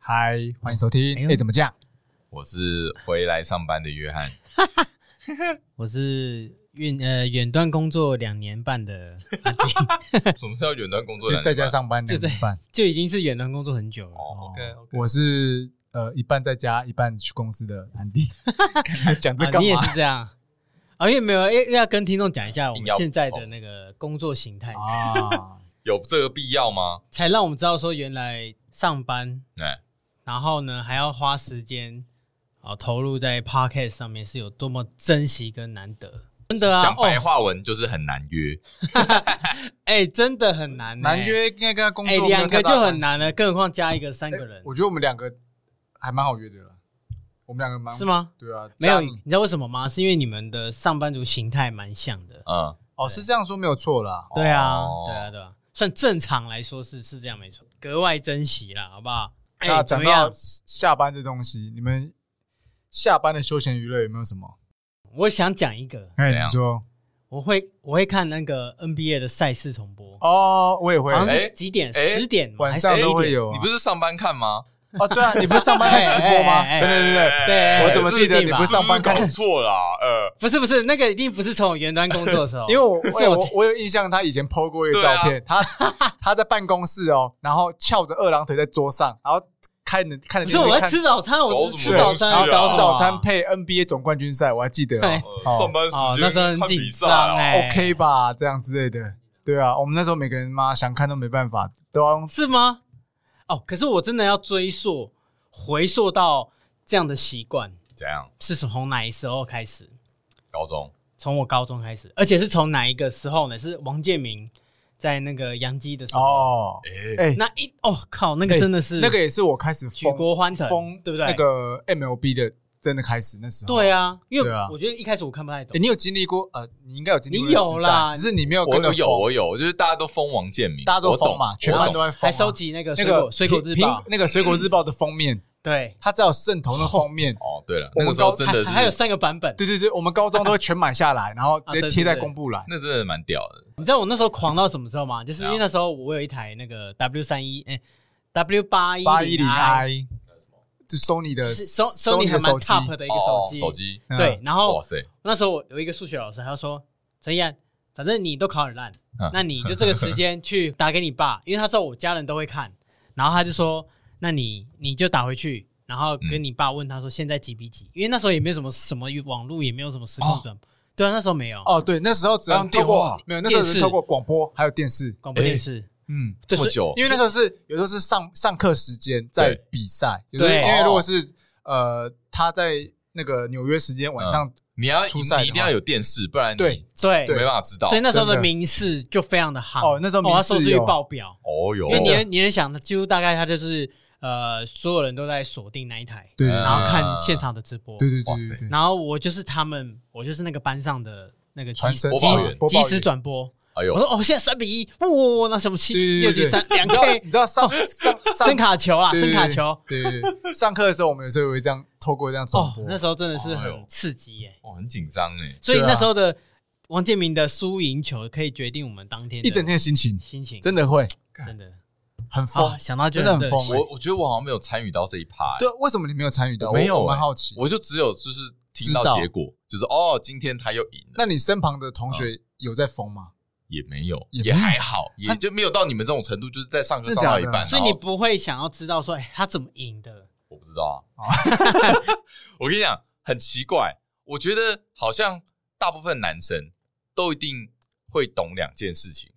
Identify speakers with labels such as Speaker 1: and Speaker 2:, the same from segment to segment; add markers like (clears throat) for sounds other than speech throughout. Speaker 1: 嗨，欢迎收听。
Speaker 2: 哎
Speaker 1: 哎、
Speaker 2: 呦
Speaker 1: 怎么讲？
Speaker 3: 我是回来上班的约
Speaker 1: (laughs)
Speaker 3: 翰，
Speaker 2: 我是远呃远端工作两年半
Speaker 1: (laughs)
Speaker 2: 的阿金，
Speaker 3: 什么叫远端工作？
Speaker 1: 就在家。上班，
Speaker 2: 就在
Speaker 1: 两年半。
Speaker 2: 就已经是远端工作很久了。
Speaker 3: 哦，OK OK，
Speaker 1: 我是呃一半在家，一半去公司的
Speaker 2: (laughs)
Speaker 1: 安迪。看他讲这
Speaker 2: 啊，
Speaker 1: 干
Speaker 2: 你也
Speaker 1: 嘛？
Speaker 2: 是这样啊？因为没有要要跟听众讲一下我
Speaker 3: 硬
Speaker 2: 们
Speaker 3: 要补
Speaker 2: 现在的
Speaker 3: 充
Speaker 2: 那个工作形态，
Speaker 1: 啊，
Speaker 3: 有这个必要吗？
Speaker 2: 才让我们知道说原来上班，
Speaker 3: 哎，
Speaker 2: 然后呢还要花时间啊投入在 podcast 上面是有多么珍惜跟难得。真的啊
Speaker 3: 讲，白
Speaker 2: 哦，
Speaker 3: 话文就是很难约。
Speaker 2: 哎、真的很难、
Speaker 1: 难。约应该跟他工
Speaker 2: 哎、
Speaker 1: 作没有
Speaker 2: 两
Speaker 1: 太
Speaker 2: 个
Speaker 1: 大
Speaker 2: 就
Speaker 1: 关
Speaker 2: 很
Speaker 1: 系
Speaker 2: 难。了，更何况加一个三
Speaker 1: 哎
Speaker 2: 个人，
Speaker 1: 我觉得我们两个还蛮好约的啦。我们两个蛮
Speaker 2: 是？吗？
Speaker 1: 对啊，
Speaker 2: 没有，
Speaker 1: 这
Speaker 2: 你
Speaker 1: 样
Speaker 2: 知道为什么吗？是因为你们的上班族形态蛮像的。
Speaker 3: 嗯，
Speaker 1: 哦，是这样说没有错啦。
Speaker 2: 对啊，
Speaker 3: 哦
Speaker 2: 对啊，对啊，算正常来说是是这样没错，格外珍惜啦，好不好？哎、
Speaker 1: 那
Speaker 2: 怎
Speaker 1: 讲
Speaker 2: 么
Speaker 1: 到
Speaker 2: 样？
Speaker 1: 下班这东西，你们下班的休闲娱乐有没有什么？
Speaker 2: 我想讲一个，
Speaker 1: 哎，
Speaker 3: 怎
Speaker 1: 你
Speaker 3: 样
Speaker 1: 说
Speaker 2: 我会我会看那个 NBA 的赛事重播，
Speaker 1: 哦，我也会
Speaker 2: 好像
Speaker 3: 哎
Speaker 2: 是几点？
Speaker 3: 哎
Speaker 2: 十、点吗？
Speaker 1: 晚
Speaker 2: 还是
Speaker 1: 上
Speaker 2: 11
Speaker 1: 都会
Speaker 2: 点
Speaker 1: 有
Speaker 3: 你
Speaker 1: 啊
Speaker 3: 不是上班看吗？
Speaker 1: 哦。对啊，你不是上班看直播吗？
Speaker 2: 哎哎哎哎
Speaker 1: 对对对对。
Speaker 2: 对，
Speaker 1: 我怎么
Speaker 2: 不
Speaker 1: 记得
Speaker 2: 一定
Speaker 1: 你
Speaker 2: 吧
Speaker 1: 不是上班看
Speaker 3: 是不是搞错啦？呃，
Speaker 2: 不是不是那个一定不是从我原端工作的时候，
Speaker 1: 因为我
Speaker 2: 是
Speaker 1: 我有
Speaker 2: 我啊
Speaker 1: 我我有印象，他以前 PO 过一个照片，他他在办公室哦，然后翘着二郎腿在桌上，然后看着看着
Speaker 2: 不
Speaker 1: 电
Speaker 2: 是
Speaker 1: 视
Speaker 2: 我在
Speaker 1: 看
Speaker 2: 吃早餐，我只
Speaker 3: 搞什么东
Speaker 2: 是吃早
Speaker 3: 西
Speaker 2: 餐，
Speaker 3: 啊
Speaker 2: 要搞
Speaker 1: 吃
Speaker 2: 什么啊
Speaker 1: 早餐配 NBA 总冠军赛，我还记得哦
Speaker 2: 对
Speaker 3: 呃
Speaker 1: 哦
Speaker 3: 上班时
Speaker 2: 哦
Speaker 3: 间
Speaker 2: 那时候很
Speaker 3: 看
Speaker 2: 紧
Speaker 3: 比赛
Speaker 2: 张
Speaker 3: 啊，
Speaker 2: 哎
Speaker 1: ，OK 吧，这样之类的，对啊，我们那时候每个人嘛想看都没办法，都要用
Speaker 2: 是吗？哦，可是我真的要追溯、回溯到这样的习惯
Speaker 3: 怎样？
Speaker 2: 是从哪时候开始？
Speaker 3: 高中
Speaker 2: 从我高中开始，而且是从哪一个时候呢？是王建民在那个杨基的时候。
Speaker 1: 哦，
Speaker 3: 哎，
Speaker 1: 哎，
Speaker 2: 那一哦靠，那个
Speaker 1: 哎
Speaker 2: 真的是、
Speaker 1: 那个也是我开始
Speaker 2: 举
Speaker 1: 疯
Speaker 2: 国欢腾，
Speaker 1: 疯
Speaker 2: 对不对？
Speaker 1: 那个 MLB 的真的开始那时候，
Speaker 2: 对啊，因为
Speaker 1: 对啊
Speaker 2: 我觉得一开始我看不太懂
Speaker 1: 哎，。你有经历过呃，你应该有经历过
Speaker 2: 你有
Speaker 1: 这时代
Speaker 2: 啦
Speaker 1: 只是你没有
Speaker 3: 我
Speaker 1: 跟着
Speaker 3: 我有
Speaker 1: 疯
Speaker 3: 我有，就是大家都封王建民，
Speaker 1: 大家都
Speaker 3: 我懂
Speaker 1: 疯嘛
Speaker 3: 我
Speaker 1: 全
Speaker 2: 然
Speaker 1: 班
Speaker 2: 后
Speaker 3: 懂
Speaker 1: 都在疯啊
Speaker 2: 还收集那个水
Speaker 1: 那
Speaker 2: 果、
Speaker 1: 个
Speaker 2: 水果
Speaker 1: 苹
Speaker 2: 日
Speaker 1: 苹
Speaker 2: 报，
Speaker 1: 那个水果日报的封面，
Speaker 2: 对，
Speaker 1: 它只要有圣头的封面。
Speaker 3: 哦，对了，
Speaker 1: 我
Speaker 3: 那
Speaker 1: 们
Speaker 3: 个时候
Speaker 1: 高
Speaker 3: 真的是
Speaker 2: 还，还有三个版本。
Speaker 1: 对对对，我们高中都会全买下来，然后
Speaker 2: 啊
Speaker 1: 直接贴在公布栏。
Speaker 3: 那真的蛮屌的。
Speaker 2: 你知道我那时候狂到什么时候吗？就是因为那时候我有一台那个 W 三一，哎，W 八一
Speaker 1: 八一零
Speaker 2: 零
Speaker 1: i，就 Sony 的
Speaker 2: 是 Sony
Speaker 1: Sony
Speaker 2: 还
Speaker 1: 的
Speaker 2: 蛮
Speaker 1: 手机，
Speaker 2: top 的一个
Speaker 3: 哦
Speaker 2: 手机，
Speaker 3: 手机，
Speaker 1: 嗯
Speaker 2: 对，，然
Speaker 3: 哇
Speaker 2: 后
Speaker 3: 塞，
Speaker 2: 那时候我有一个数学老师，他就说陈怡安，反正你都考很烂
Speaker 3: 嗯，
Speaker 2: 那你就这个时间去打给你爸，因为他知道我家人都会看，然后他就说，那你你就打回去，然后跟你爸问他说现在几比
Speaker 3: 嗯
Speaker 2: 几，因为那时候也没有什么什么网络，也没有什么时空转
Speaker 3: 哦
Speaker 2: 播，对啊，那时候没有
Speaker 1: 哦，对，那时候只能透
Speaker 3: 还有
Speaker 1: 过
Speaker 3: 电话
Speaker 1: 没有，那时候只
Speaker 2: 电
Speaker 1: 是
Speaker 2: 视
Speaker 1: 透过广播还有电视，
Speaker 2: 广播电视，
Speaker 1: 嗯，
Speaker 2: 就
Speaker 3: 这
Speaker 2: 是
Speaker 3: 么久
Speaker 1: 因为那时候是有时候是上上课时间在
Speaker 3: 对
Speaker 1: 比赛，有时候
Speaker 2: 对
Speaker 1: 因为如果是呃他在那个纽约时间晚上，
Speaker 3: 你要
Speaker 1: 出赛的
Speaker 3: 你一定要有电视，不然你
Speaker 1: 对
Speaker 2: 对
Speaker 3: 没办法知道
Speaker 2: 所以。那时候
Speaker 1: 真
Speaker 2: 的
Speaker 1: 的
Speaker 2: 民视就非常的夯
Speaker 1: 哦那时候民
Speaker 2: 它
Speaker 1: 视
Speaker 2: 收视率
Speaker 1: 有
Speaker 2: 爆表，
Speaker 3: 哦哟，
Speaker 2: 就你能你能想，几乎大概它就是呃，所有人都在锁定那一台，
Speaker 1: 对
Speaker 2: 然后看
Speaker 3: 嗯
Speaker 2: 现场的直播，
Speaker 1: 对对对
Speaker 3: 哇
Speaker 1: 对
Speaker 3: 塞
Speaker 1: 对对，
Speaker 2: 然后我就是他们，我就是那个班上的那个
Speaker 1: 传
Speaker 2: 即
Speaker 1: 声
Speaker 3: 播报员
Speaker 1: 播报
Speaker 2: 即
Speaker 1: 员
Speaker 2: 时转播。
Speaker 3: 哎
Speaker 2: 我
Speaker 3: 呦，
Speaker 2: 说哦，现在三比一，哇、哦，那什么七
Speaker 1: 对
Speaker 2: 六
Speaker 1: 对对
Speaker 2: 局三两
Speaker 1: 你知道
Speaker 2: K
Speaker 1: 你知道上上 (laughs)
Speaker 2: (laughs)
Speaker 1: 上
Speaker 2: 声卡球啊，
Speaker 1: 对
Speaker 2: 声
Speaker 1: 对
Speaker 2: 卡球。
Speaker 1: 对对对， (laughs) 上课的时候我们有时候也会这样透过这样转
Speaker 2: 哦
Speaker 1: 播，，
Speaker 2: 那时候真的是
Speaker 3: 哎呦
Speaker 2: 很刺激耶、
Speaker 3: 哦，很紧张哎。
Speaker 2: 所以
Speaker 1: 对啊
Speaker 2: 那时候的王建民的输赢球可以决定我们当天的
Speaker 1: 哦一整天的心情
Speaker 2: 心情，
Speaker 1: 真的会
Speaker 2: 真的
Speaker 1: 很疯
Speaker 2: 啊，。想到就
Speaker 1: 真的很
Speaker 2: 热
Speaker 1: 疯
Speaker 2: 血
Speaker 3: 我我觉得我好像没有参与到这一趴，欸
Speaker 1: 对，为什么你没有参与到？
Speaker 3: 我没有
Speaker 1: 我我
Speaker 3: 欸
Speaker 1: 蛮好奇。
Speaker 3: 我就只有就是听
Speaker 1: 知道
Speaker 3: 到结果，就是哦，今天他又赢了，
Speaker 1: 那你身旁的同
Speaker 3: 啊
Speaker 1: 学有在疯吗？
Speaker 3: 也没有，
Speaker 1: 也
Speaker 3: 也
Speaker 1: 没有
Speaker 3: 还好，也就没有到你们这种程度，就是在上课
Speaker 1: 真的
Speaker 3: 上到
Speaker 1: 假
Speaker 3: 一
Speaker 1: 的
Speaker 3: 半，
Speaker 2: 所以
Speaker 3: 然
Speaker 2: 你
Speaker 3: 后
Speaker 2: 不会想要知道说，哎，他怎么赢的？
Speaker 3: 我不知道
Speaker 1: 哦
Speaker 3: 啊， (laughs) 我跟你讲，很奇怪，我觉得好像大部分男生都一定会懂两件事情，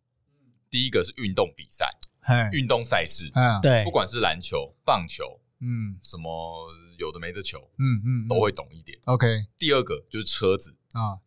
Speaker 3: 第一个是运动比赛、
Speaker 1: 哎，
Speaker 3: 运动赛事，
Speaker 1: 嗯，，
Speaker 2: 对
Speaker 3: 不管是篮球、棒球，
Speaker 1: 嗯
Speaker 3: 什么有的没的球，
Speaker 1: 嗯嗯，
Speaker 3: 都会懂一点。
Speaker 1: OK
Speaker 3: 第二个就是车子，
Speaker 1: 啊。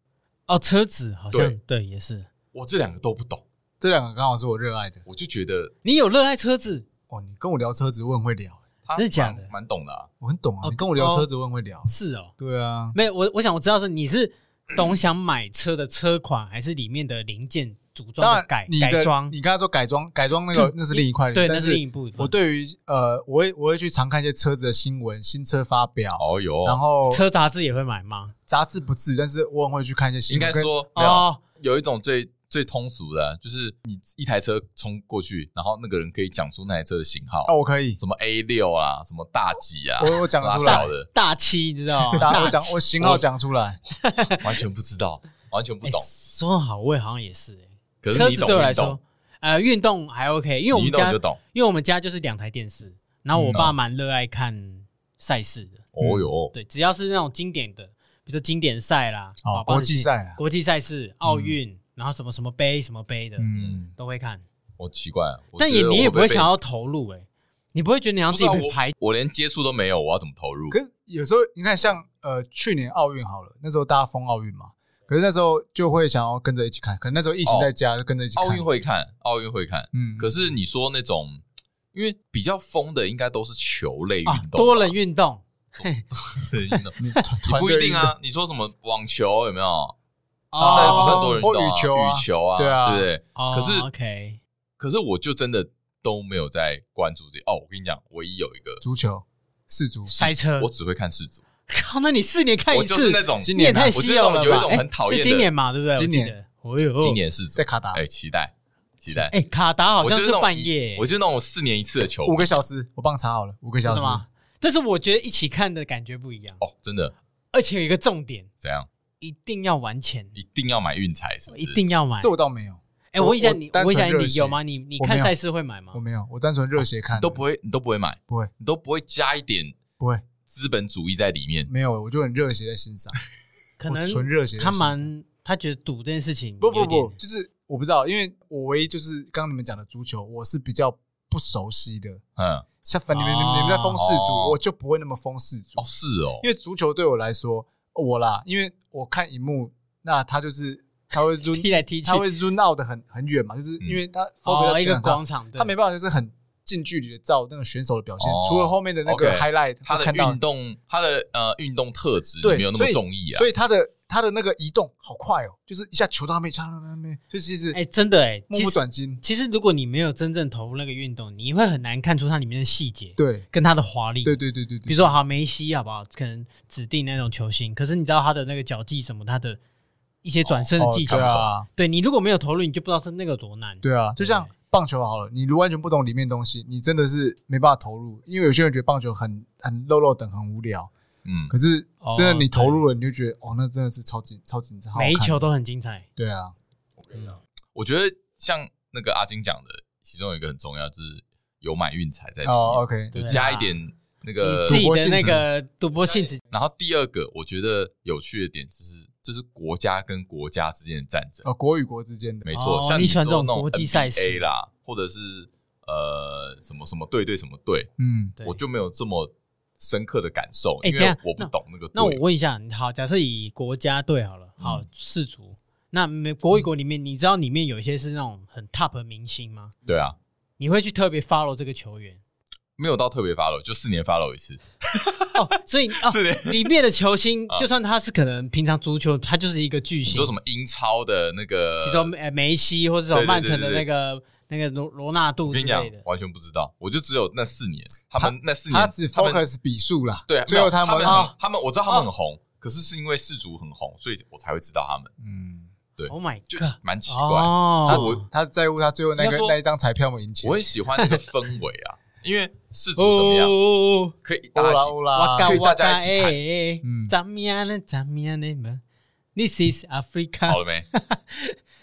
Speaker 2: 哦，车子好像
Speaker 3: 对
Speaker 2: 对也是。
Speaker 3: 我这两个都不懂，
Speaker 1: 这两个刚好是我热爱的。
Speaker 3: 我就觉得
Speaker 2: 你有热爱车子？
Speaker 1: 哦，你跟我聊车子，我很会聊。
Speaker 3: 他
Speaker 2: 真的假的
Speaker 3: 啊蛮蛮懂的啊。
Speaker 1: 我很懂啊，
Speaker 2: 哦
Speaker 1: 你跟我聊车子，我很会聊。
Speaker 2: 是哦，
Speaker 1: 对啊，
Speaker 2: 没有，我我想我知道是你是懂想买车的车款，还是里面的零件组
Speaker 1: 当
Speaker 2: 装
Speaker 1: 然
Speaker 2: 的改
Speaker 1: 你
Speaker 2: 改
Speaker 1: 的
Speaker 2: 装？嗯
Speaker 1: 你刚才说改装，改装那个那是另一块，
Speaker 2: 对，那
Speaker 1: 但
Speaker 2: 是另一部分。
Speaker 1: 我对于呃，我会我会去常看一些车子的新闻、新车发表，
Speaker 3: 哦哟，
Speaker 1: 然后
Speaker 2: 车杂志也会买吗？
Speaker 1: 杂志不至于，但是我很会去看一些新
Speaker 3: 应
Speaker 1: 闻。
Speaker 3: 该
Speaker 1: 跟
Speaker 3: 说没有
Speaker 2: 哦，
Speaker 3: 有一种最最通俗的啊，就是你一台车冲过去，然后那个人可以讲出那台车的型号，
Speaker 1: 哦，我可以，
Speaker 3: 什么 A 六啊，什么大几啊，
Speaker 1: 我我讲
Speaker 3: 啥
Speaker 1: 出来
Speaker 3: 小，的，
Speaker 2: 大七，知道吗？
Speaker 1: (laughs) 大家我
Speaker 2: 七
Speaker 1: 讲我型号讲出来，
Speaker 3: 完全不知道，完全不
Speaker 2: 哎
Speaker 3: 懂。
Speaker 2: 说好，我也好像也是哎。
Speaker 3: 可是
Speaker 2: 车
Speaker 3: 你
Speaker 2: 子
Speaker 3: 懂，
Speaker 2: 对我来
Speaker 3: 你
Speaker 2: 说
Speaker 3: 懂，，
Speaker 2: 呃，运动还 OK，因为我
Speaker 3: 你一
Speaker 2: 们
Speaker 3: 懂
Speaker 2: 家
Speaker 3: 就懂。
Speaker 2: 因为我们家就是两台电视，然后我
Speaker 3: 嗯
Speaker 2: 爸
Speaker 3: 哦
Speaker 2: 蛮热爱看赛事的，
Speaker 3: 哦哟，
Speaker 2: 对，只要是那种经典的，比如说经典赛啦，
Speaker 1: 哦
Speaker 2: 啊，棒
Speaker 1: 国
Speaker 2: 球
Speaker 1: 际
Speaker 2: 系、
Speaker 1: 赛啦，
Speaker 2: 国际赛事、奥运，然后什么什么杯、什么杯的，
Speaker 1: 嗯，
Speaker 2: 都会看。
Speaker 3: 我奇怪，啊我
Speaker 2: 但
Speaker 3: 觉
Speaker 2: 也
Speaker 3: 得
Speaker 2: 你
Speaker 3: 我
Speaker 2: 也
Speaker 3: 会
Speaker 2: 不会
Speaker 3: 被
Speaker 2: 想要投入，哎，你不会觉得你要
Speaker 3: 不知
Speaker 2: 自己
Speaker 3: 道
Speaker 2: 被
Speaker 3: 我
Speaker 2: 排，
Speaker 3: 我连接触都没有，我要怎么投入？
Speaker 1: 可是有时候你看像，呃去年奥运好了，那时候大家封奥运嘛，可是那时候就会想要跟着一起看，可能那时候疫情在家就跟着一起看
Speaker 3: 哦奥运，会看，奥运会看。
Speaker 1: 嗯，
Speaker 3: 可是你说那种，因为比较疯的，应该都是球类运
Speaker 2: 啊
Speaker 3: 动吧，
Speaker 2: 多人运动，
Speaker 3: 对运
Speaker 2: (laughs)
Speaker 3: 动
Speaker 1: 你
Speaker 3: (laughs)
Speaker 1: 团
Speaker 3: 也
Speaker 1: 团
Speaker 3: 不
Speaker 1: 队
Speaker 3: 一
Speaker 1: 运
Speaker 3: 定
Speaker 1: 动
Speaker 3: 啊。你说什么网球有没有？
Speaker 1: 哦
Speaker 3: 那也不是
Speaker 1: 算
Speaker 3: 很多人运动
Speaker 1: 或羽球啊
Speaker 3: 羽球啊，
Speaker 1: 对啊
Speaker 3: 对不对？
Speaker 2: 哦
Speaker 3: 可是
Speaker 2: OK，
Speaker 3: 可是我就真的都没有在关注这哦。我跟你讲，唯一有一个，
Speaker 1: 足球、世足，
Speaker 2: 塞车
Speaker 3: 我，只会看世足，
Speaker 2: 靠，那你四年看
Speaker 3: 我
Speaker 2: 一
Speaker 3: 就是
Speaker 2: 次，
Speaker 3: 那种
Speaker 1: 今
Speaker 2: 你也
Speaker 1: 年啊
Speaker 2: 太
Speaker 3: 我觉
Speaker 2: 稀
Speaker 3: 得
Speaker 2: 有
Speaker 3: 那
Speaker 2: 了
Speaker 3: 种有一
Speaker 2: 吧？
Speaker 3: 种
Speaker 2: 哎
Speaker 3: 很讨厌
Speaker 2: 是
Speaker 3: 的
Speaker 2: 今年嘛，对不对？我
Speaker 1: 今
Speaker 2: 记
Speaker 1: 年
Speaker 2: 得，哦呦，
Speaker 3: 今年世足
Speaker 1: 在，卡达
Speaker 3: 哎，期待期待。
Speaker 2: 哎，卡达好
Speaker 3: 我
Speaker 2: 像
Speaker 3: 就是那种
Speaker 2: 半
Speaker 3: 一
Speaker 2: 夜，
Speaker 3: 我就那种四年一次的球迷
Speaker 1: 五个小时，我帮你查好了，五个
Speaker 2: 真
Speaker 1: 小
Speaker 2: 的
Speaker 1: 时。
Speaker 2: 吗？但是我觉得一起看的感觉不一样，
Speaker 3: 哦，真的
Speaker 2: 而且有一个重点，
Speaker 3: 怎样？
Speaker 2: 一定要玩钱，
Speaker 3: 一定要买运彩是不是？
Speaker 2: 一定要买。
Speaker 1: 这我倒没有，
Speaker 2: 哎，我问一下你，
Speaker 1: 我单
Speaker 2: 我问一下
Speaker 1: 纯热
Speaker 2: 你
Speaker 1: 血
Speaker 2: 有吗？你你
Speaker 1: 我
Speaker 2: 看
Speaker 1: 没有
Speaker 2: 赛事会买吗
Speaker 1: 我？没有，我单纯热血看
Speaker 3: 你啊
Speaker 1: 的，
Speaker 3: 都不会，你都不会买，
Speaker 1: 不会，
Speaker 3: 你都不会加一点
Speaker 1: 不会，
Speaker 3: 资本主义在里面。
Speaker 1: 没有，我就很热血在欣赏，
Speaker 2: 可
Speaker 1: 我
Speaker 2: 能
Speaker 1: 纯热血在
Speaker 2: 他
Speaker 1: 欣赏。
Speaker 2: 蛮他觉得赌这件事情
Speaker 1: 不不
Speaker 2: 有点
Speaker 1: 不，就是我不知道，因为我唯一就是刚刚你们讲的足球，我是比较不熟悉的。
Speaker 3: 嗯，
Speaker 1: 像反正你们、
Speaker 2: 哦
Speaker 1: 你们在封世
Speaker 3: 哦
Speaker 1: 足，我就不会那么封世足
Speaker 3: 哦，，是哦，
Speaker 1: 因为足球对我来说，我啦，因为我看荧幕，那他就是
Speaker 3: (laughs)
Speaker 1: 他会 run，
Speaker 2: 踢来踢去
Speaker 1: 他，会 run out 的很很远
Speaker 3: 嗯
Speaker 1: 嘛，就是因为他 focus
Speaker 2: 哦，
Speaker 1: 在
Speaker 2: 一
Speaker 1: 球
Speaker 2: 个
Speaker 1: 场上
Speaker 2: 广场，对
Speaker 1: 啊他没办法，就是很近距离的照那个选手的表现
Speaker 3: 哦，
Speaker 1: 除了后面的那个
Speaker 3: OK，
Speaker 1: highlight，
Speaker 3: 他的
Speaker 1: 看到
Speaker 3: 运动，他的呃运动特质
Speaker 1: 对
Speaker 3: 没有那么中意啊。
Speaker 1: 所以他的他的那个移动好快哦，就是一下球到那边，一下到那边，就其实
Speaker 2: 哎，真的哎，
Speaker 1: 目
Speaker 2: 其
Speaker 1: 不
Speaker 2: 实
Speaker 1: 转睛。
Speaker 2: 其实如果你没有真正投入那个运动，你会很难看出它里面的细节
Speaker 1: 对
Speaker 2: 跟它的华丽。
Speaker 1: 对对对对对，
Speaker 2: 比如说好梅西好不好？可能指定那种球星，可是你知道他的那个脚技什么，他的一些转身的技巧，
Speaker 1: 哦对啊，
Speaker 2: 对你如果没有投入，你就不知道他那个有多难。
Speaker 1: 对啊，就像棒球好了，你如果完全不懂里面东西，你真的是没办法投入，因为有些人觉得棒球很很肉肉等，很无聊。
Speaker 3: 嗯，
Speaker 1: 可是真的
Speaker 2: 哦
Speaker 1: 你投入了，你就觉得哦，那真的是超级超级超好看
Speaker 2: 每一球都很精彩。
Speaker 1: 对啊，
Speaker 3: 我觉得像那个阿金讲的，其中有一个很重要，就是有买运彩在里面，
Speaker 1: 哦，OK，
Speaker 3: 就
Speaker 2: 对啊
Speaker 3: 加一点那
Speaker 2: 你
Speaker 3: 个
Speaker 2: 自。己
Speaker 1: 赌博
Speaker 2: 的
Speaker 1: 性
Speaker 2: 那
Speaker 1: 质
Speaker 2: 个赌博性质，
Speaker 3: 然后第二个，我觉得有趣的点就是，这是国家跟国家之间的战争。
Speaker 1: 哦，国与国之间的
Speaker 3: 没错，
Speaker 2: 哦
Speaker 3: 像
Speaker 2: 你喜
Speaker 3: 说
Speaker 2: 欢
Speaker 3: 那
Speaker 2: 这种国际赛事
Speaker 3: NBA 啦，或者是呃什么什么队对什么队，
Speaker 1: 嗯，
Speaker 2: 对
Speaker 3: 我就没有这么深刻的感受，
Speaker 2: 哎
Speaker 3: 因
Speaker 2: 等
Speaker 3: 为
Speaker 2: 一下
Speaker 3: 我不懂那个队伍。
Speaker 2: 那我问一下，好，假设以国家队好了，好
Speaker 3: 嗯
Speaker 2: 世足，那美国与国里面，你知道里面有一些是那种很 top 的明星吗？
Speaker 3: 对啊，
Speaker 2: 你会去特别 follow 这个
Speaker 3: (laughs)
Speaker 2: 球员
Speaker 3: 没有到特别 follow，就四年 follow 一次，
Speaker 2: 哦，所以哦，
Speaker 3: 四年。
Speaker 2: 里面的球
Speaker 3: (laughs)
Speaker 2: 星
Speaker 3: 啊，
Speaker 2: 就算他是可能平常足球，他就是一个巨
Speaker 3: 你
Speaker 2: 星
Speaker 3: 说，什么英超的那个？
Speaker 2: 其中呃梅西或者这种
Speaker 3: 对对对
Speaker 2: 曼城的
Speaker 3: 对对
Speaker 2: 那个那个罗罗纳
Speaker 3: 我
Speaker 2: 度
Speaker 3: 跟
Speaker 2: 之
Speaker 3: 你讲
Speaker 2: 类的，，啊
Speaker 3: 完全不知道，我就只有那四年，他们那四年
Speaker 1: 他只
Speaker 3: 他们
Speaker 1: focus 比数啦，
Speaker 3: 对，
Speaker 1: 最后
Speaker 3: 他
Speaker 1: 们
Speaker 3: 们
Speaker 1: 啊，
Speaker 3: 他们我知道他们很红，可是是因为世足很红，所以我才会知道他们，
Speaker 1: 嗯，
Speaker 3: 对
Speaker 2: Oh my
Speaker 3: 就
Speaker 2: god！
Speaker 3: 蛮奇怪。
Speaker 1: 他
Speaker 3: 那
Speaker 2: 哦，
Speaker 1: 只他在乎他最后那
Speaker 3: 应该
Speaker 1: 个
Speaker 3: 说
Speaker 1: 那一张彩票有没有赢钱
Speaker 3: 我。很喜欢那个氛围
Speaker 2: (laughs)
Speaker 3: 啊，因为世足怎么样，
Speaker 2: 哦
Speaker 3: 可以大
Speaker 1: 欧
Speaker 3: 家
Speaker 1: 啦
Speaker 3: 一起
Speaker 1: 欧
Speaker 2: 哇
Speaker 1: 啦，
Speaker 2: 嘎
Speaker 3: 可以啊大
Speaker 2: 哇
Speaker 3: 家
Speaker 2: 嘎
Speaker 3: 一起看
Speaker 2: 哎，
Speaker 1: 嗯
Speaker 2: 怎么样呢？怎么样呢们？This is
Speaker 3: 好
Speaker 2: Africa。
Speaker 3: 了没？
Speaker 2: (laughs)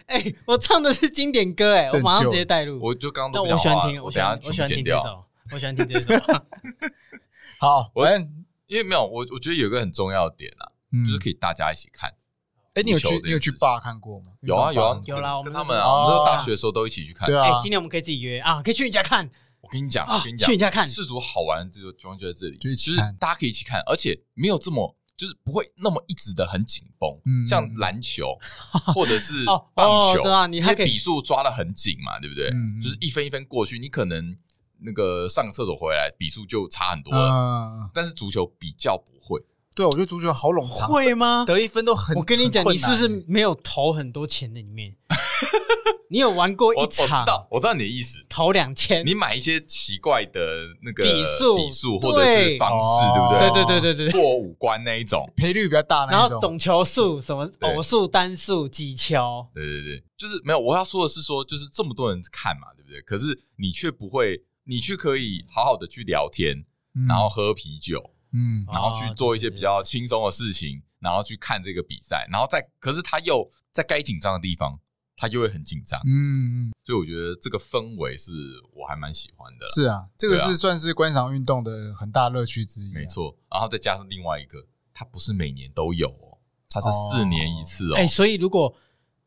Speaker 2: 哎，我唱的是经典歌，哎，我
Speaker 1: 拯救
Speaker 2: 马上直接带入。
Speaker 3: 我就刚刚
Speaker 2: 但
Speaker 3: 都不
Speaker 2: 我
Speaker 3: 讲
Speaker 2: 喜
Speaker 3: 话
Speaker 2: 欢
Speaker 3: 了
Speaker 2: 听，
Speaker 3: 我
Speaker 2: 喜
Speaker 3: 等下
Speaker 2: 欢
Speaker 3: 全
Speaker 2: 我喜
Speaker 3: 部
Speaker 2: 欢
Speaker 3: 剪
Speaker 2: 听这
Speaker 3: 掉。
Speaker 2: 首，我喜欢
Speaker 3: (laughs)
Speaker 2: 听这首。
Speaker 1: 好，
Speaker 3: 我
Speaker 1: 反正
Speaker 3: 因为没有我，我觉得有一个很重要的点啊，
Speaker 2: 嗯
Speaker 3: 就是可以大家一起看。
Speaker 1: 哎，你有
Speaker 3: 足球
Speaker 1: 去
Speaker 3: 这件
Speaker 1: 你有去
Speaker 3: 事情
Speaker 1: 爸看过吗？
Speaker 3: 有啊有啊，
Speaker 2: 有啦我
Speaker 3: 跟他
Speaker 2: 们哦那
Speaker 3: 们
Speaker 2: 时
Speaker 3: 啊，
Speaker 1: 候
Speaker 3: 我们说
Speaker 1: 啊
Speaker 3: 大学的时候都一起去看。
Speaker 1: 对
Speaker 2: 哎
Speaker 1: 啊，
Speaker 2: 今天我们可以自己约啊，可以去你家
Speaker 3: (laughs)
Speaker 2: 看
Speaker 3: 我跟你讲，
Speaker 2: 啊
Speaker 3: 我跟你，讲
Speaker 2: 去你，家看。
Speaker 3: 世足好玩这个地方就在这里，
Speaker 1: 就一起
Speaker 3: 是
Speaker 1: 看
Speaker 3: 大家可以一起看，而且没有这么就是不会那么一直的很紧绷，
Speaker 1: 嗯
Speaker 3: 像篮
Speaker 2: (laughs)
Speaker 3: 球或者是
Speaker 2: 哦
Speaker 3: 棒球
Speaker 2: 哦知道，你
Speaker 3: 因
Speaker 2: 还
Speaker 3: 为
Speaker 2: 可以
Speaker 3: 比数抓的很紧嘛，对不对
Speaker 1: 嗯嗯？
Speaker 3: 就是一分一分过去，你可能那个上个厕所回来比数就差很多了，
Speaker 1: 嗯，
Speaker 3: 但是足球比较不会，
Speaker 1: 对，我觉得足球好冗长，
Speaker 2: 会吗？
Speaker 1: 得一分都很。
Speaker 3: 欸
Speaker 2: 我跟你讲，
Speaker 1: 很
Speaker 2: 你
Speaker 1: 困
Speaker 2: 是
Speaker 1: 难
Speaker 2: 不是没有投很多钱在里面？ (laughs) 你有玩过
Speaker 3: 我
Speaker 2: 一
Speaker 3: 我知
Speaker 2: 场
Speaker 3: 道，我知道你的意思。
Speaker 2: 投两千？
Speaker 3: 你买一些奇怪的那个
Speaker 2: 底数
Speaker 3: 底数或者是方式，对
Speaker 1: 对
Speaker 3: 不
Speaker 2: 对
Speaker 3: 对？
Speaker 2: 对对对对对。
Speaker 3: 过五关哦那一种，
Speaker 1: 赔率比较
Speaker 2: 然
Speaker 1: 大那一
Speaker 2: 后
Speaker 1: 种。
Speaker 2: 总球数什么
Speaker 3: 对
Speaker 2: 偶数、单数、几球，
Speaker 3: 对对对，就是没有。我要说的是说，就是这么多人看嘛，对不对？可是你却不会，你却可以好好的去聊天，
Speaker 1: 嗯
Speaker 3: 然后喝啤酒，
Speaker 1: 嗯
Speaker 2: 哦
Speaker 3: 然后去做一些比较轻松的事情，然后去看这个比赛，然后再可是他又在该紧张的地方，他就会很紧张。
Speaker 1: 嗯，嗯
Speaker 3: 所以我觉得这个氛围是我还蛮喜欢的，
Speaker 1: 是啊，这个
Speaker 3: 对啊
Speaker 1: 是算是观赏运动的很大乐趣之一、啊
Speaker 3: 没，错。然后再加上另外一个，它不是每年都有哦，它是四年一次哦。
Speaker 2: 哎、所以如果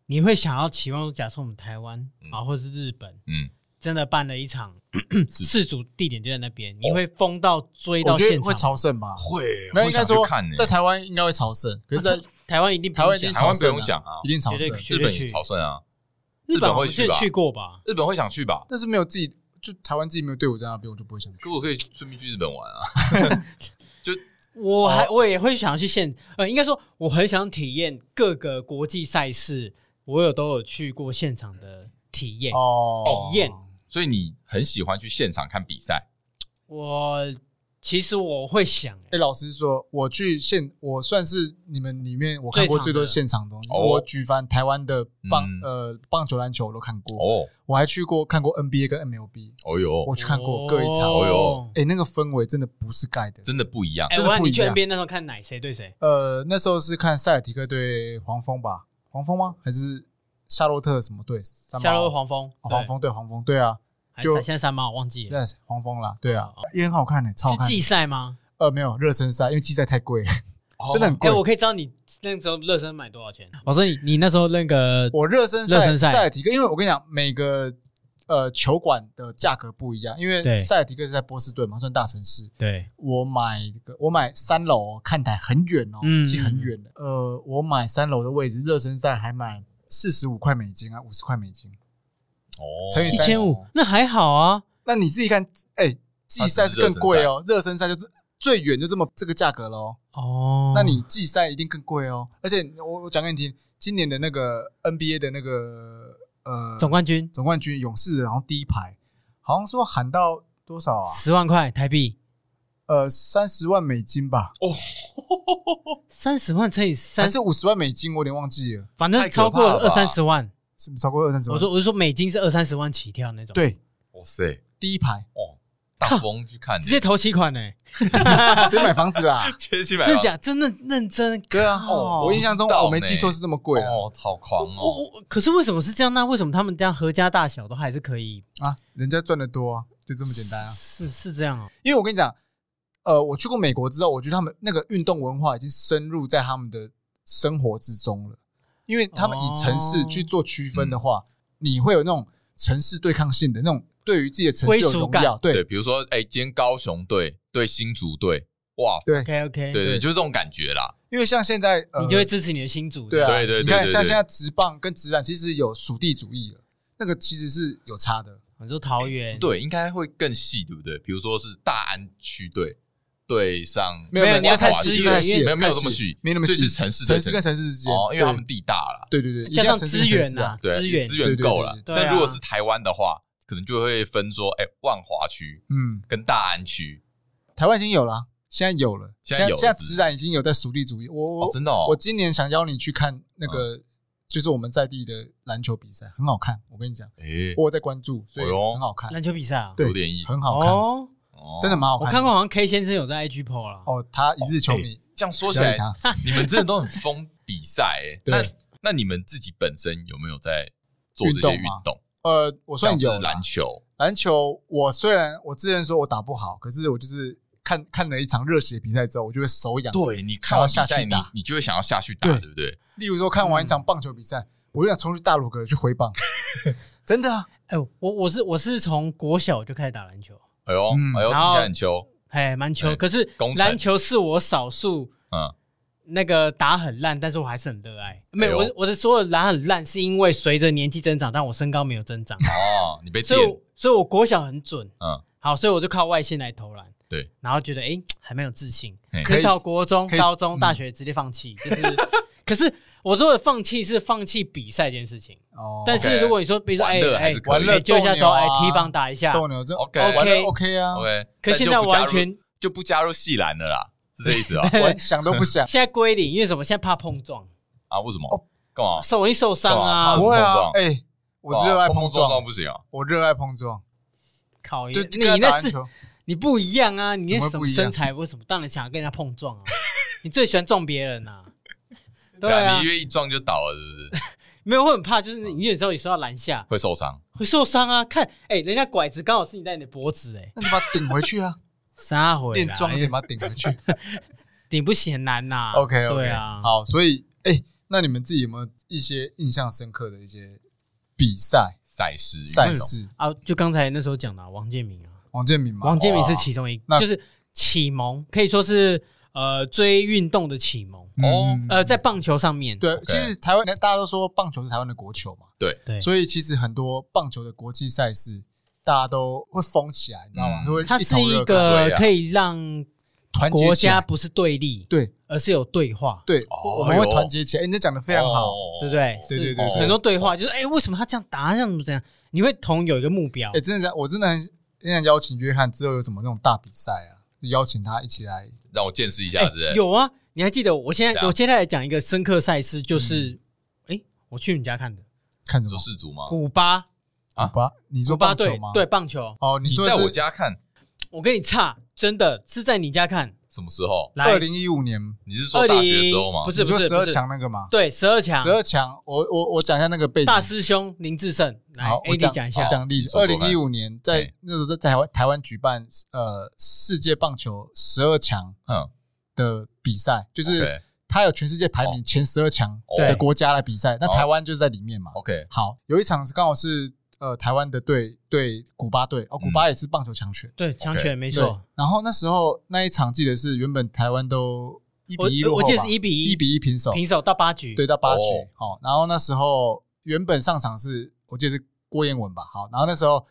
Speaker 2: 你会想要期望，假设我们台湾、啊，或者是日本，
Speaker 3: 嗯，
Speaker 2: 真的办了一场 (clears throat)
Speaker 3: 是
Speaker 2: 世足，地点就在那边，你会疯到追到
Speaker 1: 哦我觉
Speaker 2: 现
Speaker 1: 得
Speaker 2: 场
Speaker 1: 会啊
Speaker 2: 吗。
Speaker 1: 朝圣吧。
Speaker 3: 会
Speaker 1: 没有，应该说
Speaker 3: 看呢、
Speaker 1: 在台湾应该会朝圣，可是在
Speaker 2: 啊这台湾一定不
Speaker 1: 台湾一
Speaker 2: 想
Speaker 1: 定
Speaker 3: 台湾
Speaker 1: 朝
Speaker 3: 不
Speaker 1: 圣
Speaker 3: 用讲啊
Speaker 1: 一定朝
Speaker 2: 绝对
Speaker 1: 圣，
Speaker 2: 绝
Speaker 3: 日
Speaker 2: 对
Speaker 3: 本也
Speaker 2: 去。
Speaker 3: 朝圣啊，
Speaker 2: 日
Speaker 3: 日本
Speaker 2: 本
Speaker 3: 会
Speaker 2: 我之
Speaker 3: 去
Speaker 2: 前
Speaker 3: 吧
Speaker 2: 去过吧？
Speaker 3: 日本会想去吧？
Speaker 1: 但是没有自己，就台湾自己没有队伍在那边，我就不会想去
Speaker 3: 可。我可以顺便去日本玩啊。 (laughs)
Speaker 2: 我
Speaker 1: 哦
Speaker 2: 还我也会想要去现，呃，应该说我很想体验各个国际赛事，我有都有去过现场的体验。
Speaker 1: 哦
Speaker 2: 体验
Speaker 3: 所以你很喜欢去现场看比赛，
Speaker 2: 我其实我会想、
Speaker 1: 哎、老实说，我去现，我算是你们里面我看过最多现场的哦东西。
Speaker 3: 最长的
Speaker 1: 我举凡台湾的棒、
Speaker 3: 嗯
Speaker 1: 呃棒球、篮球我都看过，
Speaker 3: 哦，
Speaker 1: 我还去过看过 NBA 跟 MLB，
Speaker 3: 哦哟
Speaker 1: 我，去看过各一场。
Speaker 2: 哦
Speaker 3: 哎
Speaker 1: 哎、
Speaker 3: 呦
Speaker 1: 那个氛围真的不是盖的。
Speaker 3: 真的不一样
Speaker 2: 哎、。
Speaker 1: 真
Speaker 2: 我
Speaker 1: 的
Speaker 2: 让
Speaker 1: 不
Speaker 2: 你
Speaker 1: 一样
Speaker 2: 去 NBA 那时候看哪谁对谁？
Speaker 1: 呃，那时候是看塞尔提克对黄蜂吧？黄蜂吗？还是夏洛特什么队？夏
Speaker 2: 夏洛黄蜂，
Speaker 1: 哦、黄蜂对黄蜂对啊，
Speaker 2: 还
Speaker 1: 就是
Speaker 2: 现在三毛我忘记了，
Speaker 1: yes, 黄蜂啦，对啊
Speaker 2: 哦，
Speaker 1: 也很好看呢、超好
Speaker 2: 是
Speaker 1: 看的。
Speaker 2: 季赛吗？
Speaker 1: 呃，没有热身赛，因为季赛太贵了，
Speaker 3: 哦
Speaker 1: (laughs) 真的很
Speaker 2: 哎、
Speaker 1: 贵。
Speaker 2: 我可以知道你那时候热身买多少钱？我说你哦你那时候那个
Speaker 1: 我热身
Speaker 2: 热
Speaker 1: 赛
Speaker 2: 身赛
Speaker 1: 赛尔提克，因为我跟你讲，每个呃球馆的价格不一样，因为
Speaker 2: 对
Speaker 1: 塞尔提克是在波士顿嘛，算大城市。
Speaker 2: 对
Speaker 1: 我买一个，我买三楼哦看台很远哦，
Speaker 2: 嗯
Speaker 1: 其实很远的。呃，我买三楼的位置，热身赛还买四十五块美金啊，五十块美金
Speaker 3: 哦，
Speaker 1: 乘以
Speaker 2: 一
Speaker 1: 30
Speaker 2: 千五，那还好啊。
Speaker 1: 那你自己看，哎，季赛是更贵哦，热身赛就是最远就这么这个价格喽。
Speaker 2: 哦，
Speaker 1: 那你季赛一定更贵哦。而且我我讲给你听，今年的那个 NBA 的那个呃
Speaker 2: 总冠军
Speaker 1: 总冠军勇士，然后第一排好像说喊到多少啊？
Speaker 2: 十万块台币，
Speaker 1: 呃，三十万美金吧，
Speaker 3: 哦
Speaker 2: 三十万乘以三
Speaker 1: 还，是五十万美金？我有点忘记了，
Speaker 2: 反正
Speaker 3: 太可
Speaker 2: 超过
Speaker 3: 怕了吧
Speaker 2: 二三十万。
Speaker 1: 是不是超过二三十万？
Speaker 2: 我说我是说美金是二三十万起跳那种，，
Speaker 1: 对，
Speaker 3: 哇塞，
Speaker 1: 第一排
Speaker 3: 哦，大风去看，。
Speaker 2: 直接投期款呢、
Speaker 1: 直接买房子啦
Speaker 3: 直接去买吧，
Speaker 2: 真的假？真的认真？
Speaker 1: 啊对啊，
Speaker 2: 靠
Speaker 1: 哦，我印象中
Speaker 3: 我知道
Speaker 1: 我没记错
Speaker 3: 呢
Speaker 1: 是这么贵啊的
Speaker 3: 哦，好狂
Speaker 2: 我
Speaker 3: 哦！
Speaker 2: 我可是为什么是这样？那为什么他们这样合家大小都还是可以？
Speaker 1: 啊，人家赚的多啊，就这么简单啊。
Speaker 2: 是是这样哦、
Speaker 1: 因为我跟你讲，呃，我去过美国之后，我觉得他们那个运动文化已经深入在他们的生活之中了。因为他们以城市
Speaker 2: 哦
Speaker 1: 去做区分的话，你会有那种城市对抗性的那种对于自己的城市有
Speaker 2: 归属
Speaker 1: 荣
Speaker 2: 感
Speaker 1: 耀，
Speaker 3: 对，
Speaker 1: 对
Speaker 3: 比如说，哎，今天高雄队对新竹队，哇，
Speaker 1: 对
Speaker 2: OK OK，
Speaker 3: 对对，
Speaker 1: 对
Speaker 3: 就是这种感觉啦。
Speaker 1: 因为像现在呃，
Speaker 2: 你就会支持你的新主
Speaker 1: 对啊，
Speaker 3: 对对对
Speaker 1: 你看
Speaker 3: 对
Speaker 1: 像
Speaker 3: 对
Speaker 1: 现在职棒跟职篮其实有属地主义了，那个其实是有差的。
Speaker 2: 你说桃园，
Speaker 3: 对，应该会更细，对不对？比如说是大安区队对上，哦
Speaker 1: 没有
Speaker 2: 没有
Speaker 1: 没
Speaker 2: 你要
Speaker 1: 有，太
Speaker 2: 看
Speaker 1: 细
Speaker 2: 资
Speaker 1: 了
Speaker 2: 源
Speaker 1: 太细了
Speaker 3: 没有没有
Speaker 1: 太
Speaker 3: 这么细
Speaker 1: 没那么
Speaker 3: 这
Speaker 1: 细，
Speaker 3: 是城市对
Speaker 1: 城市跟城市之间，
Speaker 3: 哦，因为他
Speaker 1: 对
Speaker 3: 们地大啦，
Speaker 1: 对对对，一
Speaker 2: 加
Speaker 1: 定要
Speaker 2: 上
Speaker 1: 城
Speaker 2: 资
Speaker 1: 市跟城
Speaker 2: 源
Speaker 1: 市
Speaker 2: 啊，
Speaker 3: 对
Speaker 2: 资源
Speaker 3: 资
Speaker 1: 对
Speaker 3: 源
Speaker 1: 对
Speaker 3: 够
Speaker 1: 对
Speaker 3: 了。
Speaker 2: 对对
Speaker 3: 但如果
Speaker 2: 对啊
Speaker 3: 是台湾的话，可能就会分说，哎，万华区
Speaker 1: 嗯，
Speaker 3: 跟大安区
Speaker 1: 台湾已经有了啊，现在有了，
Speaker 3: 现
Speaker 1: 现
Speaker 3: 在有
Speaker 1: 现在
Speaker 3: 是不是
Speaker 1: 直男已经有在属地主义。我我、
Speaker 3: 哦，真的哦，
Speaker 1: 我今年想邀你去看那个，就是我们在地的篮球比赛，很好看。我跟你讲，
Speaker 3: 哎，
Speaker 1: 我有在关注，所以
Speaker 3: 哎呦
Speaker 1: 很好看，
Speaker 2: 篮球比赛啊，
Speaker 1: 对，
Speaker 3: 有点意思
Speaker 1: 很好看，
Speaker 2: 哦，
Speaker 3: 哦
Speaker 1: 真的蛮好
Speaker 2: 我
Speaker 1: 看的。
Speaker 2: 看过好像 K 先生有在 IG PO 了，
Speaker 1: 哦，他一日球迷，
Speaker 3: 这样哦哎说
Speaker 1: 不
Speaker 3: 起
Speaker 1: 要理
Speaker 3: 来，
Speaker 1: 他。
Speaker 3: 你们真的都很疯比赛、欸。
Speaker 1: (laughs) 对
Speaker 3: 那那你们自己本身有没有在做这些运
Speaker 1: 运动吗
Speaker 3: 动？
Speaker 1: 呃，我算
Speaker 3: 像是
Speaker 1: 有啦
Speaker 3: 篮球，
Speaker 1: 篮球，我虽然我之前说我打不好，可是我就是看看了一场热血比赛之后，我就会手痒。
Speaker 3: 对你看完比
Speaker 1: 想要下
Speaker 3: 赛，
Speaker 1: 去
Speaker 3: 你
Speaker 1: 打
Speaker 3: 你就会想要下去打，
Speaker 1: 对
Speaker 3: 对不对？
Speaker 1: 例如说看完一场棒球比赛，我就想冲去大鲁阁去挥棒， (laughs) 真的啊，
Speaker 2: 哎、我我是我是从国小就开始打篮球，
Speaker 3: 哎呦，
Speaker 1: 嗯
Speaker 3: 哎呦，
Speaker 2: 然
Speaker 3: 听
Speaker 2: 后
Speaker 3: 起来很球，
Speaker 2: 哎，蛮球，
Speaker 3: 哎
Speaker 2: 可是
Speaker 3: 工程
Speaker 2: 篮球是我少数
Speaker 3: 嗯，
Speaker 2: 那个打很烂，但是我还是很热爱。没有，
Speaker 3: 哎
Speaker 2: 我
Speaker 3: 呦
Speaker 2: 我的所有打很烂，是因为随着年纪增长，但我身高没有增长，
Speaker 3: 哦，你被
Speaker 2: 所
Speaker 3: 电
Speaker 2: 以，我所以我国小很准，
Speaker 3: 嗯，
Speaker 2: 好，所以我就靠外线来投篮，
Speaker 3: 对，
Speaker 2: 然后觉得哎、还蛮有自信
Speaker 3: 嘿，
Speaker 2: 可
Speaker 1: 可
Speaker 2: 是
Speaker 1: 以
Speaker 2: 到国中、
Speaker 1: 可以
Speaker 2: 高中、
Speaker 1: 嗯
Speaker 2: (laughs) 大学直接放弃，就是，可是我说的放弃是放弃比赛这件事情，
Speaker 1: 哦，
Speaker 2: 但是
Speaker 3: OK
Speaker 2: 如果你说，比如说，
Speaker 3: 玩
Speaker 2: 哎
Speaker 3: 乐还
Speaker 2: 哎
Speaker 3: 是，可
Speaker 1: 玩
Speaker 3: 以
Speaker 1: 乐
Speaker 2: 哎救一下
Speaker 1: 斗
Speaker 2: 之后，
Speaker 1: 牛
Speaker 2: 哎，
Speaker 1: 啊
Speaker 2: 踢棒打一下，
Speaker 1: 斗牛这
Speaker 3: OK
Speaker 1: 玩的
Speaker 2: OK
Speaker 1: OK 啊，
Speaker 3: OK，
Speaker 2: 可
Speaker 3: 但
Speaker 2: 现
Speaker 3: 就
Speaker 2: 在
Speaker 3: 不加
Speaker 2: 完
Speaker 3: 入
Speaker 2: 全。
Speaker 3: 就不加入系篮了啦，是这意思啊？
Speaker 1: 我想都不想 (laughs)
Speaker 2: 现在归零，因为什么？现在怕碰撞，
Speaker 3: 啊，为什么
Speaker 1: 哦？
Speaker 3: 干嘛？
Speaker 2: 手容易受伤啊
Speaker 3: 干嘛
Speaker 1: 不。会
Speaker 3: 碰
Speaker 1: 啊
Speaker 3: 撞，
Speaker 1: 哎，我热爱
Speaker 3: 碰
Speaker 1: 碰
Speaker 3: 撞
Speaker 1: 撞，
Speaker 3: 不行啊！
Speaker 1: 我热爱碰撞。
Speaker 2: 考
Speaker 1: 就
Speaker 2: 验
Speaker 1: 跟他
Speaker 2: 你
Speaker 1: 打
Speaker 2: 那
Speaker 1: 篮
Speaker 2: 是
Speaker 1: 球， (laughs)
Speaker 2: 你不一样啊！你
Speaker 1: 怎
Speaker 2: 那
Speaker 1: 么会
Speaker 2: 什
Speaker 1: 不
Speaker 2: 么
Speaker 1: 一样
Speaker 2: 身材，为什么当然想要跟人家碰撞啊？ (laughs) 你最喜欢撞别人
Speaker 1: (laughs)
Speaker 2: 呐、啊？对
Speaker 3: 啊，
Speaker 2: 啊
Speaker 3: 你，越一撞就倒了，是不是？
Speaker 2: 没有会很怕，就是你有时候也受到篮下
Speaker 3: 会受伤。
Speaker 2: 会受伤啊。看，哎、人家拐子刚好是你在你的脖子、哎，
Speaker 1: 那你把它顶回去
Speaker 2: (laughs)
Speaker 1: 啊，
Speaker 2: 啥回
Speaker 1: 电
Speaker 2: 来？
Speaker 1: 撞一点把它顶回
Speaker 2: (laughs)
Speaker 1: 去。
Speaker 2: 顶不起很难呐、
Speaker 1: OK
Speaker 2: 对
Speaker 1: OK，
Speaker 2: 啊，
Speaker 1: 好，所以哎，那你们自己有没有一些印象深刻的一些比赛
Speaker 3: 赛事
Speaker 1: 赛事？
Speaker 2: 啊，就刚才那时候讲的、啊、王建民啊，
Speaker 1: 王建民嘛，
Speaker 2: 王建民是
Speaker 1: 哇
Speaker 2: 其中一，
Speaker 1: 那
Speaker 2: 就是启蒙，可以说是呃追运动的启蒙。
Speaker 3: 哦
Speaker 1: 嗯
Speaker 2: 呃，在棒球上面，
Speaker 1: 对，
Speaker 3: OK
Speaker 1: 其实台湾大家都说棒球是台湾的国球嘛，
Speaker 3: 对，
Speaker 2: 对，
Speaker 1: 所以其实很多棒球的国际赛事，大家都会疯起来，你知道吗？
Speaker 3: 嗯
Speaker 1: 就会
Speaker 2: 它
Speaker 1: 一
Speaker 2: 是
Speaker 1: 头
Speaker 2: 一
Speaker 1: 热可
Speaker 2: 个
Speaker 3: 对啊
Speaker 2: 可以让
Speaker 1: 团结
Speaker 2: 国
Speaker 1: 起
Speaker 2: 家
Speaker 1: 来，
Speaker 2: 不是对立，
Speaker 1: 对
Speaker 2: 而是有对话，
Speaker 1: 对，
Speaker 3: 哦
Speaker 1: 我们会
Speaker 3: 哟
Speaker 1: 团结起来。哎，你讲的非常好，
Speaker 3: 哦
Speaker 2: 对不对？是
Speaker 1: 对对对哦
Speaker 3: 对
Speaker 2: 很多对话就是，哎，为什么他这样打，这样怎样？你会同有一个目标
Speaker 1: 哎，，真的讲，我真的很很想邀请约翰之后有什么那种大比赛啊，邀请他一起来。
Speaker 3: 让我见识一下，
Speaker 2: 哎
Speaker 3: 是不
Speaker 1: 欸
Speaker 3: 是？
Speaker 2: 有啊。你还记得我现
Speaker 3: 怎
Speaker 2: 在
Speaker 1: 啊
Speaker 3: 样
Speaker 2: 我接下来讲一个深刻赛事，
Speaker 1: 嗯
Speaker 2: 就是，哎，我去你家看的
Speaker 1: 看什
Speaker 3: 做
Speaker 1: 么？
Speaker 3: 氏族吗？
Speaker 2: 古巴，
Speaker 3: 啊
Speaker 1: 古巴？你说
Speaker 2: 古巴
Speaker 1: 棒球
Speaker 2: 队
Speaker 1: 吗？
Speaker 2: 对，棒球，
Speaker 1: 哦，你
Speaker 3: 你
Speaker 1: 说
Speaker 3: 在我
Speaker 1: 的是
Speaker 3: 家看
Speaker 2: 我跟你差，真的是在你家看，
Speaker 3: 什么时候？
Speaker 2: 来
Speaker 1: 二零一五年，
Speaker 3: 你是说
Speaker 2: 二
Speaker 3: 大学的
Speaker 2: 零
Speaker 3: 时候吗？
Speaker 2: 不是
Speaker 1: 你
Speaker 2: 不
Speaker 1: 说
Speaker 2: 是
Speaker 1: 十
Speaker 2: 不
Speaker 1: 二
Speaker 2: 是，
Speaker 1: 强那个吗？
Speaker 2: 对，十二强，
Speaker 1: 十二强，我我我讲一下那个背景
Speaker 2: 大。师兄林志胜，来
Speaker 1: 好，我
Speaker 2: ，AD
Speaker 1: 讲
Speaker 2: 讲一
Speaker 1: 我
Speaker 2: 下，
Speaker 1: 讲例子。
Speaker 3: 说
Speaker 1: 二
Speaker 3: 说
Speaker 1: 零
Speaker 3: 看
Speaker 1: 一五年在
Speaker 3: 哎
Speaker 1: 那时候在台湾台湾举办呃世界棒球十二强
Speaker 3: 嗯，
Speaker 1: 的比赛，就
Speaker 3: o
Speaker 1: 是
Speaker 3: k
Speaker 1: 它有全世界排
Speaker 2: 哦
Speaker 1: 名前十二强
Speaker 3: 对
Speaker 1: 的国家来比赛，那
Speaker 3: 哦
Speaker 1: 台湾就是在里面嘛。
Speaker 2: 哦
Speaker 3: OK，
Speaker 1: 好，有一场是刚好是呃台湾的队对古巴队，哦，古巴也是棒球强权，
Speaker 2: 对，强嗯权没
Speaker 1: 没
Speaker 2: 错。。
Speaker 1: 然后那时候那一场记得是原本台湾都一
Speaker 2: 我
Speaker 1: 比一落后
Speaker 2: 我
Speaker 1: 吧，
Speaker 2: 记得是一比一，
Speaker 1: 一比一平手，
Speaker 2: 平手到八局，
Speaker 1: 对，到八局
Speaker 3: 哦。
Speaker 1: 好、然后那时候原本上场是我记得是郭彦文吧。好，然后那时候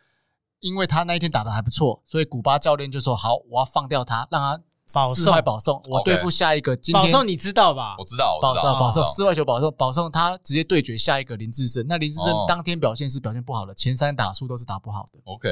Speaker 1: 因为他那一天打的还不错，所以古巴教练就说：“好，我要放掉他，让他
Speaker 2: 保
Speaker 1: 四
Speaker 2: 送
Speaker 1: 外保送，我
Speaker 3: OK 哦
Speaker 1: 对付下一个今
Speaker 2: 保
Speaker 1: 天
Speaker 2: 送你知道吧
Speaker 3: 我？知道，我
Speaker 1: 保
Speaker 3: 知
Speaker 1: 送
Speaker 3: 道，
Speaker 1: 保送
Speaker 3: 我知道
Speaker 1: 四外球保送保送，他直接对决下一个林志胜。那林志
Speaker 3: 哦
Speaker 1: 胜当天表现是表现不好的，前三打数都是打不好的，
Speaker 3: OK，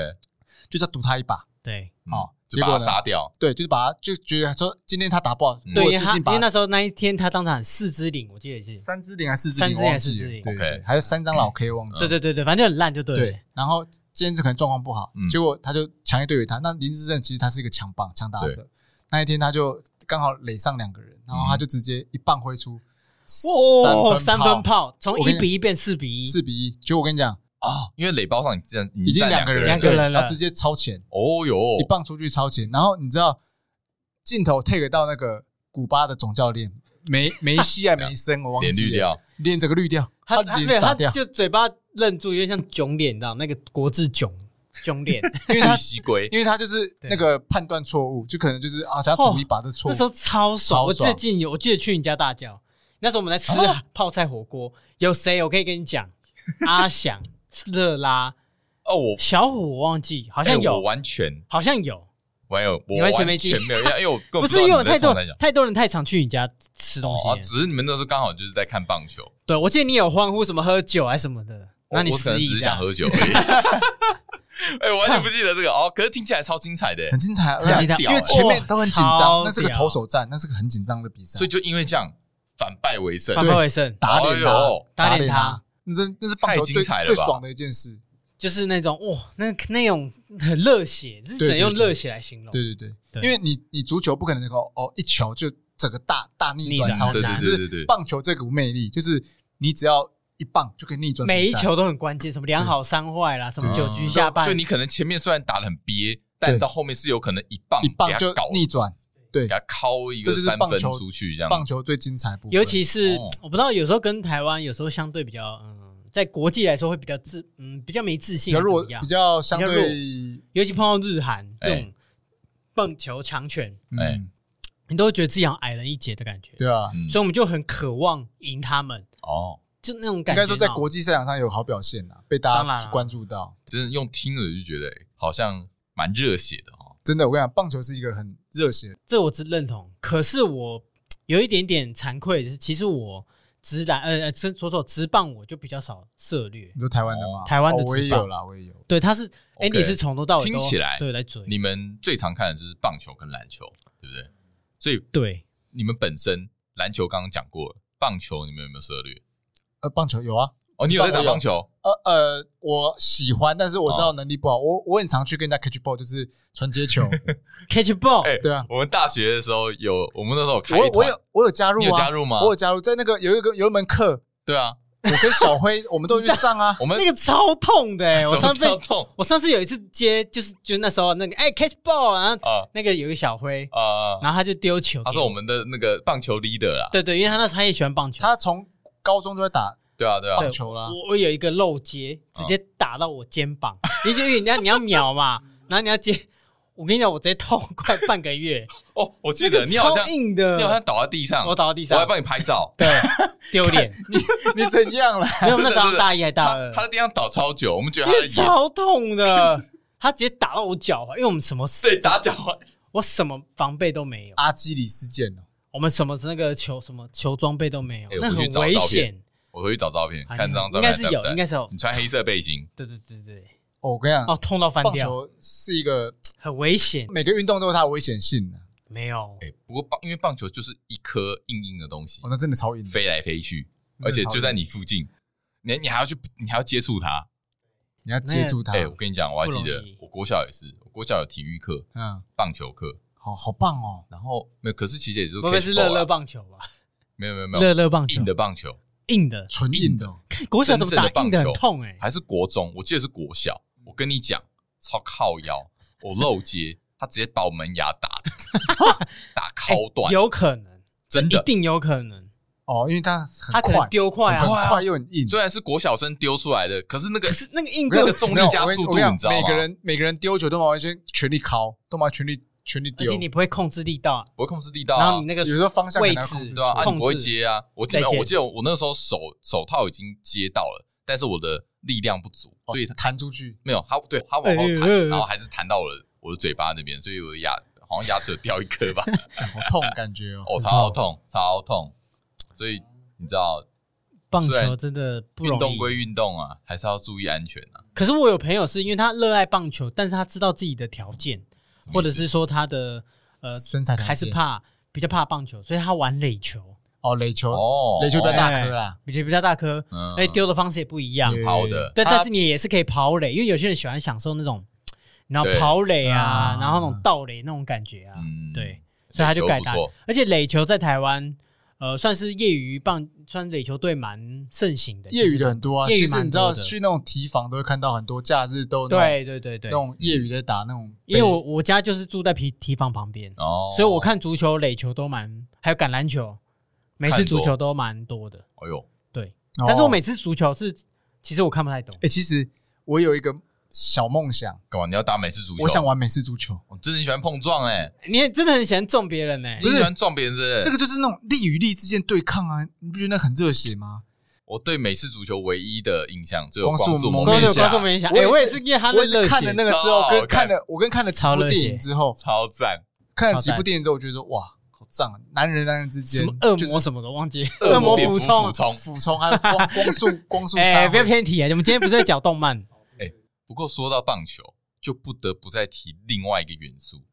Speaker 1: 就是要赌他一把。
Speaker 2: 对
Speaker 3: 嗯
Speaker 1: 哦
Speaker 3: 就
Speaker 1: 结
Speaker 3: 把
Speaker 1: 果
Speaker 3: 他
Speaker 1: 呢
Speaker 3: 杀掉。
Speaker 1: 对，就是把他就觉得说今天他打不好，
Speaker 3: 嗯
Speaker 2: 对，
Speaker 1: 我
Speaker 2: 因为
Speaker 1: 有自
Speaker 2: 他
Speaker 1: 信
Speaker 2: 因
Speaker 1: 把
Speaker 2: 为那时候那一天他当场四支领，我记得也是，
Speaker 1: 三支零还是四支
Speaker 2: 三
Speaker 1: 零，
Speaker 2: 支
Speaker 1: 我忘
Speaker 2: 还是
Speaker 1: 记
Speaker 2: 四
Speaker 1: 了
Speaker 2: 支零
Speaker 1: 对对对
Speaker 3: OK
Speaker 1: 还有三张老 K 忘记了
Speaker 2: 对。对对对，反正很烂就对了。
Speaker 1: 对，然后今天这可能状况不好，
Speaker 3: 嗯
Speaker 1: 结果他就强力对决他。那林志胜其实他是一个强棒强打者，那一天他就刚好垒上两个人，然后他就直接一棒挥出，
Speaker 2: 哇，嗯三
Speaker 1: 分
Speaker 2: 分炮从
Speaker 1: 我跟
Speaker 2: 一
Speaker 1: 你
Speaker 2: 比一变四比一，
Speaker 1: 四比一。结果我跟你讲，
Speaker 3: 啊，因为垒包上你这样
Speaker 1: 已经
Speaker 3: 两
Speaker 1: 个人了，
Speaker 3: 两
Speaker 2: 两个人
Speaker 1: 对
Speaker 2: 了
Speaker 1: 然后直接超前，
Speaker 3: 哦哟，
Speaker 1: 一棒出去超前。然后你知道镜头 take 到那个古巴的总教练梅梅西
Speaker 2: (laughs)
Speaker 1: 还梅森，我忘
Speaker 3: 脸绿
Speaker 1: 记了，
Speaker 3: 掉，
Speaker 1: 脸整个绿掉，
Speaker 2: 他他
Speaker 1: 脸
Speaker 2: 没有
Speaker 1: 傻
Speaker 2: 他
Speaker 1: 掉，
Speaker 2: 就嘴巴愣住，有点像囧脸，你知道那个国字囧囧脸。
Speaker 1: 因为
Speaker 3: 绿
Speaker 2: (laughs)
Speaker 1: 他
Speaker 3: 西龟，
Speaker 1: 因为他就是那个判断错误，就可能就是啊想要赌一把的错
Speaker 2: 哦那
Speaker 1: 误
Speaker 2: 时。候超爽，
Speaker 1: 超
Speaker 2: 我记
Speaker 1: 爽
Speaker 2: 得进我记得去你家大叫，那时候我们在吃
Speaker 3: 啊
Speaker 2: 泡菜火锅，有谁我可以跟
Speaker 3: (laughs)
Speaker 2: 你讲，阿翔、乐拉、
Speaker 3: 哦，我
Speaker 2: 小虎，我忘记好像
Speaker 3: 哎我
Speaker 2: 有，
Speaker 3: 完全
Speaker 2: 好像有，
Speaker 3: 没有，我
Speaker 2: 你完全没
Speaker 3: 没
Speaker 2: 记
Speaker 3: 没有，因为因为我根本
Speaker 2: 不是
Speaker 3: 知道
Speaker 2: 因为我
Speaker 3: 你们
Speaker 2: 太
Speaker 3: 在
Speaker 2: 多
Speaker 3: 唱哪一首
Speaker 2: 太多人太常去你家吃东西
Speaker 3: 哦，啊
Speaker 2: 了。
Speaker 3: 只是你们那时候刚好就是在看棒球，
Speaker 2: 对，我记得你有欢呼什么喝酒还是什么的，
Speaker 3: 我
Speaker 2: 那你
Speaker 3: 我可
Speaker 2: 失
Speaker 3: 能只
Speaker 2: 忆
Speaker 3: 是
Speaker 2: 这
Speaker 3: 想
Speaker 2: 样。
Speaker 3: 喝酒而
Speaker 2: (laughs)
Speaker 3: 已。哎，我完全不记得这个哦，可是听起来超精彩的，
Speaker 1: 很精彩，
Speaker 2: 很精彩
Speaker 1: 因为前面都很紧张，
Speaker 2: 哇
Speaker 1: 那是个
Speaker 2: 超屌
Speaker 1: 投手战，那是个很紧张的比赛，
Speaker 3: 所以就因为这样反败为胜，
Speaker 2: 反败为胜，
Speaker 1: 打脸
Speaker 3: 哎
Speaker 1: 他
Speaker 3: 呦，
Speaker 2: 打
Speaker 1: 脸
Speaker 2: 脸
Speaker 1: 他
Speaker 2: 他，
Speaker 1: 那是那是棒球
Speaker 3: 太
Speaker 1: 最
Speaker 3: 精彩了
Speaker 1: 最
Speaker 3: 吧
Speaker 1: 爽的一件事。
Speaker 2: 就是那种哇，那那种很热血，是只能用热血来形容。
Speaker 1: 对对对，
Speaker 2: 对
Speaker 1: 因为你你足球不可能能够哦一球就整个大大逆转
Speaker 2: 逆转
Speaker 1: 超
Speaker 3: 对
Speaker 1: 强，
Speaker 3: 对
Speaker 1: 就
Speaker 3: 对
Speaker 1: 是
Speaker 3: 对对，
Speaker 1: 棒球这股魅力，就是你只要一棒就可以逆转比赛
Speaker 2: 每一球都很关键，什么两好三坏啦，什么
Speaker 3: 嗯
Speaker 2: 九局下半
Speaker 3: 就，你可能前面虽然打的很憋，但
Speaker 1: 对
Speaker 3: 到后面是有可能一棒
Speaker 1: 一棒
Speaker 3: 给他
Speaker 1: 就
Speaker 3: 搞
Speaker 1: 逆转，
Speaker 3: 给，
Speaker 1: 对
Speaker 3: 他敲一
Speaker 1: 这
Speaker 3: 个
Speaker 1: 就是
Speaker 3: 三
Speaker 1: 棒
Speaker 3: 分
Speaker 1: 球
Speaker 3: 出去这样。
Speaker 1: 棒球最精彩部分，
Speaker 2: 尤其是
Speaker 3: 哦
Speaker 2: 我不知道，有时候跟台湾有时候相对比较，嗯，在国际来说会比较自，嗯，比较没自
Speaker 1: 比
Speaker 2: 信，
Speaker 1: 较弱
Speaker 2: 怎么，样
Speaker 1: 比较相
Speaker 2: 比较弱
Speaker 1: 对，
Speaker 2: 尤其碰到日韩这
Speaker 3: 哎
Speaker 2: 种棒球强权，
Speaker 3: 哎
Speaker 1: 嗯，
Speaker 2: 你都会觉得自己好像矮人一截的感觉，
Speaker 1: 对啊，
Speaker 3: 嗯
Speaker 2: 所以我们就很渴望赢他们，
Speaker 3: 哦，
Speaker 2: 就那种
Speaker 1: 应
Speaker 2: 感觉。
Speaker 1: 该说在国际赛场上有好表现啊，被大
Speaker 2: 当然
Speaker 1: 家
Speaker 2: 啊
Speaker 1: 关注到。
Speaker 3: 真的用听了就觉得哎好像蛮热血的哦。
Speaker 1: 真的，我跟你讲，棒球是一个很热血的
Speaker 2: 这我是认同，可是我有一点点惭愧的是，其实我直篮呃呃直左手直棒我就比较少涉猎
Speaker 1: 你，说台湾的吗？
Speaker 2: 台湾的
Speaker 1: 哦我也
Speaker 2: 职棒
Speaker 1: 有啦，我也有。
Speaker 2: 对，他是
Speaker 3: OK
Speaker 2: Andy 是从头到尾都
Speaker 3: 听起来
Speaker 2: 对来追
Speaker 3: 你们最常看的就是棒球跟篮球，对不对？所以
Speaker 2: 对
Speaker 3: 你们本身篮球刚刚讲过了，棒球你们有没有涉略？
Speaker 1: 呃，棒球有啊。
Speaker 3: 哦，你有在
Speaker 1: 职
Speaker 3: 打
Speaker 1: 棒
Speaker 3: 棒？球？哦
Speaker 1: 呃呃，我喜欢，但是我知道能力不好。我我很常去跟人家 catch ball，就是传
Speaker 3: (laughs)
Speaker 1: 接球。
Speaker 2: catch ball，
Speaker 3: 哎
Speaker 1: 对啊，
Speaker 3: 我们大学的时候有，我们那时候有开一
Speaker 1: 我我
Speaker 3: 团
Speaker 1: 有我有加入
Speaker 3: 你有
Speaker 1: 啊，
Speaker 3: 加入吗
Speaker 1: 我有加入，在那个有一个有一门课，
Speaker 3: 对啊，
Speaker 1: 我跟小
Speaker 3: (laughs)
Speaker 1: 辉我们都有去上啊。
Speaker 3: 我们
Speaker 1: (laughs)
Speaker 2: 那个超痛的
Speaker 3: (laughs)
Speaker 2: 哎，我
Speaker 3: 手
Speaker 2: 上次被
Speaker 3: 上痛
Speaker 2: 我上次有一次接就是就是那时候那个哎 catch ball，然后
Speaker 3: 啊
Speaker 2: 那个有一个小灰，
Speaker 3: 啊，
Speaker 2: 然后他就丢球给，
Speaker 3: 他是我们的那个棒球 leader 啊，
Speaker 2: 对对，因为他那时候他也喜欢棒球，
Speaker 1: 他从高中就在打
Speaker 3: 对啊对啊
Speaker 1: 棒，球啦，
Speaker 2: 我我有一个漏接，直接打到我肩膀，
Speaker 3: 哦
Speaker 2: (laughs) 你就你要你要秒嘛，然后你要接，我跟你讲，我直接痛快半
Speaker 3: (laughs)
Speaker 2: 个月，
Speaker 3: 哦，我记
Speaker 2: 这个
Speaker 3: 得你好
Speaker 2: 超
Speaker 3: 像
Speaker 2: 硬的
Speaker 3: 你，好像倒在地上，
Speaker 2: 我倒到地
Speaker 3: 我还
Speaker 2: 上，
Speaker 3: 帮你拍照，
Speaker 2: 对，丢脸，
Speaker 1: 你怎样啦？
Speaker 2: 没有那
Speaker 3: 真的
Speaker 2: 时候
Speaker 3: 真的
Speaker 2: 大一还大
Speaker 3: 他
Speaker 2: 二，
Speaker 3: 他在地上倒超久，我们觉得
Speaker 2: 因
Speaker 3: 他在
Speaker 2: 为
Speaker 3: 演
Speaker 2: 超痛
Speaker 3: (laughs)
Speaker 2: 的，他直接打到我脚踝，因为我们什么
Speaker 3: 对打脚踝，
Speaker 2: 我什么防备都没有，
Speaker 1: 阿基里斯腱哦，
Speaker 2: 我们什么那个球什么球装备都没有
Speaker 3: 哎，我
Speaker 2: 那
Speaker 3: 回
Speaker 2: 很
Speaker 3: 去找
Speaker 2: 危
Speaker 3: 照片
Speaker 2: 险，
Speaker 3: 我回去找照片
Speaker 2: 啊
Speaker 3: 看这张照片
Speaker 2: 应该
Speaker 3: 还
Speaker 2: 是
Speaker 3: 在不
Speaker 2: 有，
Speaker 3: 在
Speaker 2: 应该是有
Speaker 3: 你，穿黑色背心，
Speaker 2: 对对对对对，
Speaker 1: 哦，我跟你讲
Speaker 2: 哦，，痛到翻
Speaker 1: 棒
Speaker 2: 掉，
Speaker 1: 球是一个
Speaker 2: 很危险，
Speaker 1: 每个运动都有它的危险性的。啊
Speaker 2: 没有。
Speaker 3: 哎，不过棒因为棒球就是一颗硬硬的东西
Speaker 1: 哦，，那真的超硬
Speaker 2: 嗯
Speaker 1: 的，
Speaker 3: 飞来飞去，
Speaker 1: 那
Speaker 3: 而且
Speaker 1: 超
Speaker 3: 就在
Speaker 1: 硬
Speaker 3: 你附近，你你还要去你还要接触它，
Speaker 1: 你要接住它
Speaker 3: 哎、。我跟你讲，我还记
Speaker 2: 啊不
Speaker 3: 得
Speaker 2: 容易
Speaker 3: 我国小也是，我国小有体育课、
Speaker 1: 嗯，
Speaker 3: 棒球课，
Speaker 1: 好好棒哦。
Speaker 3: 然后没有，可是其实也是
Speaker 2: 会不会是
Speaker 3: catch
Speaker 2: 乐
Speaker 3: ball
Speaker 2: 乐
Speaker 3: 啦，
Speaker 2: 棒球吧？
Speaker 3: 啊没有没有没有
Speaker 2: 乐乐棒球
Speaker 3: 硬的棒球，
Speaker 2: 硬的，
Speaker 1: 纯硬的哦，
Speaker 2: 看国小怎么
Speaker 3: 真正
Speaker 2: 打
Speaker 3: 的棒
Speaker 2: 硬的很
Speaker 3: 球
Speaker 2: 痛哎、
Speaker 3: 还是国中，我记得是国小，
Speaker 2: 嗯
Speaker 3: 我跟你讲，超靠腰，我漏接，他直接把我门牙打打敲断，
Speaker 2: 哎有可能，
Speaker 3: 真
Speaker 2: 一
Speaker 3: 的。
Speaker 2: 定有可能，
Speaker 1: 哦，因为它很
Speaker 2: 他可能
Speaker 1: 快，
Speaker 2: 丢快啊
Speaker 1: 很，
Speaker 3: 快啊
Speaker 1: 快又很硬。
Speaker 3: 虽然是国小生丢出来的，可是那个
Speaker 2: 可是那个硬
Speaker 1: 我跟
Speaker 2: 度
Speaker 1: 你
Speaker 3: 那个重
Speaker 1: 讲没有
Speaker 3: 力加
Speaker 1: 我跟
Speaker 3: 速
Speaker 1: 我跟
Speaker 3: 度，
Speaker 1: 讲
Speaker 3: 你知道
Speaker 1: 每个
Speaker 3: 吗？
Speaker 1: 人每个人丢球都往一些全力敲，都往全力全力
Speaker 2: (laughs) 而
Speaker 1: 丢
Speaker 2: 且。你不会控制力道啊，
Speaker 3: 我会控制力道
Speaker 2: 然后
Speaker 3: 啊
Speaker 2: 你，那个
Speaker 1: 有时候方向很难控
Speaker 2: 位
Speaker 1: 制
Speaker 2: 置
Speaker 3: 对啊，啊
Speaker 2: 控
Speaker 3: 你
Speaker 2: 制
Speaker 3: 不会接啊。我记得
Speaker 2: 再见
Speaker 3: 我记得我那时候手手套已经接到了，但是我的力量不足，所以
Speaker 1: 哦弹出去。 (laughs)
Speaker 3: 没有，他对他往后
Speaker 2: 哎呦
Speaker 3: 弹，然后还是弹到了我的嘴巴那边，所以我的牙好像牙齿有掉一颗
Speaker 2: (laughs)
Speaker 3: 吧，
Speaker 1: 好痛，感觉哦。
Speaker 3: 哦，超痛，超痛。所以你知道，
Speaker 2: 棒
Speaker 3: 虽
Speaker 2: 球
Speaker 3: 然
Speaker 2: 真的不
Speaker 3: 运
Speaker 2: 容
Speaker 3: 动
Speaker 2: 易。
Speaker 3: 归运动啊，还是要注意安全啊。
Speaker 2: 可是我有朋友是因为他热爱棒球，但是他知道自己的条件，
Speaker 3: 什么意思
Speaker 2: 或者是说他的呃
Speaker 1: 身材条件
Speaker 2: 还是怕比较怕棒球，所以他玩垒球，
Speaker 1: 哦，垒球，
Speaker 3: 哦，
Speaker 1: 垒球比较大
Speaker 2: 哎
Speaker 1: 颗啦，
Speaker 2: 比较比较大颗，
Speaker 3: 嗯
Speaker 2: 而且丢的方式也不一样。
Speaker 1: 对
Speaker 3: 跑的，
Speaker 2: 哎对，
Speaker 3: 他
Speaker 2: 但是你也是可以跑垒，因为有些人喜欢享受那种，然后
Speaker 3: 对
Speaker 2: 跑垒啊
Speaker 1: 啊，
Speaker 2: 然后那种盗垒那种感觉啊，
Speaker 3: 嗯
Speaker 2: 对，所以他就
Speaker 3: 垒
Speaker 2: 改
Speaker 3: 球
Speaker 2: 打
Speaker 3: 不错。
Speaker 2: 而且垒球在台湾，呃，算是业余棒，算垒球队蛮盛行的。
Speaker 1: 业
Speaker 2: 其
Speaker 1: 余的
Speaker 2: 实，
Speaker 1: 很多啊。
Speaker 2: 业余
Speaker 1: 其实你
Speaker 2: 蛮
Speaker 1: 知
Speaker 2: 多
Speaker 1: 道
Speaker 2: 的
Speaker 1: 去那种体房都会看到很多假日都有那种
Speaker 2: 对对对对
Speaker 1: 那，种业余在打那种被，
Speaker 2: 因为我我家就是住在皮提房旁边，
Speaker 3: 哦，
Speaker 2: 所以我，看足球、垒球都蛮，还有橄榄球、美式
Speaker 3: 看多
Speaker 2: 足球都蛮多的。
Speaker 3: 哎呦，
Speaker 2: 对，
Speaker 1: 哦
Speaker 2: 但是我每次足球是，其实我看不太懂。
Speaker 1: 哎，其实我有一个小梦想，
Speaker 3: 干嘛？你要打美式足球？
Speaker 1: 我想，玩美式足球。
Speaker 3: 我真的很喜欢碰撞，哎，
Speaker 2: 你也真的很喜欢中别人呢、
Speaker 3: 你喜欢撞别人是不是
Speaker 1: 这个就是那种力与力之间对抗啊，你不觉得那很热血吗？
Speaker 3: 我对美式足球唯一的印象只有
Speaker 1: 光速
Speaker 3: 速
Speaker 1: 蒙
Speaker 2: 光
Speaker 1: 面
Speaker 2: 是
Speaker 1: 侠
Speaker 2: 光是我没想，
Speaker 1: 我也
Speaker 2: 哎，
Speaker 1: 是
Speaker 2: 我也是因为他
Speaker 1: 我
Speaker 2: 那
Speaker 1: 也是
Speaker 2: 热
Speaker 1: 看了
Speaker 2: 血
Speaker 1: 那个之
Speaker 3: 超
Speaker 1: 后，
Speaker 3: 好
Speaker 1: 跟看
Speaker 3: 看
Speaker 1: 了我跟看了几
Speaker 2: 超
Speaker 1: 部
Speaker 2: 热
Speaker 1: 电
Speaker 2: 血
Speaker 1: 影之后，
Speaker 3: 超赞，
Speaker 1: 看了几
Speaker 2: 超
Speaker 1: 部
Speaker 2: 赞
Speaker 1: 电影之后，我觉得说哇，好赞啊！男人男人之
Speaker 2: 什
Speaker 1: 间
Speaker 2: 么恶
Speaker 1: 就是
Speaker 2: 魔什么的，忘记
Speaker 3: 恶魔
Speaker 2: 啊魔
Speaker 3: 蝙蝠
Speaker 2: 服
Speaker 3: 俯
Speaker 2: 冲。
Speaker 3: 冲。
Speaker 1: 俯冲，还有光光
Speaker 2: (laughs)
Speaker 1: 速光速
Speaker 2: 哎，
Speaker 1: 杀
Speaker 2: 不要
Speaker 1: 回。
Speaker 2: 偏题啊！我们今天不是在讲动漫，
Speaker 3: 不过说到棒球，就不得不再提另外一个元素。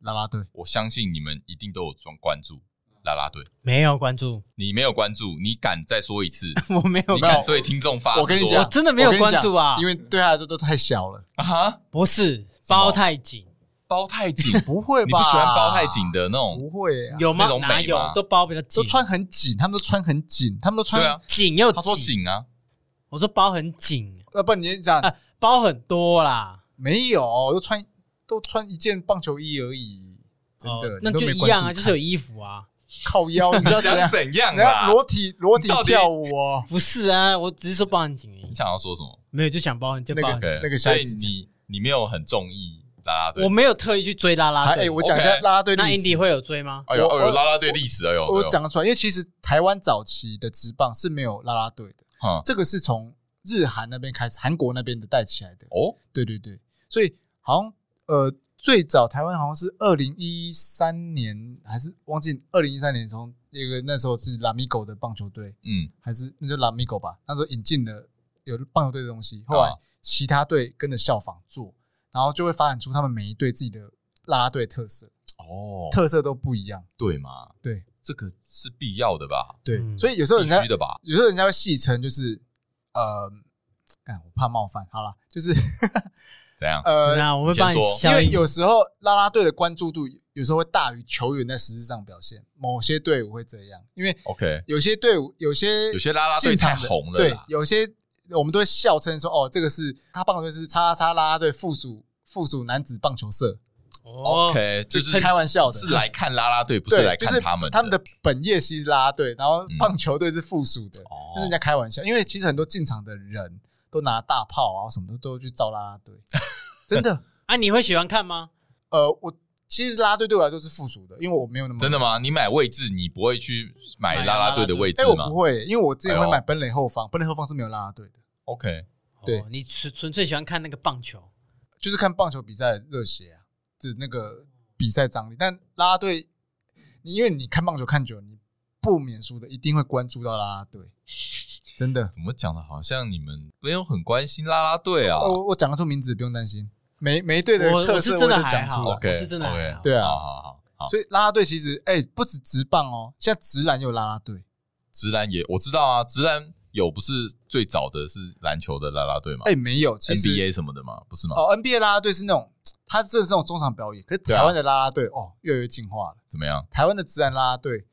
Speaker 1: 啦啦队
Speaker 3: 我相信你们一定都有装关注啦啦队。
Speaker 2: (laughs) 没有关注，
Speaker 3: 你没有关注，你敢再说一次？
Speaker 2: (laughs) 我没有
Speaker 3: 你
Speaker 2: 关
Speaker 3: 敢对听众发誓说？
Speaker 1: 我跟你讲，
Speaker 2: 我真的没有
Speaker 1: 我跟你讲
Speaker 2: 关注啊
Speaker 1: 因为对他来说都太小了。
Speaker 3: 啊哈，
Speaker 2: 不是
Speaker 3: 么
Speaker 2: 包太紧，
Speaker 3: 包太
Speaker 1: (laughs)
Speaker 3: 紧，
Speaker 1: 不会吧？
Speaker 3: 你不喜欢包太紧的那种？
Speaker 1: 不会啊，
Speaker 2: 有吗
Speaker 3: 那种？美
Speaker 2: 哪有
Speaker 3: 吗？
Speaker 2: 都包比较
Speaker 1: 都
Speaker 2: 紧，
Speaker 1: 穿很紧，他们都穿很紧，他们都
Speaker 3: 对
Speaker 1: 穿
Speaker 3: 啊。，
Speaker 2: 紧又
Speaker 3: 他说，紧啊，
Speaker 2: 我说包很紧
Speaker 1: 呃，不，你讲
Speaker 2: 啊，包很多啦。
Speaker 1: 没有，都穿都穿一件棒球衣而已，真
Speaker 2: 哦
Speaker 1: 的，
Speaker 2: 那
Speaker 1: 你都
Speaker 2: 就
Speaker 1: 没
Speaker 2: 一
Speaker 1: 关
Speaker 2: 样
Speaker 1: 注
Speaker 2: 啊，
Speaker 1: 看
Speaker 2: 就是有衣服啊。
Speaker 1: 靠腰，你知道怎
Speaker 3: 想
Speaker 2: (laughs)
Speaker 1: 样？
Speaker 3: 怎样啊
Speaker 1: 人家
Speaker 3: 啦？
Speaker 1: 裸体裸体
Speaker 3: 你到底
Speaker 1: 跳舞哦，
Speaker 2: 不是啊，我只是说包很紧而已
Speaker 3: 你，想要说什么
Speaker 2: 没有就想包很就
Speaker 1: 那个
Speaker 2: 包很紧。
Speaker 3: ？OK，
Speaker 1: 那个下
Speaker 3: 所
Speaker 1: 一
Speaker 3: 以
Speaker 1: 集
Speaker 3: 你你没有很中意啦啦队
Speaker 2: 我。没有特意去追啦啦
Speaker 1: 哎、
Speaker 2: 队，
Speaker 1: 我讲一下
Speaker 3: 啊 OK
Speaker 1: 啦啦队
Speaker 2: 那
Speaker 1: 历
Speaker 2: Andy
Speaker 1: 史。
Speaker 2: 会有追吗？
Speaker 3: 哎呦
Speaker 1: 我
Speaker 3: 哎呦，啦啦队历史哎呦，哎
Speaker 1: 我
Speaker 3: 呦
Speaker 1: 讲得出来，因为其实台湾早期的职棒是没有啦啦队的，
Speaker 3: 哼
Speaker 1: 这个是从日韩那边开始，韩国那边的带起来的。
Speaker 3: 哦，
Speaker 1: 对对对，所以好像呃，最早台湾好像是二零一三年还是忘记二零一三年从那个那时候是拉米狗的棒球队，
Speaker 3: 嗯，
Speaker 1: 还是那就拉米狗吧，那时候引进了有棒球队的东西，后来
Speaker 3: 哦
Speaker 1: 其他队跟着效仿做，然后就会发展出他们每一队自己的啦啦队特色，
Speaker 3: 哦，
Speaker 1: 特色都不一样。
Speaker 3: 对嘛，
Speaker 1: 对
Speaker 3: 这个是必要的吧，
Speaker 1: 对，
Speaker 2: 嗯
Speaker 1: 所以有时候
Speaker 3: 必
Speaker 1: 人家
Speaker 3: 须的吧？
Speaker 1: 有时候人家会戏称就是呃，哎，我怕冒犯，好啦，就是 (laughs)
Speaker 3: 怎样？
Speaker 1: 呃
Speaker 2: 怎么，样？我们帮你
Speaker 3: 先说
Speaker 1: 因
Speaker 2: 消
Speaker 1: 为
Speaker 2: 音。
Speaker 1: 有时候啦啦队的关注度有时候会大于球员在实质上表现，某些队伍会这样，因为
Speaker 3: OK，
Speaker 1: 有些队伍有些
Speaker 3: 有些啦啦队
Speaker 1: 进场
Speaker 3: 太
Speaker 1: 的
Speaker 3: 红了
Speaker 1: 对
Speaker 3: 啦，，
Speaker 1: 有些我们都会笑称说哦，这个是他棒球队是叉叉叉啦啦队附属附属男子棒球社，
Speaker 2: 哦
Speaker 3: OK，就是
Speaker 1: 开玩笑的，
Speaker 3: 是来看啦啦队，不是
Speaker 1: 对
Speaker 3: 来
Speaker 1: 就
Speaker 3: 看他们
Speaker 1: 他们的本业其实是啦啦队，然后棒球队是附属的，
Speaker 3: 哦
Speaker 1: 那是人家开玩笑，因为其实很多进场的人都拿大炮啊什么的都去造啦啦
Speaker 3: (laughs)
Speaker 1: 队，真的。
Speaker 2: 啊，你会喜欢看吗？
Speaker 1: 呃，我其实啦啦队对我来说是附属的，因为我没有那么
Speaker 3: 真的。吗？你买位置，你不会去买啦啦队的位置
Speaker 1: 哎、我
Speaker 3: 吗
Speaker 1: 不会、因为我之前
Speaker 3: 哎
Speaker 1: 会
Speaker 3: 呦
Speaker 1: 买本垒后方，本垒后方是没有啦啦队的，
Speaker 3: ？OK，
Speaker 1: 对
Speaker 2: 哦，你纯纯粹喜欢看那个棒球。
Speaker 1: 就是看棒球比赛的热血啊，就是那个比赛张力。但啦啦队，你因为你看棒球看久，了，你不免俗的一定会关注到啦啦队，
Speaker 2: (laughs)
Speaker 1: 真的。
Speaker 3: 怎么讲的？好像你们没有很关心啦啦队啊。
Speaker 1: 我我讲得出名字，不用担心，每每一队的
Speaker 2: 我
Speaker 1: 特
Speaker 2: 我
Speaker 1: 色
Speaker 2: 是
Speaker 1: 我
Speaker 2: 真的
Speaker 1: 都
Speaker 2: 还
Speaker 1: 讲出
Speaker 2: 好哦
Speaker 1: 来。
Speaker 3: OK，
Speaker 2: 我是真的还
Speaker 3: OK
Speaker 2: 好
Speaker 1: 对啊
Speaker 3: 好好好好。
Speaker 1: 所以啦啦队其实，哎、不止直棒哦，现在直篮也有啦啦队，
Speaker 3: 直男也我知道啊，直男有不是最早的是篮球的啦啦队嘛、
Speaker 1: 哎、没有，其实
Speaker 3: NBA 什么的嘛，不是吗？
Speaker 1: 哦，NBA 啦啦队是那种，它真的是那种中场表演。可是
Speaker 3: 对啊
Speaker 1: 台湾的啦啦队、哦，越来越进化了。
Speaker 3: 怎么样？
Speaker 1: 台湾的自然啦啦队，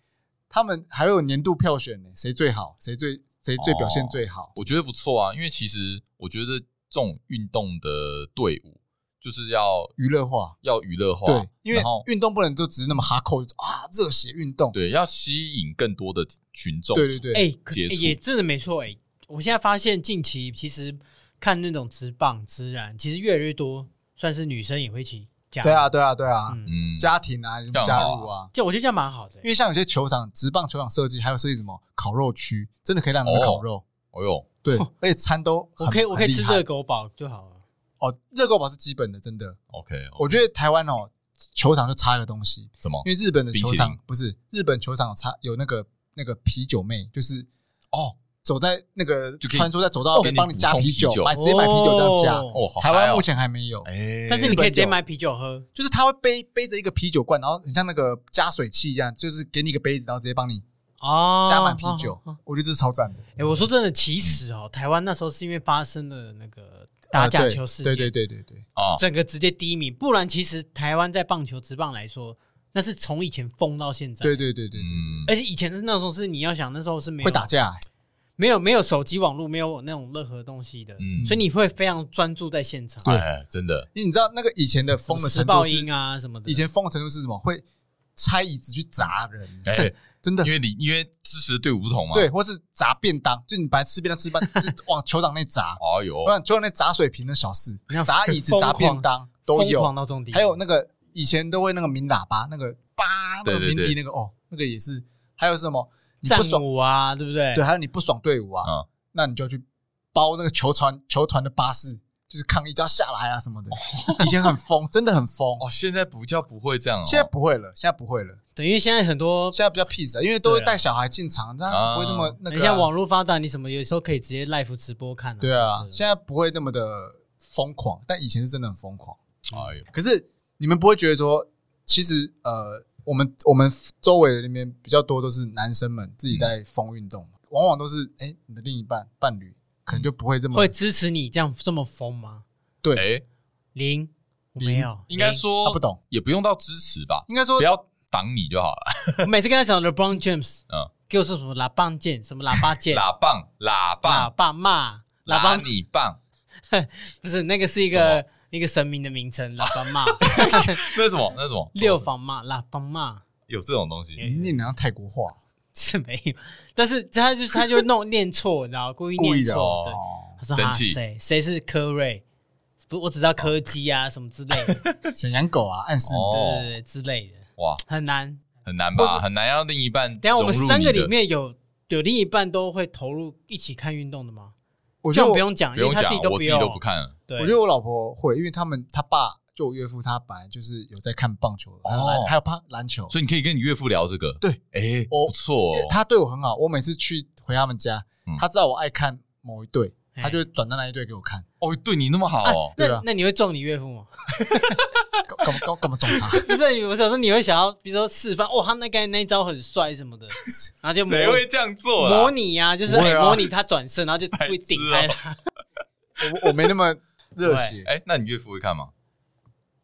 Speaker 1: 他们还有年度票选呢，谁最好，谁最谁最表
Speaker 3: 哦
Speaker 1: 现最好。
Speaker 3: 我觉得不错啊，因为其实我觉得这种运动的队伍就是要
Speaker 1: 娱乐化，
Speaker 3: 要娱乐化，
Speaker 1: 对，因为
Speaker 3: 然后
Speaker 1: 运动不能就只是那么哈扣，就是啊热血运动，
Speaker 3: 对要吸引更多的群众，
Speaker 1: 对对对，
Speaker 2: 哎，可
Speaker 3: 接
Speaker 2: 哎
Speaker 3: 触
Speaker 2: 也真的没错哎。我现在发现近期其实看那种直棒、直然，其实越来越多，算是女生也会骑加入。
Speaker 1: 对啊对啊对啊，
Speaker 2: 嗯，
Speaker 3: 嗯，
Speaker 1: 家庭啊
Speaker 3: 这样
Speaker 1: 加
Speaker 3: 好啊
Speaker 1: 入啊，
Speaker 2: 这我觉得这样蛮好的
Speaker 1: 因。为像有些球场直棒球场设计，还有设计什么烤肉区，真的可以让你们
Speaker 3: 哦
Speaker 1: 烤肉，
Speaker 3: 哦哟， (laughs)
Speaker 1: 对
Speaker 2: 哦，
Speaker 1: 而且餐都
Speaker 2: 我
Speaker 1: 很
Speaker 2: 可以我可以吃
Speaker 1: 很厉
Speaker 2: 热
Speaker 1: 害
Speaker 2: 狗堡就好了。
Speaker 1: 哦，热狗堡是基本的，真的，
Speaker 3: OK，
Speaker 1: 我觉得台湾哦球场就差一个东西，
Speaker 3: 怎么
Speaker 1: 因为日本的球
Speaker 3: 冰淇
Speaker 1: 场
Speaker 3: 淋
Speaker 1: 不是日本球场有差有那个那个啤酒妹，就是
Speaker 3: 哦
Speaker 1: 走在那个
Speaker 3: 就可以
Speaker 1: 穿梭在走道那边
Speaker 3: 哦
Speaker 1: 帮你加
Speaker 3: 给你
Speaker 1: 啤
Speaker 3: 补充啤酒
Speaker 1: 买直接买啤酒这样加。
Speaker 2: 哦
Speaker 3: 哦，好嗨
Speaker 1: 台
Speaker 3: 哦
Speaker 1: 湾目前还没有，
Speaker 3: 哎，
Speaker 2: 但是你可以直
Speaker 1: 日本
Speaker 2: 接
Speaker 1: 酒
Speaker 2: 买啤酒喝，
Speaker 1: 就是他会背背着一个啤酒罐，然后很像那个加水器一样，就是给你一个杯子，然后直接帮你
Speaker 2: 哦，
Speaker 1: 加满啤酒
Speaker 2: 哦。哦哦
Speaker 1: 我觉得这是超赞的，
Speaker 2: 哎、我说真的，其实哦，台湾那时候是因为发生了那个打假球事件，
Speaker 1: 呃对对对对对对，
Speaker 3: 啊，
Speaker 2: 整个直接低迷。不然，其实台湾在棒球、职棒来说，那是从以前疯到现在。
Speaker 1: 对对对对对，
Speaker 3: 嗯，
Speaker 2: 而且以前的那时候是你要想，那时候是没有
Speaker 1: 会打，架欸，
Speaker 2: 没有没有手机网络，没有那种任何东西的，
Speaker 3: 嗯
Speaker 2: 所以你会非常专注在现场，
Speaker 3: 哎，真的
Speaker 1: 因为你知道那个以前的疯的
Speaker 2: 时
Speaker 1: 程度
Speaker 2: 报
Speaker 1: 是
Speaker 2: 音，啊什么的。
Speaker 1: 以前疯的程度是什么？会拆椅子去砸人，
Speaker 3: 哎，
Speaker 1: (laughs) 真的
Speaker 2: (laughs)
Speaker 3: 因。为你因为支持的队伍不同嘛，
Speaker 1: 对，，或是砸便当，就你本来吃便当吃一半，
Speaker 2: (laughs)
Speaker 1: 就往球场内砸，
Speaker 3: 哦哟
Speaker 2: 啊
Speaker 1: 不，然球场内砸水瓶的小事，砸椅子、
Speaker 2: 疯
Speaker 1: 砸
Speaker 2: 狂
Speaker 1: 便当都
Speaker 2: 疯
Speaker 1: 有
Speaker 2: 狂，到这种地步，
Speaker 1: 还有那个以前都会那个鸣喇叭，那个叭，那
Speaker 3: 对
Speaker 1: 个
Speaker 3: 对
Speaker 1: 鸣
Speaker 3: 对
Speaker 1: 笛，那个哦，那个也是，还有什么你
Speaker 2: 战
Speaker 1: 不爽
Speaker 2: 舞嗯啊，对不对？
Speaker 1: 对，还有你不爽队伍啊，
Speaker 3: 啊，
Speaker 1: 那你就去包那个球团球团的巴士，就是抗议，就要下来啊
Speaker 2: (laughs)
Speaker 1: 什么的。以前很疯，真的很疯，
Speaker 3: 哦，现在比较不会这样哦，
Speaker 1: 现在不会了，现在不会了，
Speaker 2: 对，因为现在很多
Speaker 1: 现在比较 peace，啊因为都会
Speaker 2: 对啊
Speaker 1: 带小孩进场，这样
Speaker 3: 啊
Speaker 1: 不会那么那
Speaker 2: 你
Speaker 1: 个
Speaker 2: 像
Speaker 1: 啊。
Speaker 2: 网络发达，你什么有时候可以直接 live 直播看啊。
Speaker 1: 对啊，
Speaker 2: 什
Speaker 1: 现在不会那么的疯狂，但以前是真的很疯狂。
Speaker 3: 哎呦，
Speaker 1: 可是你们不会觉得说，其实呃，我们我们周围的那边比较多都是男生们自己在疯运动，往往都是哎、诶你的另一半伴侣可能就不会这
Speaker 2: 么的
Speaker 1: 么
Speaker 2: 会支持你这样这么疯吗？
Speaker 3: 哎，
Speaker 2: 零，我
Speaker 1: 零
Speaker 2: 没有，
Speaker 3: 应该
Speaker 2: 零
Speaker 1: 他
Speaker 3: 说
Speaker 1: 不懂，
Speaker 3: 也不用到支持吧，
Speaker 1: 应该说
Speaker 3: 不要挡你就好了。 (laughs)
Speaker 2: 我每次跟他讲 LeBron James，
Speaker 3: 嗯，
Speaker 2: 给我说什么喇叭剑，什么喇叭剑，
Speaker 3: 喇棒，喇
Speaker 2: 喇
Speaker 3: 棒，
Speaker 2: 叭骂，喇
Speaker 3: 喇
Speaker 2: 叭
Speaker 3: 你棒， (laughs)
Speaker 2: 不是那个是一个一个神明的名称，喇叭骂， (laughs)
Speaker 3: 那是什么？那是什么？
Speaker 2: 六房骂，喇叭骂
Speaker 3: 有这种东西？
Speaker 2: 嗯
Speaker 1: 念得像泰国话
Speaker 2: 是没有，但是他就是他就弄念错，你知道，故意
Speaker 1: 故
Speaker 2: 念
Speaker 1: 意的
Speaker 2: 错，对，
Speaker 1: 哦，
Speaker 2: 他说
Speaker 3: 生
Speaker 2: 啊
Speaker 3: 气
Speaker 2: 谁谁是科瑞，不，我只知道柯基啊什么之类的，对
Speaker 1: 想养狗啊，暗示你
Speaker 3: 哦
Speaker 2: 对对之类的，
Speaker 3: 哇，
Speaker 2: 很难。
Speaker 3: 很难
Speaker 1: 或
Speaker 3: 吧？
Speaker 1: 是
Speaker 3: 很难让另一半
Speaker 2: 等一下我
Speaker 3: 融入你
Speaker 2: 们
Speaker 3: 的。
Speaker 2: 三个里面有有另一半都会投入一起看运动的吗？
Speaker 1: 我
Speaker 2: 这
Speaker 1: 觉
Speaker 2: 样不
Speaker 1: 得我
Speaker 2: 用讲，
Speaker 3: 不
Speaker 2: 因为
Speaker 3: 用
Speaker 2: 他
Speaker 3: 讲
Speaker 2: 自己，都
Speaker 3: 我
Speaker 2: 不
Speaker 3: 自己
Speaker 2: 用。啊
Speaker 3: 都不看了。
Speaker 2: 对，
Speaker 1: 我觉得我老婆会，因为他们他爸就我岳父他本来就是有在看棒球，还有
Speaker 3: 哦
Speaker 1: 篮还有棒篮球，
Speaker 3: 所以你可以跟你岳父聊这个。
Speaker 1: 对，
Speaker 3: 哎，
Speaker 1: 我
Speaker 3: 不错
Speaker 1: 因为
Speaker 3: 哦，
Speaker 1: 他对我很好。我每次去回他们家
Speaker 3: 嗯，
Speaker 1: 他知道我爱看某一队，
Speaker 2: 哎
Speaker 1: 他就会转到那一队给我看。
Speaker 3: 哦，对你那么好哦，
Speaker 1: 对啊
Speaker 2: 那那你会撞你岳父吗？ (laughs)
Speaker 1: 干干嘛干嘛干嘛中 (laughs) 他？
Speaker 2: 不是，我想说你会想要，比如说示范，哦哇，他那个那一招很帅什
Speaker 3: (laughs)
Speaker 2: 么的，然后就模
Speaker 3: 谁会这样做啊啦
Speaker 2: 模拟呀、就是、
Speaker 1: 不会
Speaker 2: 哎
Speaker 1: 啊
Speaker 2: 模拟他转身，然后就
Speaker 3: 白痴哦
Speaker 2: 会顶开他。
Speaker 1: 我我没那么热血，
Speaker 3: 哎，那你岳父会看吗？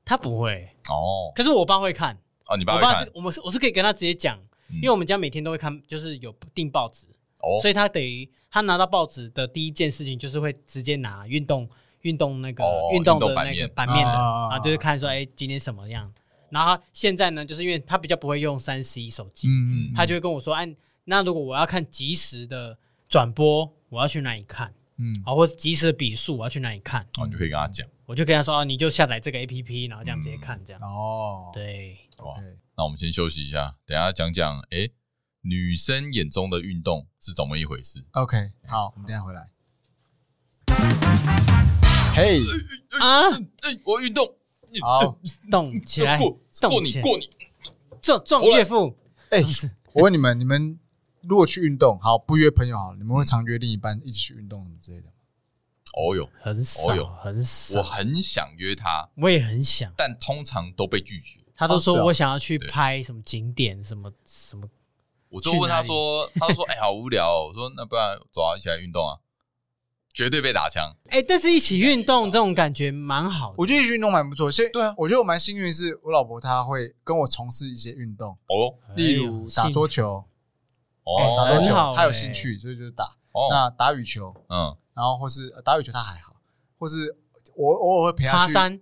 Speaker 2: 他不会，
Speaker 3: 哦，
Speaker 2: 可是我爸会看，
Speaker 3: 哦，你爸
Speaker 2: 我
Speaker 3: 会
Speaker 2: 爸
Speaker 3: 看
Speaker 2: 是，我们是我是可以跟他直接讲，
Speaker 3: 嗯
Speaker 2: 因为我们家每天都会看，就是有订报纸，
Speaker 3: 哦，
Speaker 2: 所以他等于他拿到报纸的第一件事情就是会直接拿运动运动那个
Speaker 3: 哦
Speaker 2: 运动的
Speaker 3: 运动版
Speaker 2: 那个
Speaker 3: 面
Speaker 2: 版面的，
Speaker 1: 啊
Speaker 2: 然后就是看说哎今天什么样。然后现在呢，就是因为他比较不会用三 C 手机，
Speaker 1: 嗯
Speaker 2: 他就会跟我说：“哎、那如果我要看即时的转播，我要去哪里看
Speaker 1: 嗯
Speaker 2: 啊？或者即时的比数，我要去哪里看
Speaker 3: 哦，你就可以跟他讲。？”
Speaker 2: 我就跟他说：“啊，你就下载这个 A P P，然后这样直接看，这样。
Speaker 1: 哦，
Speaker 2: 对，
Speaker 3: 哇，
Speaker 1: 对
Speaker 3: 那我们先休息一下，等一下讲讲，哎，女生眼中的运动是怎么一回事？
Speaker 1: ，OK，好，我们等一下回来。嘿，
Speaker 2: 啊，
Speaker 3: 哎，我要运动，你
Speaker 1: (laughs) 好，
Speaker 2: 动起来，
Speaker 3: 过过
Speaker 2: 动
Speaker 3: 你
Speaker 2: 起来，
Speaker 3: 过你，
Speaker 2: 撞撞
Speaker 3: 过来
Speaker 2: 岳父，
Speaker 1: 哎，我问你们，你们如果去运动，好不约朋友好了，你们会常约另一半一起去运动什么之类的吗？
Speaker 3: 哦哟，
Speaker 2: 很少，
Speaker 3: 哦哟
Speaker 2: 很少
Speaker 3: 我，很想约他，
Speaker 2: 我也很想。
Speaker 3: 但通常都被拒绝。
Speaker 2: 他都
Speaker 1: 是
Speaker 2: 说
Speaker 1: 哦
Speaker 2: 我想要去
Speaker 3: 对
Speaker 2: 拍什么景点，什么什么，
Speaker 3: 我就问他说， (laughs) 他就说，哎，好无聊哦。我说，那不然走啊，一起来运动啊，绝对被打枪。
Speaker 2: 哎，但是一起运动这种感觉蛮好的。
Speaker 1: 我觉得一起运动蛮不错，现
Speaker 3: 对啊
Speaker 1: 我觉得我蛮幸运，是我老婆她会跟我从事一些运动，哎
Speaker 3: 哦
Speaker 2: 哎
Speaker 1: 例如打桌球，
Speaker 3: 哦，
Speaker 1: 打桌
Speaker 2: 很
Speaker 1: 球
Speaker 2: 好
Speaker 1: 她有
Speaker 2: 欸
Speaker 1: 兴趣，所以就是打。
Speaker 3: 哦，
Speaker 1: 那打羽球，
Speaker 3: 嗯，
Speaker 1: 然后或是呃打羽球她还好，或是我偶尔会陪
Speaker 2: 哎
Speaker 1: 她
Speaker 2: 爬
Speaker 1: 去
Speaker 2: 山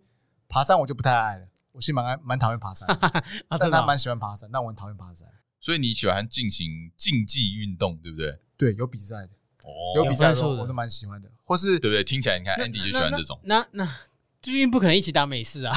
Speaker 1: 爬山我就不太爱了，我是蛮爱蛮讨厌爬
Speaker 2: (laughs)
Speaker 1: 山的，
Speaker 2: 啊，真
Speaker 1: 但
Speaker 2: 的
Speaker 1: 他
Speaker 2: 哦
Speaker 1: 蛮喜欢爬山，但我很讨厌爬山。
Speaker 3: 所以你喜欢进行竞技运动，对不对？
Speaker 1: 对，有比赛的，有
Speaker 3: 哦，
Speaker 1: 比赛
Speaker 2: 有分
Speaker 1: 的
Speaker 2: 数的
Speaker 1: 我我都蛮喜欢的，或是
Speaker 3: 对不对？听起来你看
Speaker 2: 那
Speaker 3: Andy 就喜欢这种，
Speaker 2: 那那那最近不可能一起打美式啊，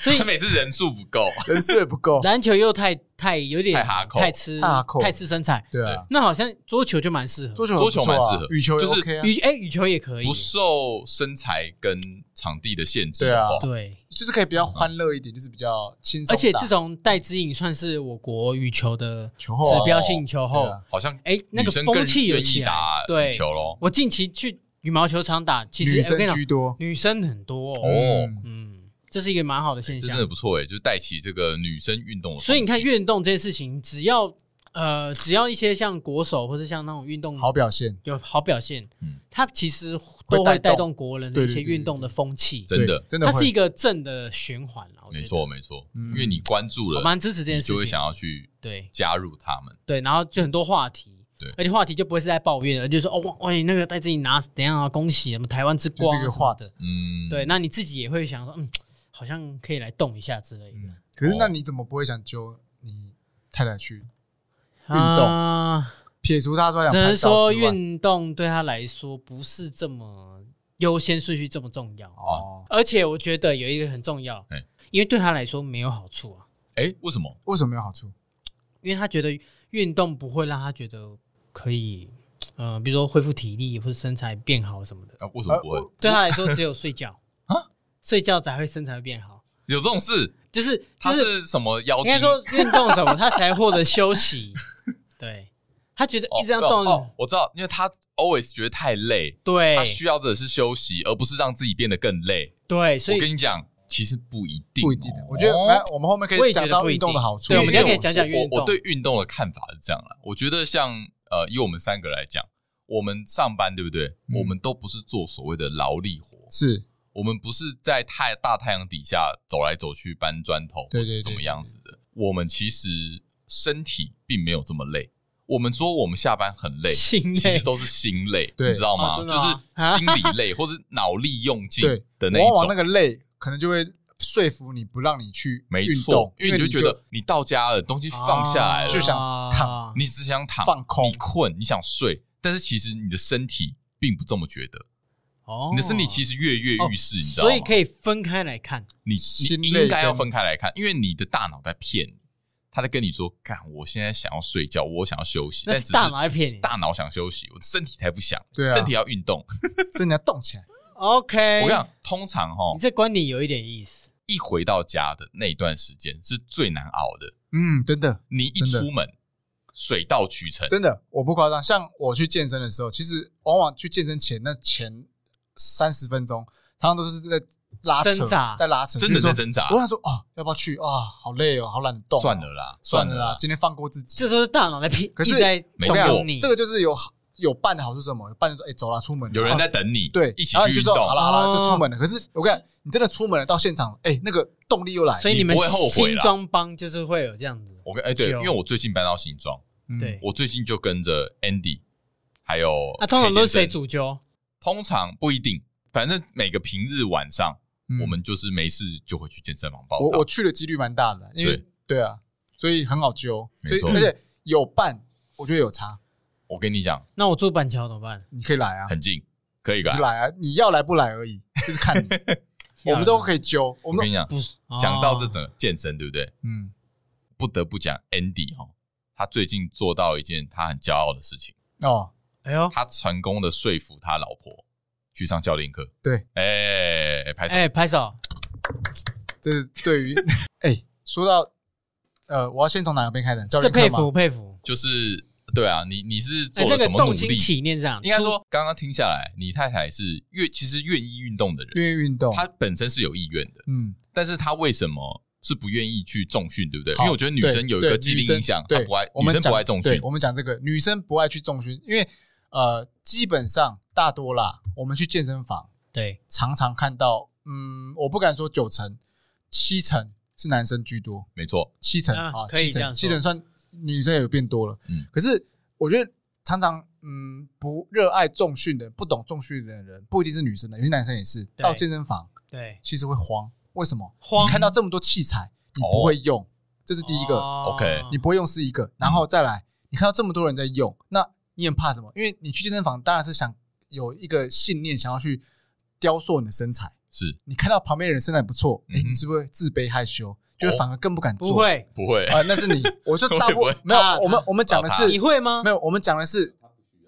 Speaker 2: 所以
Speaker 3: 他每次人数不够，
Speaker 1: 人数也不够
Speaker 2: (laughs) ，篮球又太太有点
Speaker 3: 哦太哈扣
Speaker 2: 太吃
Speaker 1: 太哈扣
Speaker 2: 太吃身材。
Speaker 1: 对啊，
Speaker 2: 那好像桌球就蛮适合，
Speaker 1: 桌球
Speaker 3: 桌球
Speaker 1: 很不错啊
Speaker 3: 蛮适合
Speaker 1: 羽球也
Speaker 3: 就是
Speaker 1: OK 啊，
Speaker 2: 羽哎羽球也可以
Speaker 3: 不，受身材跟场地的限制
Speaker 1: 对
Speaker 3: 的
Speaker 1: 啊
Speaker 3: 话，
Speaker 2: 对。
Speaker 1: 就是可以比较欢乐一点，就是比较轻松
Speaker 2: 而
Speaker 1: 打，
Speaker 2: 且自从戴资颖算是我国羽球的
Speaker 1: 球后啊
Speaker 2: 指标性球后
Speaker 1: 对，啊
Speaker 3: 好像
Speaker 2: 哎，那
Speaker 3: 女
Speaker 2: 个
Speaker 3: 生更
Speaker 2: 风气有
Speaker 3: 愿
Speaker 2: 起
Speaker 3: 意
Speaker 2: 来
Speaker 3: 打
Speaker 2: 对
Speaker 3: 羽，球咯。
Speaker 2: 我近期去羽毛球场打，其实
Speaker 1: 女
Speaker 2: 哎我跟
Speaker 1: 生
Speaker 2: 你
Speaker 1: 居
Speaker 2: 讲，
Speaker 1: 多
Speaker 2: 女生很多哦，
Speaker 3: 哦
Speaker 1: 嗯
Speaker 2: 嗯，这是一个蛮好的现
Speaker 3: 这
Speaker 2: 象
Speaker 3: 真的。不错哎，就是带起这个女生运动的风气。
Speaker 2: 所以你看运动这件事情，只要呃只要一些像国手或者像那种运动
Speaker 1: 好表现，
Speaker 2: 有好表现，
Speaker 3: 嗯
Speaker 2: 它其实
Speaker 1: 会
Speaker 2: 都会
Speaker 1: 带动
Speaker 2: 带动国人的一些
Speaker 1: 对对对
Speaker 2: 运动的风气，
Speaker 3: 真的
Speaker 1: 对真的
Speaker 2: 它
Speaker 1: 会
Speaker 2: 是一个正的循环了。我觉得
Speaker 3: 没，错没错，
Speaker 1: 嗯
Speaker 3: 因为你关注
Speaker 2: 我
Speaker 3: 了，
Speaker 2: 蛮支持这件
Speaker 3: 你
Speaker 2: 事
Speaker 3: 就会
Speaker 2: 情
Speaker 3: 想。要去
Speaker 2: 对
Speaker 3: 加入他们。
Speaker 2: 对，然后就很多话
Speaker 1: 嗯
Speaker 2: 题
Speaker 3: 对，
Speaker 2: 而且话题就不会是在抱怨，而就是说哦哇喂那个戴志颖拿怎样啊，恭喜什么台湾之光啊
Speaker 1: 就是一个
Speaker 2: 什么
Speaker 1: 话
Speaker 2: 的
Speaker 1: 题。
Speaker 3: 嗯，
Speaker 2: 对，那你自己也会想说，嗯，好像可以来动一下之类的。
Speaker 1: 嗯可
Speaker 3: 哦
Speaker 1: 是那你怎么不会想揪你太太去？运动
Speaker 2: 啊
Speaker 1: 撇除她说想
Speaker 2: 只
Speaker 1: 拍
Speaker 2: 能
Speaker 1: 照
Speaker 2: 说
Speaker 1: 之外，
Speaker 2: 运动对他来说不是这么优先顺序这么重要，
Speaker 1: 哦，
Speaker 2: 而且我觉得有一个很重要
Speaker 3: 哎，
Speaker 2: 因为对他来说没有好处啊，
Speaker 3: 哎，为什么？
Speaker 1: 为什么没有好处？
Speaker 2: 因为他觉得运动不会让他觉得可以，呃，比如说恢复体力或者身材变好什么的，
Speaker 3: 啊，为什么不会
Speaker 1: 呃？
Speaker 2: 对他来说只有睡觉
Speaker 3: (laughs) 啊，
Speaker 2: 睡觉才会身材会变好，
Speaker 3: 有这种事？
Speaker 2: 就是就
Speaker 3: 他
Speaker 2: 是
Speaker 3: 是什么妖哦
Speaker 2: 应
Speaker 3: 精？
Speaker 2: 该说运动什么，他才获得休
Speaker 3: (laughs)
Speaker 2: 息。对他觉得
Speaker 3: 哦
Speaker 2: 一直这样
Speaker 3: 哦
Speaker 2: 动，
Speaker 3: 哦，我知道，因为他 always 觉得太累，
Speaker 2: 对
Speaker 3: 他需要的是休息，而不是让自己变得更累。
Speaker 2: 对，所
Speaker 3: 我
Speaker 2: 以
Speaker 3: 跟你讲，其实不一定哦，
Speaker 1: 不一定的，我觉得来我们后面可
Speaker 2: 我也
Speaker 1: 以
Speaker 2: 觉得
Speaker 1: 讲到
Speaker 2: 不一
Speaker 1: 运动的
Speaker 2: 定
Speaker 1: 好处。
Speaker 2: 对我们
Speaker 3: 因为
Speaker 2: 现在可以讲讲运
Speaker 3: 我
Speaker 2: 动
Speaker 3: 我对运动的看法是这样啦，我觉得像呃，以我们三个来讲，我们上班对不对？
Speaker 1: 嗯
Speaker 3: 我们都不是做所谓的劳力活，
Speaker 1: 是
Speaker 3: 我们不是在太大太阳底下走来走去搬砖头，
Speaker 1: 对
Speaker 3: 或是
Speaker 1: 对对
Speaker 3: 怎么样子的。我们其实身体并没有这么累。我们说我们下班很累，
Speaker 2: 心
Speaker 3: 其
Speaker 2: 累
Speaker 3: 实。都是心累，
Speaker 1: 对
Speaker 3: 你知道吗？
Speaker 2: 哦真
Speaker 3: 就
Speaker 2: 的吗
Speaker 3: 是心理累或是脑力
Speaker 1: (laughs)
Speaker 3: 用尽
Speaker 1: 啊对
Speaker 3: 的那一
Speaker 1: 往往那
Speaker 3: 种。
Speaker 1: 个累，可能就会说服你不让你去
Speaker 3: 没
Speaker 1: 运
Speaker 3: 错
Speaker 1: 动，，
Speaker 3: 因
Speaker 1: 为
Speaker 3: 为你
Speaker 1: 你
Speaker 3: 就觉得你到家了，东西放下来
Speaker 2: 啊
Speaker 3: 了，
Speaker 1: 就想
Speaker 2: 躺
Speaker 3: 你只想躺
Speaker 1: 啊放空
Speaker 3: 你困，你想睡，但是其实你的身体并不这么觉得，
Speaker 2: 哦
Speaker 3: 你的身体其
Speaker 2: 实
Speaker 3: 实跃跃欲试，你
Speaker 1: 哦
Speaker 3: 知道吗？
Speaker 2: 所以可以分开来看。
Speaker 3: 你
Speaker 1: 心
Speaker 3: 你
Speaker 1: 累
Speaker 3: 应该要
Speaker 1: 跟
Speaker 3: 分开来看，因为你的大脑在骗你，他在跟你说：“干，我现在想要睡觉，我想要休息。”但
Speaker 2: 那是
Speaker 3: 只是
Speaker 2: 大脑在骗你
Speaker 3: 是大脑想休息，我身体才不想，
Speaker 1: 对啊
Speaker 3: 身体要运动。
Speaker 1: 身体要动起来，
Speaker 2: OK，
Speaker 1: 哎
Speaker 3: 我跟你讲，通常哈
Speaker 2: 你，这观点有一点意思。
Speaker 3: 一回到家的那一段时间是最难熬的。
Speaker 1: 嗯，真的，
Speaker 3: 你一
Speaker 1: 真的
Speaker 3: 出门，水到渠成。
Speaker 1: 真的，我不夸张。像我去健身的时候，其实往往去健身前那前三十分钟，常常都是在拉扯
Speaker 2: 挣扎，
Speaker 1: 在拉扯，
Speaker 3: 真的
Speaker 1: 就是
Speaker 3: 在
Speaker 1: 说
Speaker 3: 挣扎
Speaker 1: 我，想说，哦，要不要去？啊，好累哦，好懒得动哦，
Speaker 3: 算了啦，
Speaker 1: 算了
Speaker 3: 了
Speaker 1: 啦，，今天放过自己。
Speaker 2: 这时候是大脑在屁，
Speaker 1: 可是
Speaker 2: 一直在
Speaker 3: 没
Speaker 2: 中
Speaker 3: 错
Speaker 2: 央你
Speaker 1: 这个就是有好有伴的好处是什么？有伴的说，哎，走啦，出门。
Speaker 3: 有人在
Speaker 1: 啊
Speaker 3: 等你，
Speaker 1: 对，
Speaker 3: 一起
Speaker 1: 然后
Speaker 3: 去
Speaker 1: 你就
Speaker 3: 运
Speaker 1: 说
Speaker 3: 动，
Speaker 1: 好啦好啦，
Speaker 2: 哦
Speaker 1: 就出门了。可是我跟你讲，你真的出门了，到现场，哎，那个动力又来了。
Speaker 2: 所以你们
Speaker 3: 你不会后悔
Speaker 2: 新
Speaker 3: 啦
Speaker 2: 装帮就是会有这样子。
Speaker 3: 我跟哎、对，
Speaker 2: 是
Speaker 3: 因
Speaker 2: 哦
Speaker 3: 为我最近搬到新庄，
Speaker 1: 嗯
Speaker 2: 对
Speaker 3: 我最近就跟着 Andy，还有
Speaker 2: 啊，通常都
Speaker 3: K
Speaker 2: 是谁
Speaker 3: 先生？
Speaker 2: 主揪？
Speaker 3: 通常不一定，反正每个平日晚上，
Speaker 1: 嗯
Speaker 3: 我们就是没事就会去健身房报
Speaker 1: 我
Speaker 3: 道。
Speaker 1: 我去的几率蛮大的，因为
Speaker 3: 对
Speaker 1: 对啊，所以很好揪，所
Speaker 3: 没
Speaker 1: 以
Speaker 3: 错
Speaker 1: 而且有伴，我觉得有差，
Speaker 3: 我跟你讲，
Speaker 2: 那我住板桥怎么办？
Speaker 1: 你可以来啊，
Speaker 3: 很近，可以
Speaker 1: 你
Speaker 3: 吧？
Speaker 1: 来啊，你要来不来而已，就是看
Speaker 2: (laughs)
Speaker 1: 你，我们都可以揪，我
Speaker 3: 我跟
Speaker 1: 们都
Speaker 3: 你讲，
Speaker 2: 不是
Speaker 3: 讲到这
Speaker 2: 种，
Speaker 3: 整个健身，对不对？
Speaker 1: 嗯，
Speaker 3: 不得不讲 Andy 哈，他最近做到一件他很骄傲的事情，
Speaker 1: 哦，
Speaker 2: 哎呦，
Speaker 3: 他成功的说服他老婆去上教练课。
Speaker 1: 对，
Speaker 3: 哎、拍手。
Speaker 2: 哎，拍手，
Speaker 1: 这是对于， (laughs) 哎，说到，呃，我要先从哪个边开始？教
Speaker 2: 这
Speaker 1: 练课
Speaker 2: 佩
Speaker 1: 吗
Speaker 2: 服佩服。
Speaker 3: 就是对啊，你你是做
Speaker 2: 哎，这
Speaker 3: 了
Speaker 2: 个
Speaker 3: 什么努
Speaker 2: 动心
Speaker 3: 力？
Speaker 2: 起念这样，
Speaker 3: 应该
Speaker 2: 出
Speaker 3: 说，刚刚听下来，你太太是愿其实愿意运动的人，
Speaker 1: 愿意运动，
Speaker 3: 她本身是有意愿的，
Speaker 1: 嗯，
Speaker 3: 但是她为什么是不愿意去重训，对不对？
Speaker 1: 好
Speaker 3: 因为我觉得女生有一个
Speaker 1: 对
Speaker 3: 既
Speaker 1: 女
Speaker 3: 定
Speaker 1: 生
Speaker 3: 印象，她
Speaker 1: 对，
Speaker 3: 不爱
Speaker 1: 我
Speaker 3: 女
Speaker 1: 们
Speaker 3: 生
Speaker 1: 讲
Speaker 3: 不爱重
Speaker 1: 对
Speaker 3: 训，
Speaker 1: 我们讲这个，女生不爱去重训，因为呃，基本上大多啦，我们去健身房。
Speaker 2: 对，
Speaker 1: 常常看到，嗯，我不敢说九成，七成是男生居多，
Speaker 3: 没错，
Speaker 1: 七成
Speaker 2: 啊
Speaker 1: 啊，
Speaker 2: 可以
Speaker 1: 七
Speaker 2: 这样
Speaker 1: 成，
Speaker 2: 说
Speaker 1: 七成算女生也有变多了。
Speaker 3: 嗯
Speaker 1: 可是我觉得常常，嗯，不热爱重训的、不懂重训的人，不一定是女生的，有些男生也是
Speaker 2: 对
Speaker 1: 到健身房
Speaker 2: 对，
Speaker 1: 其实会慌，为什么？
Speaker 2: 慌
Speaker 1: 你看到这么多器材，你
Speaker 3: 哦
Speaker 1: 不会用，这是第一个，
Speaker 2: 哦
Speaker 3: OK
Speaker 1: 你不会用是一个，然后再来，你看到这么多人在用，那你很怕什么？因为你去健身房当然是想有一个信念，想要去雕塑你的身材。
Speaker 3: 是
Speaker 1: 你看到旁边的人身材不错，哎、
Speaker 3: 嗯哼哦
Speaker 1: 你是不是会自卑害羞？就会反而更不敢做。
Speaker 2: 不会，
Speaker 3: 不会
Speaker 1: 啊、那是你。我说大部
Speaker 3: 我也 (laughs)
Speaker 1: 分
Speaker 3: 不
Speaker 1: 没有
Speaker 2: 啊，
Speaker 1: 我们我们讲的是
Speaker 2: 你会吗
Speaker 1: 没？有，我们讲的是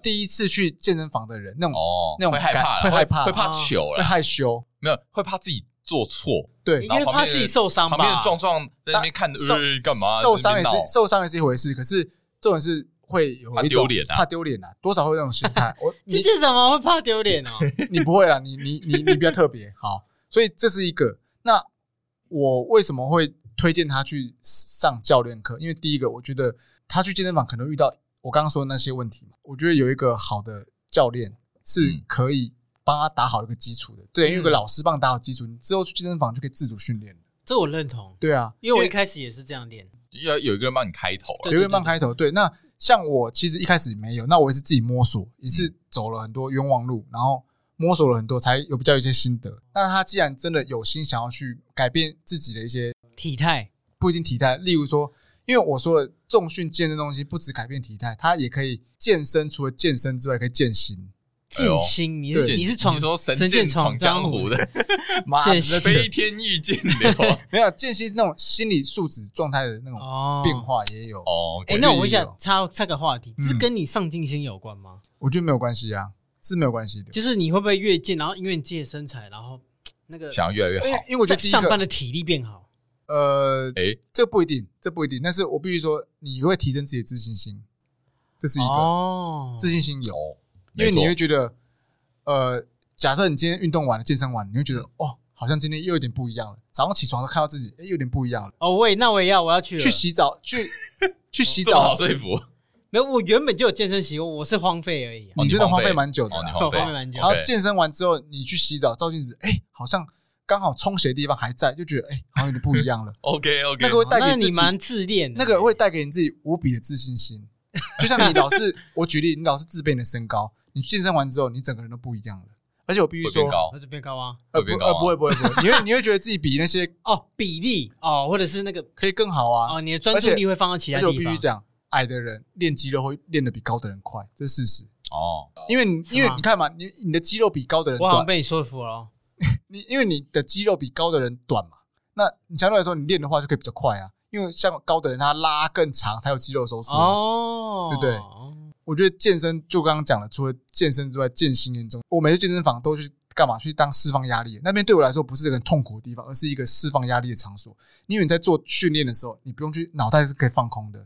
Speaker 1: 第一次去健身房的人那种
Speaker 3: 哦，
Speaker 1: 那种
Speaker 3: 会害怕啦，
Speaker 1: 感会害怕嗯
Speaker 3: 会怕糗
Speaker 1: 会
Speaker 3: 啦，
Speaker 1: 害羞，
Speaker 3: 没有会怕自己做错，
Speaker 2: 因，
Speaker 1: 对
Speaker 2: 为
Speaker 3: 然后
Speaker 2: 怕
Speaker 3: 旁边的
Speaker 2: 自己受伤吧。
Speaker 3: 旁边的壮壮在那边看着，
Speaker 1: 受
Speaker 3: 嗯呃干嘛
Speaker 1: 受伤也是
Speaker 3: 在那边闹
Speaker 1: 受伤也是一回事，可是这种是会有
Speaker 3: 怕
Speaker 1: 一
Speaker 3: 丢
Speaker 1: 种
Speaker 3: 脸啊
Speaker 1: 怕丢脸啊，多少会有这种心态。
Speaker 3: (laughs)
Speaker 1: 我
Speaker 2: 这
Speaker 1: 你
Speaker 2: 件什么会怕丢脸哦？
Speaker 1: (laughs) 你不会啦，你你你你比较特别， (laughs) 好，所以这是一个。那我为什么会推荐他去上教练课？因为第一个，我觉得他去健身房可能遇到我刚刚说的那些问题嘛，我觉得有一个好的教练是
Speaker 3: 嗯
Speaker 1: 可以帮他打好一个基础的，对，因为有个老师帮你打好基础，你之后去健身房就可以自主训练了。
Speaker 2: (laughs) 这我认同，
Speaker 1: 对啊，
Speaker 2: 因为我一开始也是这样练。
Speaker 3: 要有一个人帮你开头啦
Speaker 2: 对
Speaker 1: 有一个慢开头。对，那像我其实一开始没有，那我也是自己摸索，也是
Speaker 2: 嗯
Speaker 1: 走了很多冤枉路，然后摸索了很多，才有比较有一些心得。那他既然真的有心想要去改变自己的一些
Speaker 2: 体态
Speaker 1: 不一定体态，例如说，因为我说的重训健身东西不止改变体态，它也可以健身，除了健身之外，可以
Speaker 2: (laughs)
Speaker 1: 健心。
Speaker 3: 哎呦
Speaker 2: 静心，你
Speaker 1: 对
Speaker 2: 是你是闯
Speaker 3: 你说神
Speaker 2: 神
Speaker 3: 剑
Speaker 2: 剑
Speaker 3: 闯江
Speaker 2: 江
Speaker 3: 湖
Speaker 1: (laughs)
Speaker 2: 的
Speaker 3: 的，
Speaker 1: 妈的，
Speaker 2: 健
Speaker 1: 你在
Speaker 2: 心
Speaker 1: 扯
Speaker 3: 飞天御剑流
Speaker 1: 没有健心是那种心理素质状态的那种
Speaker 2: 哦
Speaker 1: 变。化也有，
Speaker 3: 哦。
Speaker 1: (laughs)
Speaker 2: 哎，
Speaker 1: 觉得
Speaker 2: 那我
Speaker 1: 也
Speaker 2: 想
Speaker 1: 有
Speaker 2: 插插个话题，
Speaker 1: 嗯
Speaker 2: 是跟你上进心有关吗？
Speaker 1: 我觉得没有关系啊，是没有关系的。
Speaker 2: 就是你会不会越见，然后因为你自己的身材，然后嘖那个
Speaker 3: 想要越来越
Speaker 1: 因为
Speaker 3: 好，
Speaker 1: 因为我觉
Speaker 2: 在
Speaker 1: 得第一
Speaker 2: 上班
Speaker 1: 个
Speaker 2: 的体力变好？
Speaker 1: 呃，
Speaker 3: 哎，
Speaker 1: 这不一定，这不一定。但是我必须说，你会提升自己的自信心，这是一个、
Speaker 2: 哦，
Speaker 1: 自信心有，
Speaker 3: 哦，
Speaker 1: 因为你
Speaker 3: 没
Speaker 1: 会
Speaker 3: 错
Speaker 1: 觉得，呃，假设你今天运动完了、健身完了，你会觉得
Speaker 3: 嗯
Speaker 1: 哦，好像今天又有点不一样了。早上起床都看到自己，哎，有点不一样了。
Speaker 2: 哦，喂，那我也要，我要去了
Speaker 1: 去洗澡，
Speaker 3: (laughs)
Speaker 1: 去去洗
Speaker 3: 这么啊好
Speaker 1: 澡，
Speaker 3: 说服
Speaker 2: 没有，我原本就有健身习惯，我是荒废而已啊。
Speaker 1: 你真的
Speaker 3: 哦你荒
Speaker 1: 荒
Speaker 3: 废
Speaker 1: 废蛮久的
Speaker 3: 哦，你
Speaker 1: 啦。
Speaker 3: 好
Speaker 2: 我后面蛮久
Speaker 1: 然后
Speaker 3: OK
Speaker 1: 健身完之后，你去洗澡，照镜子，哎，好像刚好充血的地方还在，就觉得哎，好像有点不一样了。
Speaker 3: OK OK，
Speaker 1: 那个会带
Speaker 2: 那
Speaker 1: 给自
Speaker 2: 你
Speaker 1: 己
Speaker 2: 蛮自恋的，
Speaker 1: 那个会带给你自己无比的自信心。就像你老
Speaker 2: (laughs)
Speaker 1: 是，我举例，你老是自卑你的身高，你健身完之后，你整个人都不一样了。而且我必须
Speaker 3: 会
Speaker 1: 说
Speaker 3: 变，高
Speaker 2: 还，是变高啊？
Speaker 1: 呃
Speaker 3: 会变
Speaker 1: 不
Speaker 3: 高啊
Speaker 1: 呃不会不会不会，你会你会觉得自己比那些
Speaker 2: 哦，比例哦，或者是那个
Speaker 1: 可以更好啊。
Speaker 2: 哦，你的专注力会放到其他
Speaker 1: 而
Speaker 2: 地
Speaker 1: 且我
Speaker 2: 方。
Speaker 1: 必须讲，矮的人练肌肉会练得比高的人快，这是事实。
Speaker 3: 哦，
Speaker 1: 因为你
Speaker 2: 是吗
Speaker 1: 因为你看嘛，你你的肌肉比高的人
Speaker 2: 我好像
Speaker 1: 短，
Speaker 2: 被你说服了哦。
Speaker 1: 你因为你的肌肉比高的人短嘛，那你相对来说你练的话就可以比较快啊。因为像高的人他拉更长才有肌肉收缩。
Speaker 2: 哦，
Speaker 1: 对不对我觉得健身就刚刚讲了，除了健身之外，健心严重。我每次健身房都去干嘛去当释放压力的？那边对我来说不是一个很痛苦的地方，而是一个释放压力的场所。因为你在做训练的时候，你不用去脑袋是可以放空的，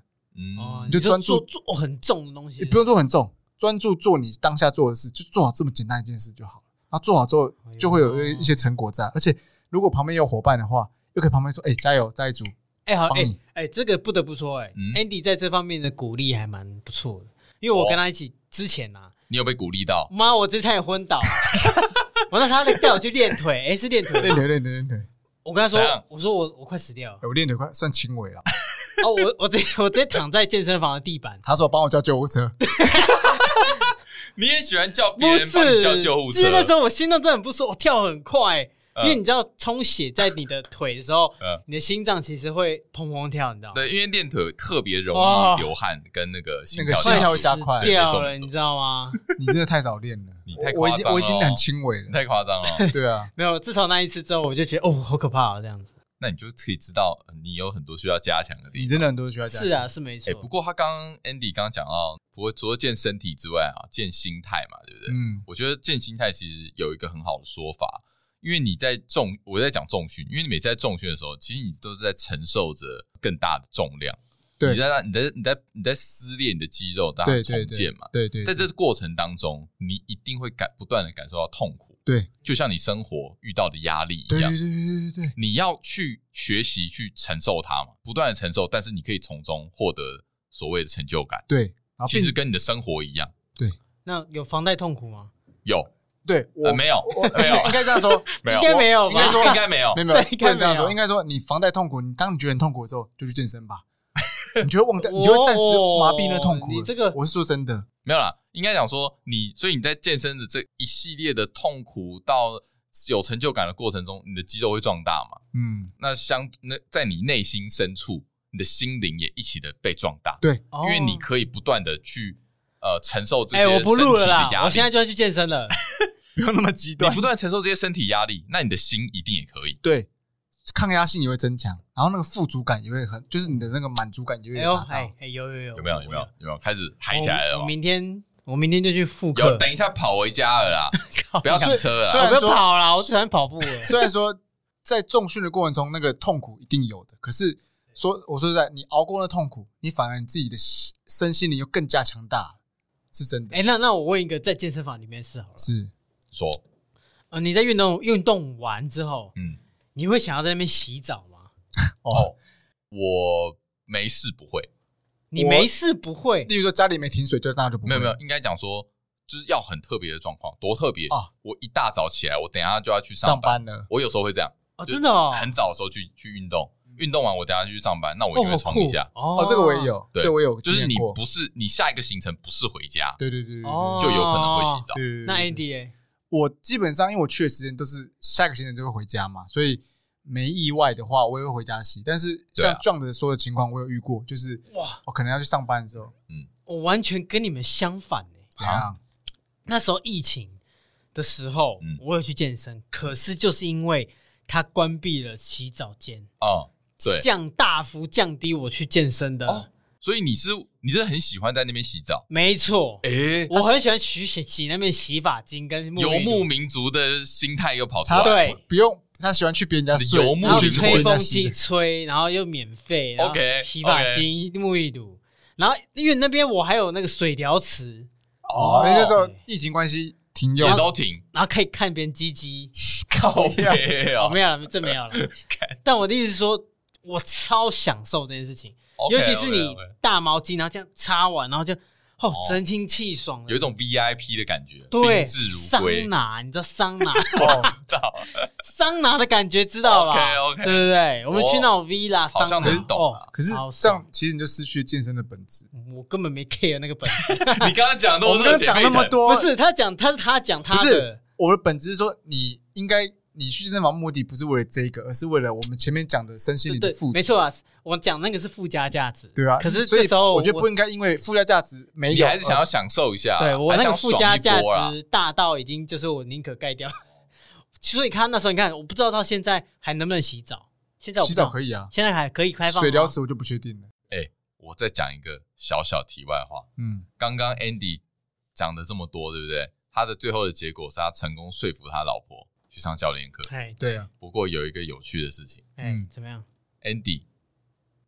Speaker 2: 哦，
Speaker 3: 嗯
Speaker 1: 你就专注
Speaker 2: 做做哦很重的东西，
Speaker 1: 你不用做很重，专注做你当下做的事，就做好这么简单一件事就好。然后做好之后，
Speaker 3: 哎
Speaker 1: 就会有一些成果在。而且如果旁边有伙伴的话，又可以旁边说：“哎，加油，再一组。
Speaker 2: 哎、好
Speaker 1: 帮
Speaker 2: 哎
Speaker 1: 你
Speaker 2: 哎、这个不得不说哎、
Speaker 3: 嗯
Speaker 2: a n d y 在这方面的鼓励还蛮不错的，因为
Speaker 1: 哦
Speaker 2: 我跟他一起之前啊，
Speaker 3: 你有被鼓励到？
Speaker 2: 妈，我之前也昏
Speaker 1: (laughs)
Speaker 2: 倒，我那时候他带我去练腿，哎、是练”腿
Speaker 1: 练，腿，练腿，练腿。
Speaker 2: 我跟他说
Speaker 3: 怎样，
Speaker 2: 我说我我快死掉了， (laughs)
Speaker 1: 哎我练腿快算轻微了。
Speaker 2: 哦，我我直接我直接躺在健身房的地板，
Speaker 1: 他说：“帮我叫救护车。 (laughs)
Speaker 3: 你也喜欢叫 (laughs) 别
Speaker 2: 不
Speaker 3: 人帮你
Speaker 2: 是，
Speaker 3: 叫救护车
Speaker 2: 因为？那时候我心脏真的很不舒服，我跳很快、
Speaker 3: 嗯
Speaker 2: 因为你知道充血在你
Speaker 3: (laughs)
Speaker 2: 的腿的时候，
Speaker 3: 嗯
Speaker 2: 你的心脏其实会砰砰跳，你知道吗？
Speaker 3: 对，因为练腿特别容
Speaker 2: 哇
Speaker 3: 易流汗跟那个心跳
Speaker 1: 啊
Speaker 3: 加
Speaker 1: 那个心跳
Speaker 3: 速
Speaker 1: 会加快
Speaker 2: 死掉
Speaker 3: 对
Speaker 2: 了，
Speaker 3: 没错没错
Speaker 2: 你知道吗？”
Speaker 1: 你真的太早练了，
Speaker 3: 你太
Speaker 1: 我我
Speaker 3: 夸
Speaker 1: 已
Speaker 3: 张
Speaker 1: 经
Speaker 3: 了哦
Speaker 1: 我已经很轻微
Speaker 3: 你
Speaker 1: 了。
Speaker 3: 太夸张了。 (laughs)
Speaker 1: 对啊，
Speaker 2: 没有，自从那一次之后，我就觉得哦，好可怕啊，这样子。
Speaker 3: 那你就可以知道呃你有很多需要加强的地
Speaker 1: 你
Speaker 3: 方。
Speaker 1: 真的很多需要加强。
Speaker 2: 是啊，是没错
Speaker 3: 哎、。不过他刚刚 Andy 刚刚讲到，除了除了健身体之外啊，健心态嘛，对不对？
Speaker 1: 嗯，
Speaker 3: 我觉得健心态其实有一个很好的说法，因为你在重我在讲重训，因为你每次在重训的时候，其实你都是在承受着更大的重量。
Speaker 1: 对
Speaker 3: 你在让你在你在你在撕裂你的肌肉，当然
Speaker 1: 对
Speaker 3: 重
Speaker 1: 对
Speaker 3: 建
Speaker 1: 对
Speaker 3: 嘛。，
Speaker 1: 对对，
Speaker 3: 在这过程当中，你一定会感不断的感受到痛苦，
Speaker 1: 对
Speaker 3: 就像你生活遇到的压力一
Speaker 1: 对对
Speaker 3: 样
Speaker 1: 对。对对对，
Speaker 3: 你要去学习去承受它嘛，不断的承受，但是你可以从中获得所谓的成就感。
Speaker 1: 对，然后
Speaker 3: 其
Speaker 1: 啊并
Speaker 3: 实跟你的生活一样，
Speaker 2: 那有房贷痛苦吗？
Speaker 3: 有
Speaker 1: 对我
Speaker 3: 呃没有
Speaker 2: (laughs)
Speaker 1: 我
Speaker 3: 没有
Speaker 1: 应该这样说，
Speaker 3: 没有
Speaker 2: 应该没有吧？
Speaker 3: 应该说应该没有
Speaker 1: 没有没有
Speaker 2: 对， (laughs) 应
Speaker 1: 不
Speaker 2: 该
Speaker 1: 能这样
Speaker 2: 没有
Speaker 1: 说，应该说你房贷痛苦，你当你觉得很痛苦的时候，就去健身吧， (laughs) 你就会忘掉，你就会暂时麻痹那个痛苦
Speaker 2: 哦
Speaker 1: 了。
Speaker 2: 你这个
Speaker 1: 我是说真的，
Speaker 3: 没有啦，应该讲说你，所以你在健身的这一系列的痛苦到有成就感的过程中，你的肌肉会壮大嘛？
Speaker 1: 嗯，
Speaker 3: 那相那在你内心深处，你的心灵也一起的被壮大，
Speaker 1: 对，
Speaker 2: 哦
Speaker 3: 因为你可以不断的去呃承受这些
Speaker 2: 哎，
Speaker 3: 身
Speaker 2: 我不录
Speaker 3: 体
Speaker 2: 了
Speaker 3: 的
Speaker 2: 啦，
Speaker 3: 压
Speaker 2: 我
Speaker 3: 力
Speaker 2: 现，在就要去健身了。
Speaker 1: 不要那么极
Speaker 3: (laughs) 你不断地承受这些身体压力，那你的心一定也可以。
Speaker 1: 对，抗压性也会增强，然后那个富足感也会很，就是你的那个满足感也会
Speaker 2: 哎呦，
Speaker 1: 达
Speaker 2: 哎
Speaker 1: 到。
Speaker 2: 哎，有有有，
Speaker 3: 有没有？有没有？？有没有？开始嗨起来了
Speaker 2: 我
Speaker 3: 吗
Speaker 2: 我？明天我明天就去复
Speaker 3: 有，
Speaker 2: 刻。
Speaker 3: 等一下跑回家了啦，
Speaker 2: (laughs) 靠啊
Speaker 3: 不要
Speaker 1: 所
Speaker 3: 骑
Speaker 1: 以
Speaker 3: 车了
Speaker 1: 虽
Speaker 3: 啦。
Speaker 1: 然
Speaker 2: 我不要
Speaker 1: 说
Speaker 2: 跑啦，我喜欢跑步了。
Speaker 1: (laughs) 虽然说在重训的过程中，那个痛苦一定有的，可是说我说实在，你熬过了痛苦，你反而你自己的心身心灵又更加强大了，是真
Speaker 2: (laughs)
Speaker 1: 的。
Speaker 2: 哎，那那我问一个，在健身房里面是好了。
Speaker 1: 是
Speaker 3: 说，
Speaker 2: 呃，你在运动运动完之后，
Speaker 3: 嗯，
Speaker 2: 你会想要在那边洗澡吗？
Speaker 1: 哦，
Speaker 3: 我没事不会，
Speaker 2: 你
Speaker 1: 我
Speaker 2: 没事不会
Speaker 1: 例如说家里没停水，就那就不会
Speaker 3: 没有没有，应该讲说就是要很特别的状况，多特别
Speaker 1: 啊
Speaker 3: 我一大早起来，我等一下就要去上
Speaker 1: 上
Speaker 3: 班。
Speaker 1: 班了。
Speaker 3: 我有时候会这样，
Speaker 2: 哦，
Speaker 3: 就
Speaker 2: 真的哦，
Speaker 3: 很早的时候去去运动，运动完我等一下就去上班，那我
Speaker 2: 哦
Speaker 3: 一定会
Speaker 2: 好
Speaker 3: 冲
Speaker 2: 酷
Speaker 3: 一下。
Speaker 2: 哦
Speaker 1: 哦，这个我也。有，
Speaker 3: 对
Speaker 1: 这我有
Speaker 3: 就
Speaker 1: 经
Speaker 3: 是
Speaker 1: 验
Speaker 3: 你
Speaker 1: 过。
Speaker 3: 不是你下一个行程不是回家，
Speaker 1: 对对对对
Speaker 2: 哦
Speaker 1: 对，
Speaker 3: 就有可能会洗澡。
Speaker 1: 对对对
Speaker 2: 那 AD 哎，
Speaker 1: 我基本上因为我去的时间都是下个行程就会回家嘛，所以没意外的话，我也会回家洗。但是
Speaker 3: 对
Speaker 1: 像
Speaker 3: 啊
Speaker 1: John 的说的情况，我有遇过，就是哦
Speaker 2: 哇，
Speaker 1: 我可能要去上班的时候，
Speaker 2: 我完全跟你们相反哎。
Speaker 1: 怎
Speaker 3: 啊
Speaker 1: 样？
Speaker 2: 那时候疫情的时候
Speaker 3: 嗯，
Speaker 2: 我有去健身，可是就是因为它关闭了洗澡间，
Speaker 3: 嗯，对。
Speaker 2: 降大幅降低我去健身
Speaker 3: 哦
Speaker 2: 的。
Speaker 3: 所以你是你是很喜欢在那边洗澡？
Speaker 2: 没错，
Speaker 3: 诶，
Speaker 2: 我很喜欢洗洗洗那边洗发精跟沐浴
Speaker 3: 游牧
Speaker 2: 露
Speaker 3: 民族的心态又跑出
Speaker 1: 他
Speaker 3: 来。
Speaker 2: 对
Speaker 1: 不用，他喜欢去别人家睡，
Speaker 3: 游牧
Speaker 2: 然后
Speaker 1: 去
Speaker 3: 民族
Speaker 1: 别
Speaker 2: 吹
Speaker 1: 人
Speaker 2: 风
Speaker 1: 家
Speaker 2: 机
Speaker 1: 洗。
Speaker 2: 吹，然后又免费然后
Speaker 3: OK，
Speaker 2: 洗发精、沐浴露，然后因为那边我还有那个水疗池，
Speaker 1: 哦，那时候
Speaker 2: 对
Speaker 1: 疫情关系停用
Speaker 3: 也，都停，
Speaker 2: 然后可以看别人鸡鸡，
Speaker 1: 靠呀
Speaker 3: 对
Speaker 2: 哦
Speaker 3: 哦
Speaker 2: 没有了，这
Speaker 3: (laughs)
Speaker 2: 没有了。但我的意思是说，我超享受这件事情，
Speaker 3: OK，
Speaker 2: 尤其是你
Speaker 3: OK，OK
Speaker 2: 大毛巾，然后这样擦完，然后就哦
Speaker 3: 哦，
Speaker 2: 神清气爽的，
Speaker 3: 有一种 VIP 的感觉，
Speaker 2: 对
Speaker 3: 宾至如归
Speaker 2: 桑，拿，你知道
Speaker 3: (laughs)
Speaker 2: 桑拿 (laughs)
Speaker 1: 哦，
Speaker 3: 知道？
Speaker 2: 桑拿的感觉知道吧
Speaker 3: OK，OK 哦
Speaker 2: 对不对？我们去那种 villa
Speaker 3: 好
Speaker 2: 桑
Speaker 3: 像
Speaker 2: 拿
Speaker 3: 能，懂
Speaker 2: 哦
Speaker 3: 啊，
Speaker 1: 可是
Speaker 2: 好
Speaker 1: 这
Speaker 2: 爽
Speaker 1: 样其实你就失去健身的本质。
Speaker 2: 我根本没 care 那个本
Speaker 1: (laughs)
Speaker 2: 质，
Speaker 3: 你刚刚讲的
Speaker 1: 我
Speaker 3: 都
Speaker 1: 们
Speaker 3: 热
Speaker 1: 刚
Speaker 3: 血
Speaker 1: 讲那
Speaker 3: 沸腾
Speaker 1: 么，多，
Speaker 2: 不是他讲，他是他讲他
Speaker 1: 哦不是
Speaker 2: 的，
Speaker 1: 我的本质是说，你应该你去健身房目的不是为了这个，而是为了我们前面讲的身心
Speaker 2: 对
Speaker 1: 灵的
Speaker 2: 对
Speaker 1: 富，
Speaker 2: 没错啊，我讲那个是附加价值，
Speaker 1: 对啊，
Speaker 2: 可是
Speaker 1: 所
Speaker 2: 这
Speaker 1: 以
Speaker 2: 时候
Speaker 1: 我觉得不应该因为附加价值没
Speaker 3: 你
Speaker 1: 有，
Speaker 3: 还是想要享受一下啊，
Speaker 2: 对我那
Speaker 3: 还
Speaker 2: 个
Speaker 3: 想
Speaker 2: 附加
Speaker 3: 爽
Speaker 2: 价
Speaker 3: 一波啊
Speaker 2: 值大到已经就是我宁可盖掉。 (laughs) 所以看那时候，你看我不知道到现在还能不能洗澡，现在
Speaker 1: 呃洗澡可
Speaker 2: 以，
Speaker 1: 以啊，
Speaker 2: 现在还可以开放吗
Speaker 1: 水疗池我就不确定了。
Speaker 3: 我再讲一个小小题外话，
Speaker 1: 嗯，
Speaker 3: 刚刚 Andy 讲的这么多，对不对？他的最后的结果是他成功说服他老婆去上教练课。
Speaker 2: 哎，
Speaker 1: 对啊，
Speaker 3: 不过有一个有趣的事情
Speaker 2: 哎
Speaker 1: 嗯，
Speaker 2: 怎么样？
Speaker 3: ，Andy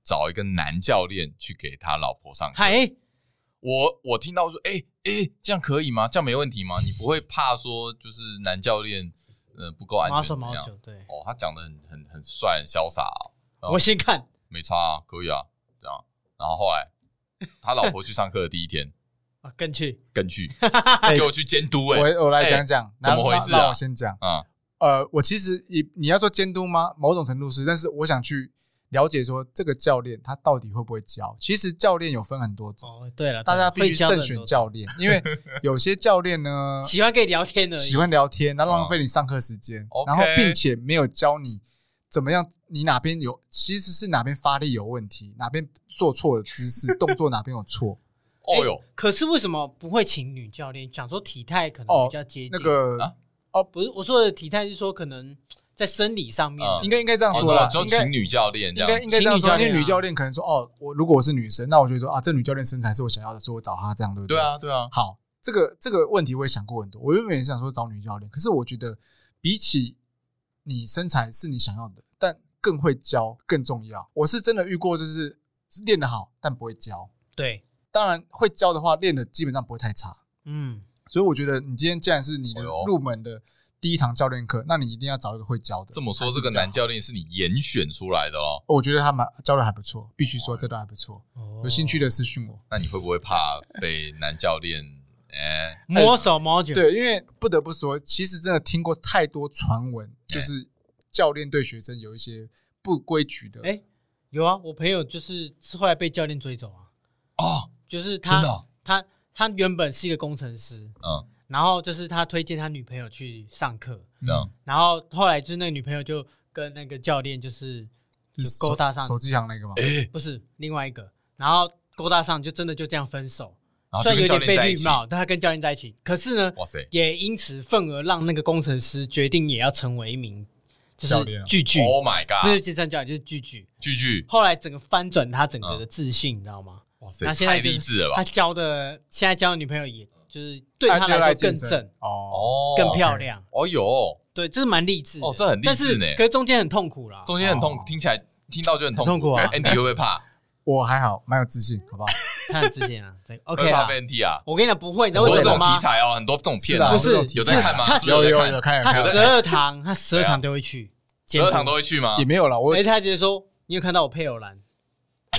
Speaker 3: 找一个男教练去给他老婆上课。
Speaker 2: 嗨，
Speaker 3: 我我听到说，哎、哎、这样可以吗？这样没问题吗？你不会怕说就是男教练呃不够安
Speaker 2: 毛
Speaker 3: 全
Speaker 2: 手
Speaker 3: 怎
Speaker 2: 毛
Speaker 3: 样？
Speaker 2: 脚，对
Speaker 3: 哦，他讲的很很很帅，很潇洒、哦，
Speaker 2: 我先看，
Speaker 3: 没差啊，可以啊，这样。然后后来他老婆去上课的第一天，
Speaker 2: 啊，跟去，
Speaker 3: 跟
Speaker 2: (laughs)
Speaker 3: 去给我去监督、欸，哎，
Speaker 1: 我我来
Speaker 3: 哎
Speaker 1: 讲讲，
Speaker 3: 怎么
Speaker 1: 那
Speaker 3: 回事
Speaker 1: 那
Speaker 3: 啊
Speaker 1: 那我先讲。
Speaker 3: 嗯，
Speaker 1: 呃，我其实也你要说监督吗？某种程度是，但是我想去了解说这个教练他到底会不会教。其实教练有分很多种，
Speaker 2: 哦，对了，
Speaker 1: 大家
Speaker 2: 对了
Speaker 1: 必须
Speaker 2: 会教的
Speaker 1: 慎
Speaker 2: 很
Speaker 1: 选
Speaker 2: 多
Speaker 1: 教练，因
Speaker 2: (laughs)
Speaker 1: 为有些教练呢
Speaker 2: 喜欢跟你聊天的，
Speaker 1: 喜欢聊天，那浪费你上课时间，
Speaker 2: 哦
Speaker 3: OK
Speaker 1: 然后并且没有教你怎么样，你哪边有其实是哪边发力有问题，哪边做错了姿势，动作哪边
Speaker 2: (laughs)
Speaker 1: 有错。
Speaker 3: 哦哟，
Speaker 2: 可是为什么不会请女教练？讲说体态可能
Speaker 1: 哦
Speaker 2: 比较接近，
Speaker 1: 那个、
Speaker 3: 啊
Speaker 2: 不是我说的体态是说可能在生理上面
Speaker 3: 嗯
Speaker 2: 的
Speaker 1: 应该应该这样
Speaker 3: 哦
Speaker 1: 说啦，
Speaker 3: 就
Speaker 1: 应该
Speaker 3: 请女教练这样
Speaker 1: 应该
Speaker 3: 子
Speaker 1: 应该这样说，
Speaker 2: 请
Speaker 1: 因
Speaker 2: 女教练啊
Speaker 1: 为女教练可能说哦，我如果我是女生，那我就说啊，这女教练身材是我想要的，所以我找她这样，对不
Speaker 3: 对
Speaker 1: 对？。
Speaker 3: 啊，对啊，
Speaker 1: 好，这个这个问题我也想过很多，我原本也是想说找女教练，可是我觉得比起你身材是你想要的，但更会教更重要。我是真的遇过，就是是练得好但不会教，
Speaker 2: 对，
Speaker 1: 当然会教的话，练的基本上不会太差。
Speaker 2: 嗯，
Speaker 1: 所以我觉得你今天既然是你的
Speaker 3: 哎呦
Speaker 1: 入门的第一堂教练课，那你一定要找一个会教的。
Speaker 3: 这么说，
Speaker 1: 还是
Speaker 3: 这个
Speaker 1: 比较好
Speaker 3: 男教练是你严选出来的哦，
Speaker 1: 我觉得他蛮教的还不错，必须说这的还不错。
Speaker 2: 有
Speaker 1: 有兴趣的私讯我。
Speaker 3: 那你会不会怕被男教练？哎，
Speaker 2: 摸手摸脚，
Speaker 1: 对，因为不得不说，其实真的听过太多传
Speaker 2: 哎
Speaker 1: 闻，就是教练对学生有一些不规矩的。
Speaker 2: 哎有啊，我朋友就是是后来被教练追走啊，
Speaker 3: 哦，
Speaker 2: 就是他
Speaker 3: 真的哦，
Speaker 2: 他他原本是一个工程师，
Speaker 3: 嗯，
Speaker 2: 然后就是他推荐他女朋友去上课，
Speaker 3: 这样
Speaker 2: 然后后来就是那个女朋友就跟那个教练就是
Speaker 1: 就
Speaker 2: 就是勾搭
Speaker 1: 手
Speaker 2: 上，
Speaker 1: 手机行那个
Speaker 3: 哎
Speaker 1: 嘛，
Speaker 2: 不是另外一个，然后勾搭上就真的就这样分手，
Speaker 3: 然后
Speaker 2: 虽
Speaker 3: 就
Speaker 2: 然
Speaker 3: 跟
Speaker 2: 有
Speaker 3: 教
Speaker 2: 点
Speaker 3: 练在
Speaker 2: 被
Speaker 3: 一
Speaker 2: 绿
Speaker 3: 起，
Speaker 2: 帽，但他跟教练在一起，可是呢，
Speaker 3: 哇塞，
Speaker 2: 也因此份额让那个工程师决定也要成为一名就
Speaker 1: 教练
Speaker 2: 是
Speaker 1: 啊
Speaker 2: 巨巨，
Speaker 3: ，Oh my
Speaker 2: 不是
Speaker 3: god，
Speaker 2: 健身教练就是巨巨。
Speaker 3: 句句，
Speaker 2: 后来整个翻转他整个的自信，你知道吗？
Speaker 3: 哇塞，
Speaker 2: 那现
Speaker 3: 太
Speaker 2: 在就是
Speaker 3: 励志了吧
Speaker 2: 他？交的现在交的女朋友也就是对
Speaker 1: 啊
Speaker 2: 他
Speaker 1: 就
Speaker 2: 来说
Speaker 1: 健
Speaker 2: 更
Speaker 1: 身
Speaker 2: 正、
Speaker 3: 哦，
Speaker 1: 哦。
Speaker 2: 更漂亮，
Speaker 3: 哦哟，
Speaker 2: 对，这是蛮励志的。
Speaker 3: 哦这很励志
Speaker 2: 但是
Speaker 3: 呢
Speaker 2: 可是中间很痛苦啦。
Speaker 3: 中间很痛
Speaker 1: 哦，
Speaker 3: 听起来听到就很痛
Speaker 2: 很痛苦啊
Speaker 3: Andy 会不会怕？
Speaker 1: 我还好，蛮有自信，
Speaker 3: (laughs)
Speaker 1: 好不好？
Speaker 2: 看之前啊这个
Speaker 3: 会
Speaker 2: ，OK
Speaker 3: 怕
Speaker 2: 啦，
Speaker 3: 被 Andy 啊？
Speaker 2: 我跟你讲不会，你知道
Speaker 3: 很
Speaker 2: 为
Speaker 3: 多
Speaker 2: 什
Speaker 3: 这
Speaker 2: 么
Speaker 3: 种
Speaker 2: 吗
Speaker 3: 题？材哦，很多这种片
Speaker 1: 啊
Speaker 3: 啊
Speaker 2: 不，是
Speaker 1: 这种题
Speaker 3: 有在看吗
Speaker 2: 他
Speaker 3: 是不
Speaker 1: 有
Speaker 3: 是
Speaker 1: 有
Speaker 3: 有
Speaker 1: 有看有
Speaker 2: 他
Speaker 1: 看，
Speaker 2: 十二堂，他
Speaker 1: 啊
Speaker 2: 十二堂都会去，
Speaker 3: 十二堂都会去吗
Speaker 1: 也？没有了。我
Speaker 2: 而且哎他直接说：“你有看到我配偶栏？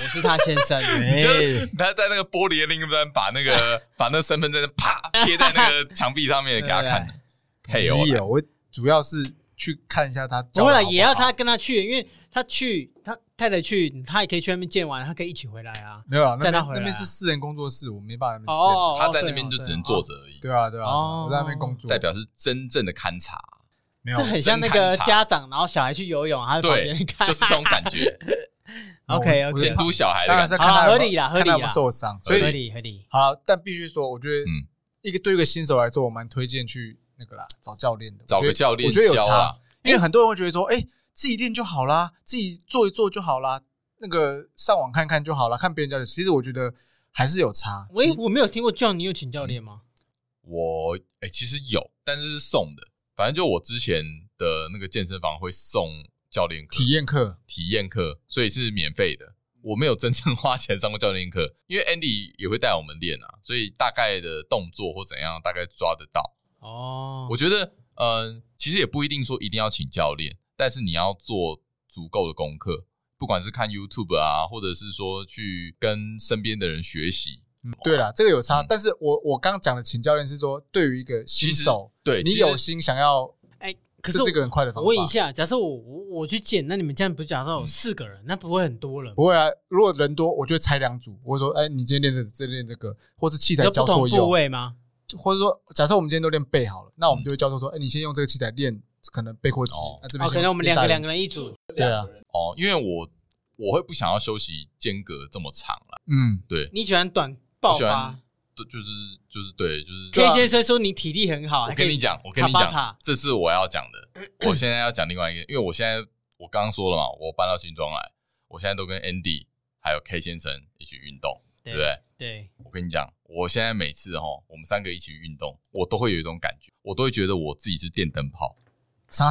Speaker 2: 我是他先
Speaker 1: (laughs)
Speaker 2: 生。
Speaker 1: 哎
Speaker 3: 就是他在那个玻璃的另一端把那个把那个身份证啪贴在那个墙壁上面给他看，配偶
Speaker 1: 没
Speaker 3: 啦
Speaker 1: 有，我主要是去看一下他
Speaker 2: (laughs)
Speaker 1: 教
Speaker 2: 我
Speaker 1: 得好不好。
Speaker 2: 后来也要他跟他去，因为他去他太太去，他也可以去那边见完，他可以一起回来啊。
Speaker 1: 没有了，那
Speaker 2: 载
Speaker 1: 边
Speaker 2: 他回来啊
Speaker 1: 那边是私人工作室，我没嗯办法在那边见。
Speaker 2: 哦，
Speaker 3: 他在那边就只能坐
Speaker 2: 着。
Speaker 3: 着而已，
Speaker 1: 对啊对啊，对啊
Speaker 2: 哦
Speaker 1: 我在那边工作，
Speaker 3: 代表是真正的勘察，
Speaker 1: 没有
Speaker 2: 这很像那个家长，然后小孩去游泳，他在旁边看， (laughs)
Speaker 3: 就是这种感觉，
Speaker 2: OK
Speaker 1: 我
Speaker 2: OK，
Speaker 1: 是
Speaker 3: 监督小孩的
Speaker 1: 当
Speaker 3: 感
Speaker 1: 然
Speaker 3: 觉
Speaker 1: 是看他
Speaker 2: 好啦
Speaker 1: 有没有
Speaker 2: 合理啦合理
Speaker 1: 看他有没有
Speaker 2: 啦
Speaker 1: 受伤，所
Speaker 2: 合
Speaker 1: 以
Speaker 2: 理合理。
Speaker 1: 好啦但必须说，我觉得
Speaker 3: 嗯
Speaker 1: 一个对一个新手来说，我蛮推荐去那个啦，找教练的，
Speaker 3: 找个
Speaker 1: 我觉得
Speaker 3: 教练
Speaker 1: 我觉得有
Speaker 3: 教啊
Speaker 1: 差
Speaker 3: 啦，
Speaker 1: 因为很多人会觉得说，哎，自己练就好啦，自己做一做就好啦，那个上网看看就好啦，看别人教的。其实我觉得还是有差。
Speaker 2: 我我没有听过 John，你有请教练吗？
Speaker 3: 我哎、其实有，但是是送的。反正就我之前的那个健身房会送教练课
Speaker 1: 体验课
Speaker 3: 体验课，所以是免费的。我没有真正花钱上过教练课， (laughs) 因为 Andy 也会带我们练啊，所以大概的动作或怎样，大概抓得到。
Speaker 2: 哦，
Speaker 3: 我觉得，嗯、其实也不一定说一定要请教练，但是你要做足够的功课，不管是看 YouTube 啊，或者是说去跟身边的人学习。
Speaker 1: 嗯，对啦，这个有差
Speaker 3: 嗯。
Speaker 1: 但是我我刚刚讲的请教练是说，对于一个新
Speaker 3: 其实
Speaker 1: 手，
Speaker 3: 对，
Speaker 1: 你
Speaker 3: 其实
Speaker 1: 有心想要，
Speaker 2: 哎，可
Speaker 1: 这
Speaker 2: 是
Speaker 1: 是一个很快的方
Speaker 2: 我
Speaker 1: 法。
Speaker 2: 问一下，假设我我我去见，那你们这样不是假设有四个人，那不会很多人吗？
Speaker 1: 不会啊，如果人多，我就会拆两组。我会说，哎，你今天练这个，这练这个，或是器材
Speaker 2: 有
Speaker 1: 交
Speaker 2: 不
Speaker 1: 错
Speaker 2: 同部
Speaker 1: 用，
Speaker 2: 位吗？
Speaker 1: 或者说，假设我们今天都练背好了，那我们就会教授说，哎，你先用这个器材练，可能背阔肌
Speaker 3: 哦，
Speaker 1: 那这边
Speaker 2: 哦，
Speaker 1: 先
Speaker 2: 可能我们两个
Speaker 1: 练
Speaker 2: 两
Speaker 1: 大
Speaker 2: 个人一组，
Speaker 1: 腿对啊，
Speaker 3: 哦，因为我我会不想要休息间隔这么长啦。
Speaker 1: 嗯，
Speaker 3: 对，
Speaker 2: 你喜欢短爆
Speaker 3: 我喜欢
Speaker 2: 发。
Speaker 3: 就就是就是对，就是
Speaker 1: 对
Speaker 2: K
Speaker 1: 啊
Speaker 2: 先生说你体力很好，
Speaker 3: 啊我
Speaker 2: 还可以
Speaker 3: 跟你讲，我跟你
Speaker 2: 塔巴
Speaker 3: 讲
Speaker 2: 塔，
Speaker 3: 这是我要讲的。我现在要讲另外一个，因为我现在我刚刚说了嘛，我搬到新庄来，我现在都跟 Andy 还有 K 先生一起运动，对不对？
Speaker 2: 对，
Speaker 3: 我跟你讲，我我现在每次哦，我们三个一起运动，我都会有一种感觉，我都会觉得我自己是电灯泡。
Speaker 1: 傻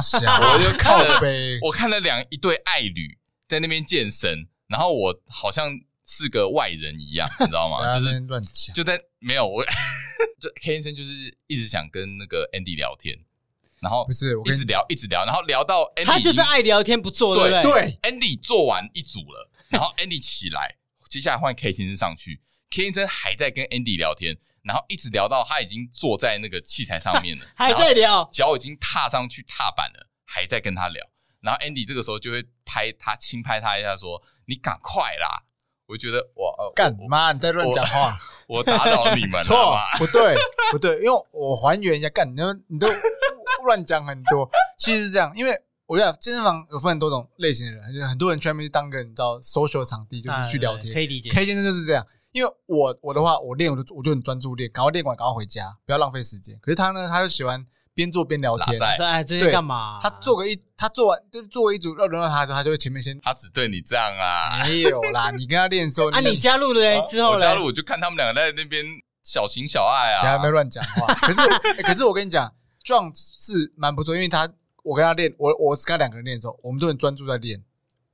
Speaker 2: (laughs)
Speaker 1: 小，
Speaker 3: 我就看
Speaker 1: 靠
Speaker 3: 了，
Speaker 2: 嗯
Speaker 1: 背，
Speaker 3: 我看了两一对爱侣在那边健身，然后我好像是个外人一样，你知道
Speaker 2: (laughs)
Speaker 1: 不
Speaker 3: 吗？
Speaker 1: 要在
Speaker 3: 就
Speaker 2: 啊
Speaker 1: 那
Speaker 3: 是
Speaker 1: 边哎乱讲。
Speaker 3: 就在没有我，就 K 先生就是一直想跟那个 Andy 聊天，然后
Speaker 1: 不是我
Speaker 3: 一
Speaker 1: 跟
Speaker 3: 直
Speaker 1: 你
Speaker 3: 聊一直聊，然后聊到 Andy
Speaker 2: 他就是
Speaker 3: 已经
Speaker 2: 爱聊天不做，
Speaker 3: 哎对
Speaker 2: 对不对？
Speaker 1: 对，
Speaker 3: Andy 做完一组了，然后 Andy 起来，接下来换 K 先生上去，K 先生还在跟 Andy 聊天，然后一直聊到他已经坐在那个器材上面了，
Speaker 2: 还在聊，
Speaker 3: 脚已经踏上去踏板了，还在跟他聊。然后 Andy 这个时候就会拍他，轻拍他一下，说：“你赶快啦！”我觉得我呃
Speaker 1: 干
Speaker 3: 我
Speaker 1: 妈，你在乱讲话，
Speaker 3: 我我打扰你们了
Speaker 2: (laughs)
Speaker 1: 错
Speaker 3: 吧，
Speaker 1: 不对，不对，因为我还原一下，干你都你都乱讲很多。 (laughs) 其实是这样，因为我想健身房有分很多种类型的人，很很多人去那边当个你知道 social 场地，就是去聊
Speaker 2: 可
Speaker 1: 天。
Speaker 2: 以理解。
Speaker 1: K 先生就是这样，因为我我的话，我练我就我就很专注练，赶快练完赶快回家，不要浪费时间。可是他呢，他就喜欢边做边聊天
Speaker 3: 拉。塞
Speaker 2: 说哎，最近
Speaker 1: 对
Speaker 2: 干嘛？
Speaker 1: 他做个一，他做完就是做个一组，要轮到他的时候，他就会前面先
Speaker 3: 他只对你这样啊。
Speaker 1: 没有啦。你跟他练的时候，
Speaker 2: 啊，你加入了嘞
Speaker 3: 然后
Speaker 2: 之后
Speaker 3: 哦我
Speaker 2: 嘞
Speaker 3: 加，入，我就看他们两个在那边小情小爱
Speaker 1: 不要
Speaker 3: 啊
Speaker 1: 不。要乱讲话。可是、欸可是我跟你讲，John 是蛮不错，因为他我跟他练，我我是跟他两个人练的时候，我们都很专注在练。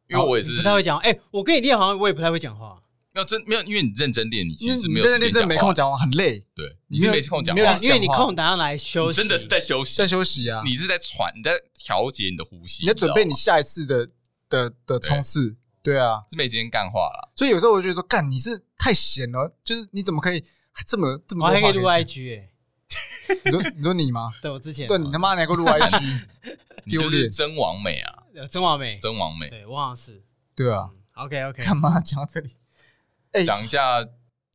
Speaker 3: 因为我也是
Speaker 2: 你不太会讲话。哎，我跟你练好像我也不太会讲话，
Speaker 3: 没有真没有，因为你认真练，你其
Speaker 1: 因为
Speaker 3: 实
Speaker 1: 嗯你
Speaker 3: 没有
Speaker 1: 真的
Speaker 3: 时
Speaker 1: 练
Speaker 3: 间
Speaker 1: 真的没
Speaker 3: 话
Speaker 1: 空，讲话，很累，
Speaker 3: 对，你
Speaker 1: 你
Speaker 3: 是
Speaker 1: 没有
Speaker 3: 没空讲
Speaker 1: 没有
Speaker 3: 话
Speaker 1: 力，气
Speaker 2: 因为你
Speaker 1: 讲话
Speaker 2: 空档要来休
Speaker 3: 你
Speaker 2: 息，
Speaker 3: 真的是在休息
Speaker 1: 在，休息啊。
Speaker 3: 你是在喘，你在调节你的呼吸，
Speaker 1: 你在准备
Speaker 3: 知
Speaker 1: 你
Speaker 3: 道吗
Speaker 1: 下一次的的的冲刺，对啊。
Speaker 3: 是没时间干话了。
Speaker 1: 所以有时候我就觉得说，干你是太闲了，就是你怎么可以还这么这
Speaker 2: 我
Speaker 1: 么
Speaker 2: 还
Speaker 1: 多
Speaker 2: 可
Speaker 1: 话
Speaker 2: 以录
Speaker 1: 讲
Speaker 2: IG 哎，
Speaker 1: 你说你说你
Speaker 2: (laughs)
Speaker 1: 吗？
Speaker 2: 对我之前
Speaker 1: 对你他妈你还给我
Speaker 2: (laughs)
Speaker 1: 录 IG，
Speaker 3: 你就
Speaker 1: 丢
Speaker 3: 是
Speaker 1: 脸
Speaker 3: 真完美啊，
Speaker 2: 有曾华美，
Speaker 3: 真完美。
Speaker 2: 对我好像是嗯
Speaker 1: 对啊，
Speaker 2: OK OK，
Speaker 1: 干嘛讲到这里？哎
Speaker 3: 讲一下，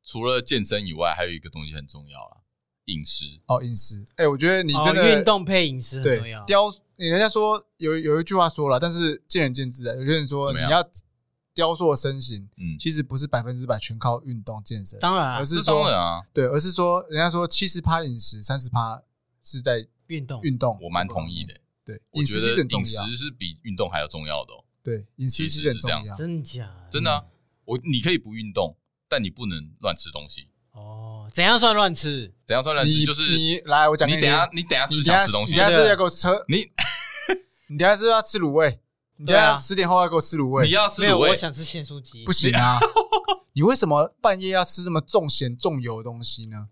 Speaker 3: 除了健身以外，还有一个东西很重要啊，饮食。
Speaker 1: 哦，饮食，哎，我觉得你真的
Speaker 2: 哦运动配饮食很重
Speaker 1: 对
Speaker 2: 要，。
Speaker 1: 雕，你人家说有有一句话说了，但是见仁见智啊。有些人说
Speaker 3: 怎么
Speaker 1: 你
Speaker 3: 样
Speaker 1: 要雕塑身形，
Speaker 3: 嗯，
Speaker 1: 其实不是百分之百全靠运动健身，
Speaker 2: 当然啊
Speaker 1: 而，
Speaker 3: 这
Speaker 1: 是
Speaker 3: 当
Speaker 1: 说
Speaker 3: 然啊，
Speaker 1: 对，而是说人家说七十趴饮食，三十趴是在
Speaker 2: 运动
Speaker 1: 运动。
Speaker 3: 我蛮同意。的。
Speaker 1: 对，
Speaker 3: 我
Speaker 1: 饮
Speaker 3: 觉
Speaker 1: 食其实
Speaker 3: 得
Speaker 1: 很重
Speaker 3: 饮
Speaker 1: 要。
Speaker 3: 食是比运动还要重要的哦，
Speaker 1: 对，饮食其实很重
Speaker 3: 其
Speaker 1: 要。
Speaker 2: 真假的
Speaker 3: 真的啊。我你可以不运动，但你不能乱吃东西。
Speaker 2: 哦，怎样算乱吃？
Speaker 3: 怎样算乱吃？
Speaker 1: 你
Speaker 3: 就是
Speaker 1: 你来，我讲
Speaker 3: 你
Speaker 1: 给
Speaker 3: 等
Speaker 1: 听
Speaker 3: 下，你等下是不
Speaker 1: 你
Speaker 3: 是
Speaker 1: 等
Speaker 3: 想
Speaker 1: 下
Speaker 3: 吃东西
Speaker 1: 你？等下
Speaker 2: 对啊
Speaker 1: 是要给我吃，
Speaker 3: 你
Speaker 1: (laughs) 你等下是要吃卤味，你
Speaker 2: 对
Speaker 1: 等下
Speaker 2: 啊
Speaker 1: 十点后要给我吃卤
Speaker 3: 你
Speaker 1: 味，
Speaker 3: 要吃
Speaker 2: 没
Speaker 3: 卤
Speaker 2: 有，我
Speaker 3: 味，
Speaker 2: 想吃咸酥鸡
Speaker 1: 不。行啊！你为什么半夜要吃这么重咸重油的东西呢？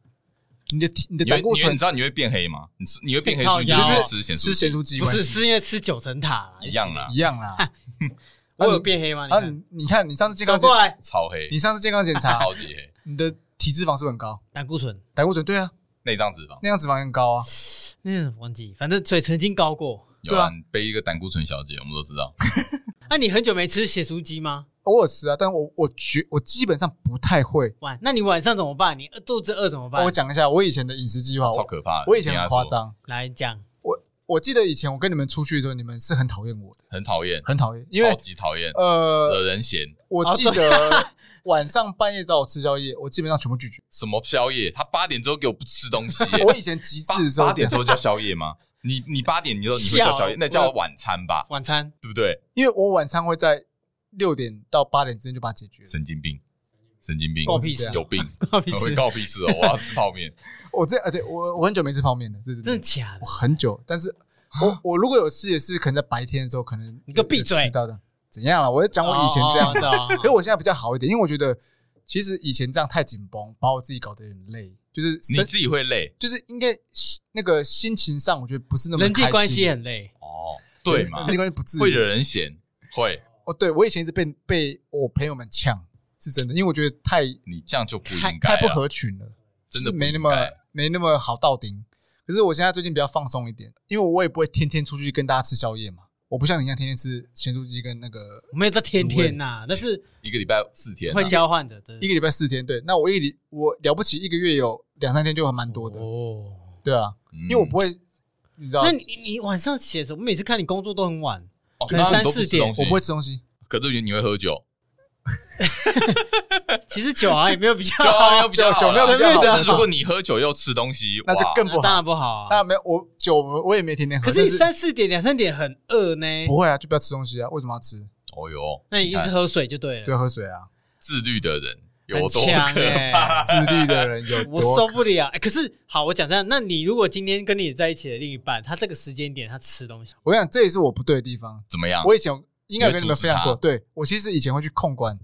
Speaker 1: 你的体你的
Speaker 3: 你会
Speaker 1: 胆固
Speaker 3: 你会
Speaker 1: 醇
Speaker 3: 你知道你会变黑吗？你吃你会变黑，
Speaker 2: 靠
Speaker 3: 所以你就
Speaker 2: 腰
Speaker 3: 是吃咸
Speaker 1: 吃
Speaker 3: 酥
Speaker 1: 咸
Speaker 3: 鸡
Speaker 1: 酥鸡
Speaker 2: 不是，
Speaker 1: 关系
Speaker 2: 是因为吃九层塔啦
Speaker 3: 一样。啊啦
Speaker 1: 一，样
Speaker 2: (laughs)
Speaker 1: 啦。
Speaker 2: 我
Speaker 1: 啊
Speaker 2: 有
Speaker 1: 你
Speaker 2: 变黑吗？你
Speaker 1: 啊，
Speaker 2: 看
Speaker 1: 你你看你上次健
Speaker 2: 走
Speaker 1: 康检，
Speaker 2: 过来，
Speaker 3: 超黑
Speaker 1: 你，上次健康检查，
Speaker 3: 超级黑，
Speaker 1: 你的体脂肪是不是很高，
Speaker 2: 胆固醇，
Speaker 1: 胆固醇对啊，
Speaker 3: 内脏脂肪。
Speaker 1: 那样脂肪也很高啊。
Speaker 2: 嗯，忘记，反正嘴曾经高过。
Speaker 3: 有
Speaker 1: 对
Speaker 3: 啊，
Speaker 1: 啊
Speaker 3: 你背一个胆固醇小姐，我们都知道。
Speaker 2: 那啊你很久没吃咸酥鸡吗？
Speaker 1: 偶尔吃啊，但我我绝我基本上不太会。
Speaker 2: 晚，那你晚上怎么办？你肚子饿怎么办？
Speaker 1: 哦我讲一下我以前的饮食计划，
Speaker 3: 超
Speaker 1: 我
Speaker 3: 可怕的。
Speaker 1: 我以前
Speaker 3: 听他
Speaker 1: 很
Speaker 3: 说
Speaker 1: 夸，张。
Speaker 2: 来讲，
Speaker 1: 我记得以前我跟你们出去的时候，你们是很讨厌我的，
Speaker 3: 很讨厌，
Speaker 1: 很讨厌，因为
Speaker 3: 超级讨厌，
Speaker 1: 呃，
Speaker 3: 惹人嫌。
Speaker 2: 啊
Speaker 1: 我记
Speaker 2: (laughs)
Speaker 1: 得晚上半夜找我吃宵夜，我基本上全部拒绝。
Speaker 3: 什么宵夜？他八点之后给我不吃东西耶。
Speaker 1: (laughs) 我以前极
Speaker 3: 八
Speaker 1: 致的时候
Speaker 3: 八
Speaker 1: 是
Speaker 3: 点
Speaker 1: 这样
Speaker 3: 之后叫宵夜吗？你你八点你说你会叫宵夜
Speaker 2: 笑，
Speaker 3: 那叫晚餐吧，
Speaker 2: 晚餐
Speaker 3: 对不对？
Speaker 1: 因为我晚餐会在六点到八点之间就把它解决了。
Speaker 3: 神经病，神经病，
Speaker 2: 关我屁事啊
Speaker 3: 有病，
Speaker 2: 不好意 (laughs)
Speaker 3: 我会
Speaker 2: 思，
Speaker 3: 告屁事哦！我要吃泡面，
Speaker 1: 我这啊，对我我很久没吃泡面了，这是
Speaker 2: 真的假
Speaker 1: 我
Speaker 2: 的？
Speaker 1: 很久，但是我我如果有吃也是可能在白天的时候，可能
Speaker 2: 你个闭
Speaker 1: 有
Speaker 2: 嘴
Speaker 1: 吃到的怎样了？我在讲我以前这样，
Speaker 2: 的，
Speaker 1: (laughs) 可是
Speaker 2: 哦
Speaker 1: 我现在比较好一点，因为我觉得其实以前这样太紧绷，把我自己搞得有点累，就是
Speaker 3: 你
Speaker 1: 身
Speaker 3: 自己会累
Speaker 1: 就是应该那个心情上，我觉得不是那么
Speaker 2: 人际
Speaker 1: 开心
Speaker 2: 关系很累。
Speaker 3: 哦，对嘛
Speaker 1: 人？际关系不至
Speaker 3: 会
Speaker 1: 于
Speaker 3: 惹人嫌，会。
Speaker 1: 哦。对我以前是被被我朋友们呛，是真的，因为我觉得太
Speaker 3: 你这样就不应该啊
Speaker 1: 太不
Speaker 3: 了，
Speaker 1: 合群了，
Speaker 3: 真
Speaker 1: 就
Speaker 3: 的
Speaker 1: 是
Speaker 3: 不
Speaker 1: 没那
Speaker 3: 应
Speaker 1: 么
Speaker 3: 该
Speaker 1: 没那么好到顶。可是我现在最近比较放松一点，因为我也不会天天出去跟大家吃宵夜嘛。我不像你一样天天吃咸酥鸡跟那个
Speaker 2: 我没有到天天呐，但是
Speaker 3: 一个礼拜四天啊，
Speaker 2: 会交换的，对
Speaker 1: 一个礼拜四天，对，那我一礼我了不起一个月有两三天就还蛮多的，
Speaker 2: 哦。
Speaker 1: 对啊，
Speaker 3: 嗯，
Speaker 1: 因为我不会，你知道，
Speaker 2: 那你你晚上写什么？我每次看你工作都很晚，
Speaker 3: 哦
Speaker 2: 可能
Speaker 3: 那你
Speaker 2: 三
Speaker 3: 都不
Speaker 2: 四
Speaker 3: 吃
Speaker 2: 点
Speaker 3: 东西
Speaker 1: 我不会吃东西，
Speaker 3: 可是你会喝酒，
Speaker 2: 其实酒啊也没有比较
Speaker 3: 酒好像
Speaker 2: (laughs) 好，
Speaker 3: 比较好啦
Speaker 1: 酒没有比较好
Speaker 3: 但是如果你喝酒又吃东西，
Speaker 1: 那就
Speaker 3: 哇
Speaker 1: 更不
Speaker 2: 那当
Speaker 1: 好。
Speaker 2: 然不好
Speaker 1: 当
Speaker 2: 啊。
Speaker 1: 然没有，我酒我也没天天喝，
Speaker 2: 可是
Speaker 1: 但
Speaker 2: 你三四点、两三点很饿呢，
Speaker 1: 不会啊，就不要吃东西啊，为什么要吃？
Speaker 3: 哦哟，
Speaker 2: 那你一直
Speaker 3: 看
Speaker 2: 喝水就对了 (laughs)
Speaker 1: 对，。喝水啊，
Speaker 3: 自律的人，有多
Speaker 2: 很强
Speaker 3: 可
Speaker 2: 欸
Speaker 3: 怕？
Speaker 1: 自律的人有
Speaker 2: 我
Speaker 1: 多
Speaker 2: 受不了。哎可是好，我讲这样，那你如果今天跟你在一起的另一半，他这个时间点他吃东西，
Speaker 1: 我想这也是我不对的地
Speaker 2: 啊
Speaker 1: 方。
Speaker 3: 怎么样？
Speaker 1: 我以前应该有跟你们分享
Speaker 3: 你
Speaker 1: 过，
Speaker 3: 会阻
Speaker 1: 对我其实以前会去控管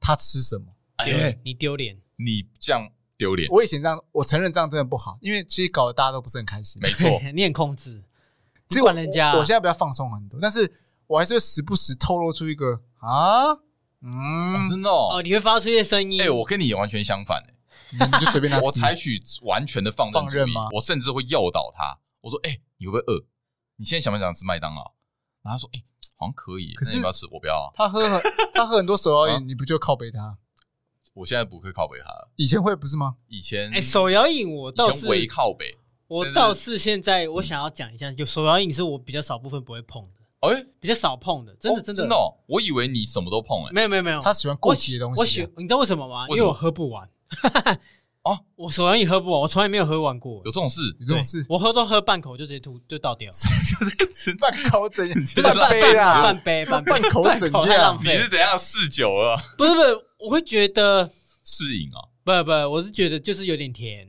Speaker 1: 他吃什么。
Speaker 3: 哎
Speaker 1: 对
Speaker 3: 呀，
Speaker 2: 你丢脸。
Speaker 3: 你这样丢脸，
Speaker 1: 我以前这样，我承认这样真的不好，因为其实搞得大家都不是很开心。
Speaker 3: 没错。
Speaker 2: (laughs) 你很控制，
Speaker 1: 只
Speaker 2: 只
Speaker 1: 有我
Speaker 2: 管人家。
Speaker 1: 我现在比较放松很多，但是我还是会时不时透露出一个啊，
Speaker 3: 哦
Speaker 1: 嗯，
Speaker 3: 真的哦
Speaker 2: 哦，，你会发出一些声音。
Speaker 3: 哎，我跟你完全相反欸
Speaker 1: 你们就随便他吃。
Speaker 3: 我采取完全的放任
Speaker 1: 放
Speaker 3: 主
Speaker 1: 任
Speaker 3: 义
Speaker 1: 吗，
Speaker 3: 我甚至会诱导他，我说：“哎，你会不会饿？你现在想不想吃麦当劳？”然后他说：“哎，好像可以，
Speaker 1: 可
Speaker 3: 那
Speaker 1: 是
Speaker 3: 你要不要吃？我不要啊，
Speaker 1: 他喝很他喝很多手摇
Speaker 3: 啊
Speaker 1: 饮，你不就靠背他？
Speaker 3: 我现在不会靠北他了。
Speaker 1: 以前会不是吗？
Speaker 3: 以前
Speaker 2: 哎，手摇饮我倒
Speaker 3: 以
Speaker 2: 是
Speaker 3: 前围靠北，
Speaker 2: 我
Speaker 3: 但是
Speaker 2: 倒是现在我想要讲一下，有手摇饮是我比较少部分不会碰的，
Speaker 3: 哎，
Speaker 2: 比较少碰的，真的
Speaker 3: 哦
Speaker 2: 真
Speaker 3: 真
Speaker 2: 的
Speaker 3: 的哦，我以为你什么都碰哎，
Speaker 2: 没有没有没有，
Speaker 1: 他喜欢过期的东
Speaker 2: 啊我
Speaker 1: 西
Speaker 2: 喜
Speaker 1: 啊。，
Speaker 2: 你知道为什么吗？因
Speaker 3: 为什么
Speaker 2: 为我喝不完。
Speaker 3: 哦，
Speaker 2: (laughs) 我手摇饮喝不完，我从来没有喝完过
Speaker 3: 有。这种事
Speaker 1: 有这种事，
Speaker 2: 我喝都喝半口就直接吐就倒
Speaker 3: (laughs)
Speaker 2: 掉，
Speaker 3: 就是
Speaker 1: 半口怎样？
Speaker 3: 半
Speaker 1: 半杯啊
Speaker 2: 半，杯半杯
Speaker 1: 半口
Speaker 2: 半
Speaker 1: 怎
Speaker 2: 口太
Speaker 1: 样
Speaker 2: 浪
Speaker 3: 你
Speaker 2: 费
Speaker 3: 是。怎样嗜酒了？
Speaker 2: 不是不是，我会觉得
Speaker 3: 嗜饮哦，
Speaker 2: 不不，我是觉得就是有点甜。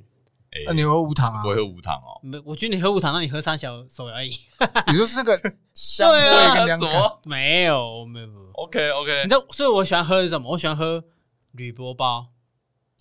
Speaker 1: 那
Speaker 3: 哎，
Speaker 1: 你喝无糖啊
Speaker 3: 不？会喝无糖哦？
Speaker 2: 没，我觉得你喝无糖，那你喝三小手摇饮
Speaker 1: 你就是那个香味
Speaker 2: 对啊
Speaker 1: 跟
Speaker 3: 那
Speaker 1: 凉
Speaker 3: 怎
Speaker 1: 感。
Speaker 3: 么
Speaker 2: 没有没有没有。
Speaker 3: ？OK
Speaker 2: 你
Speaker 3: OK，
Speaker 2: 知道，所以我喜欢喝的是什么？我喜欢喝铝箔包，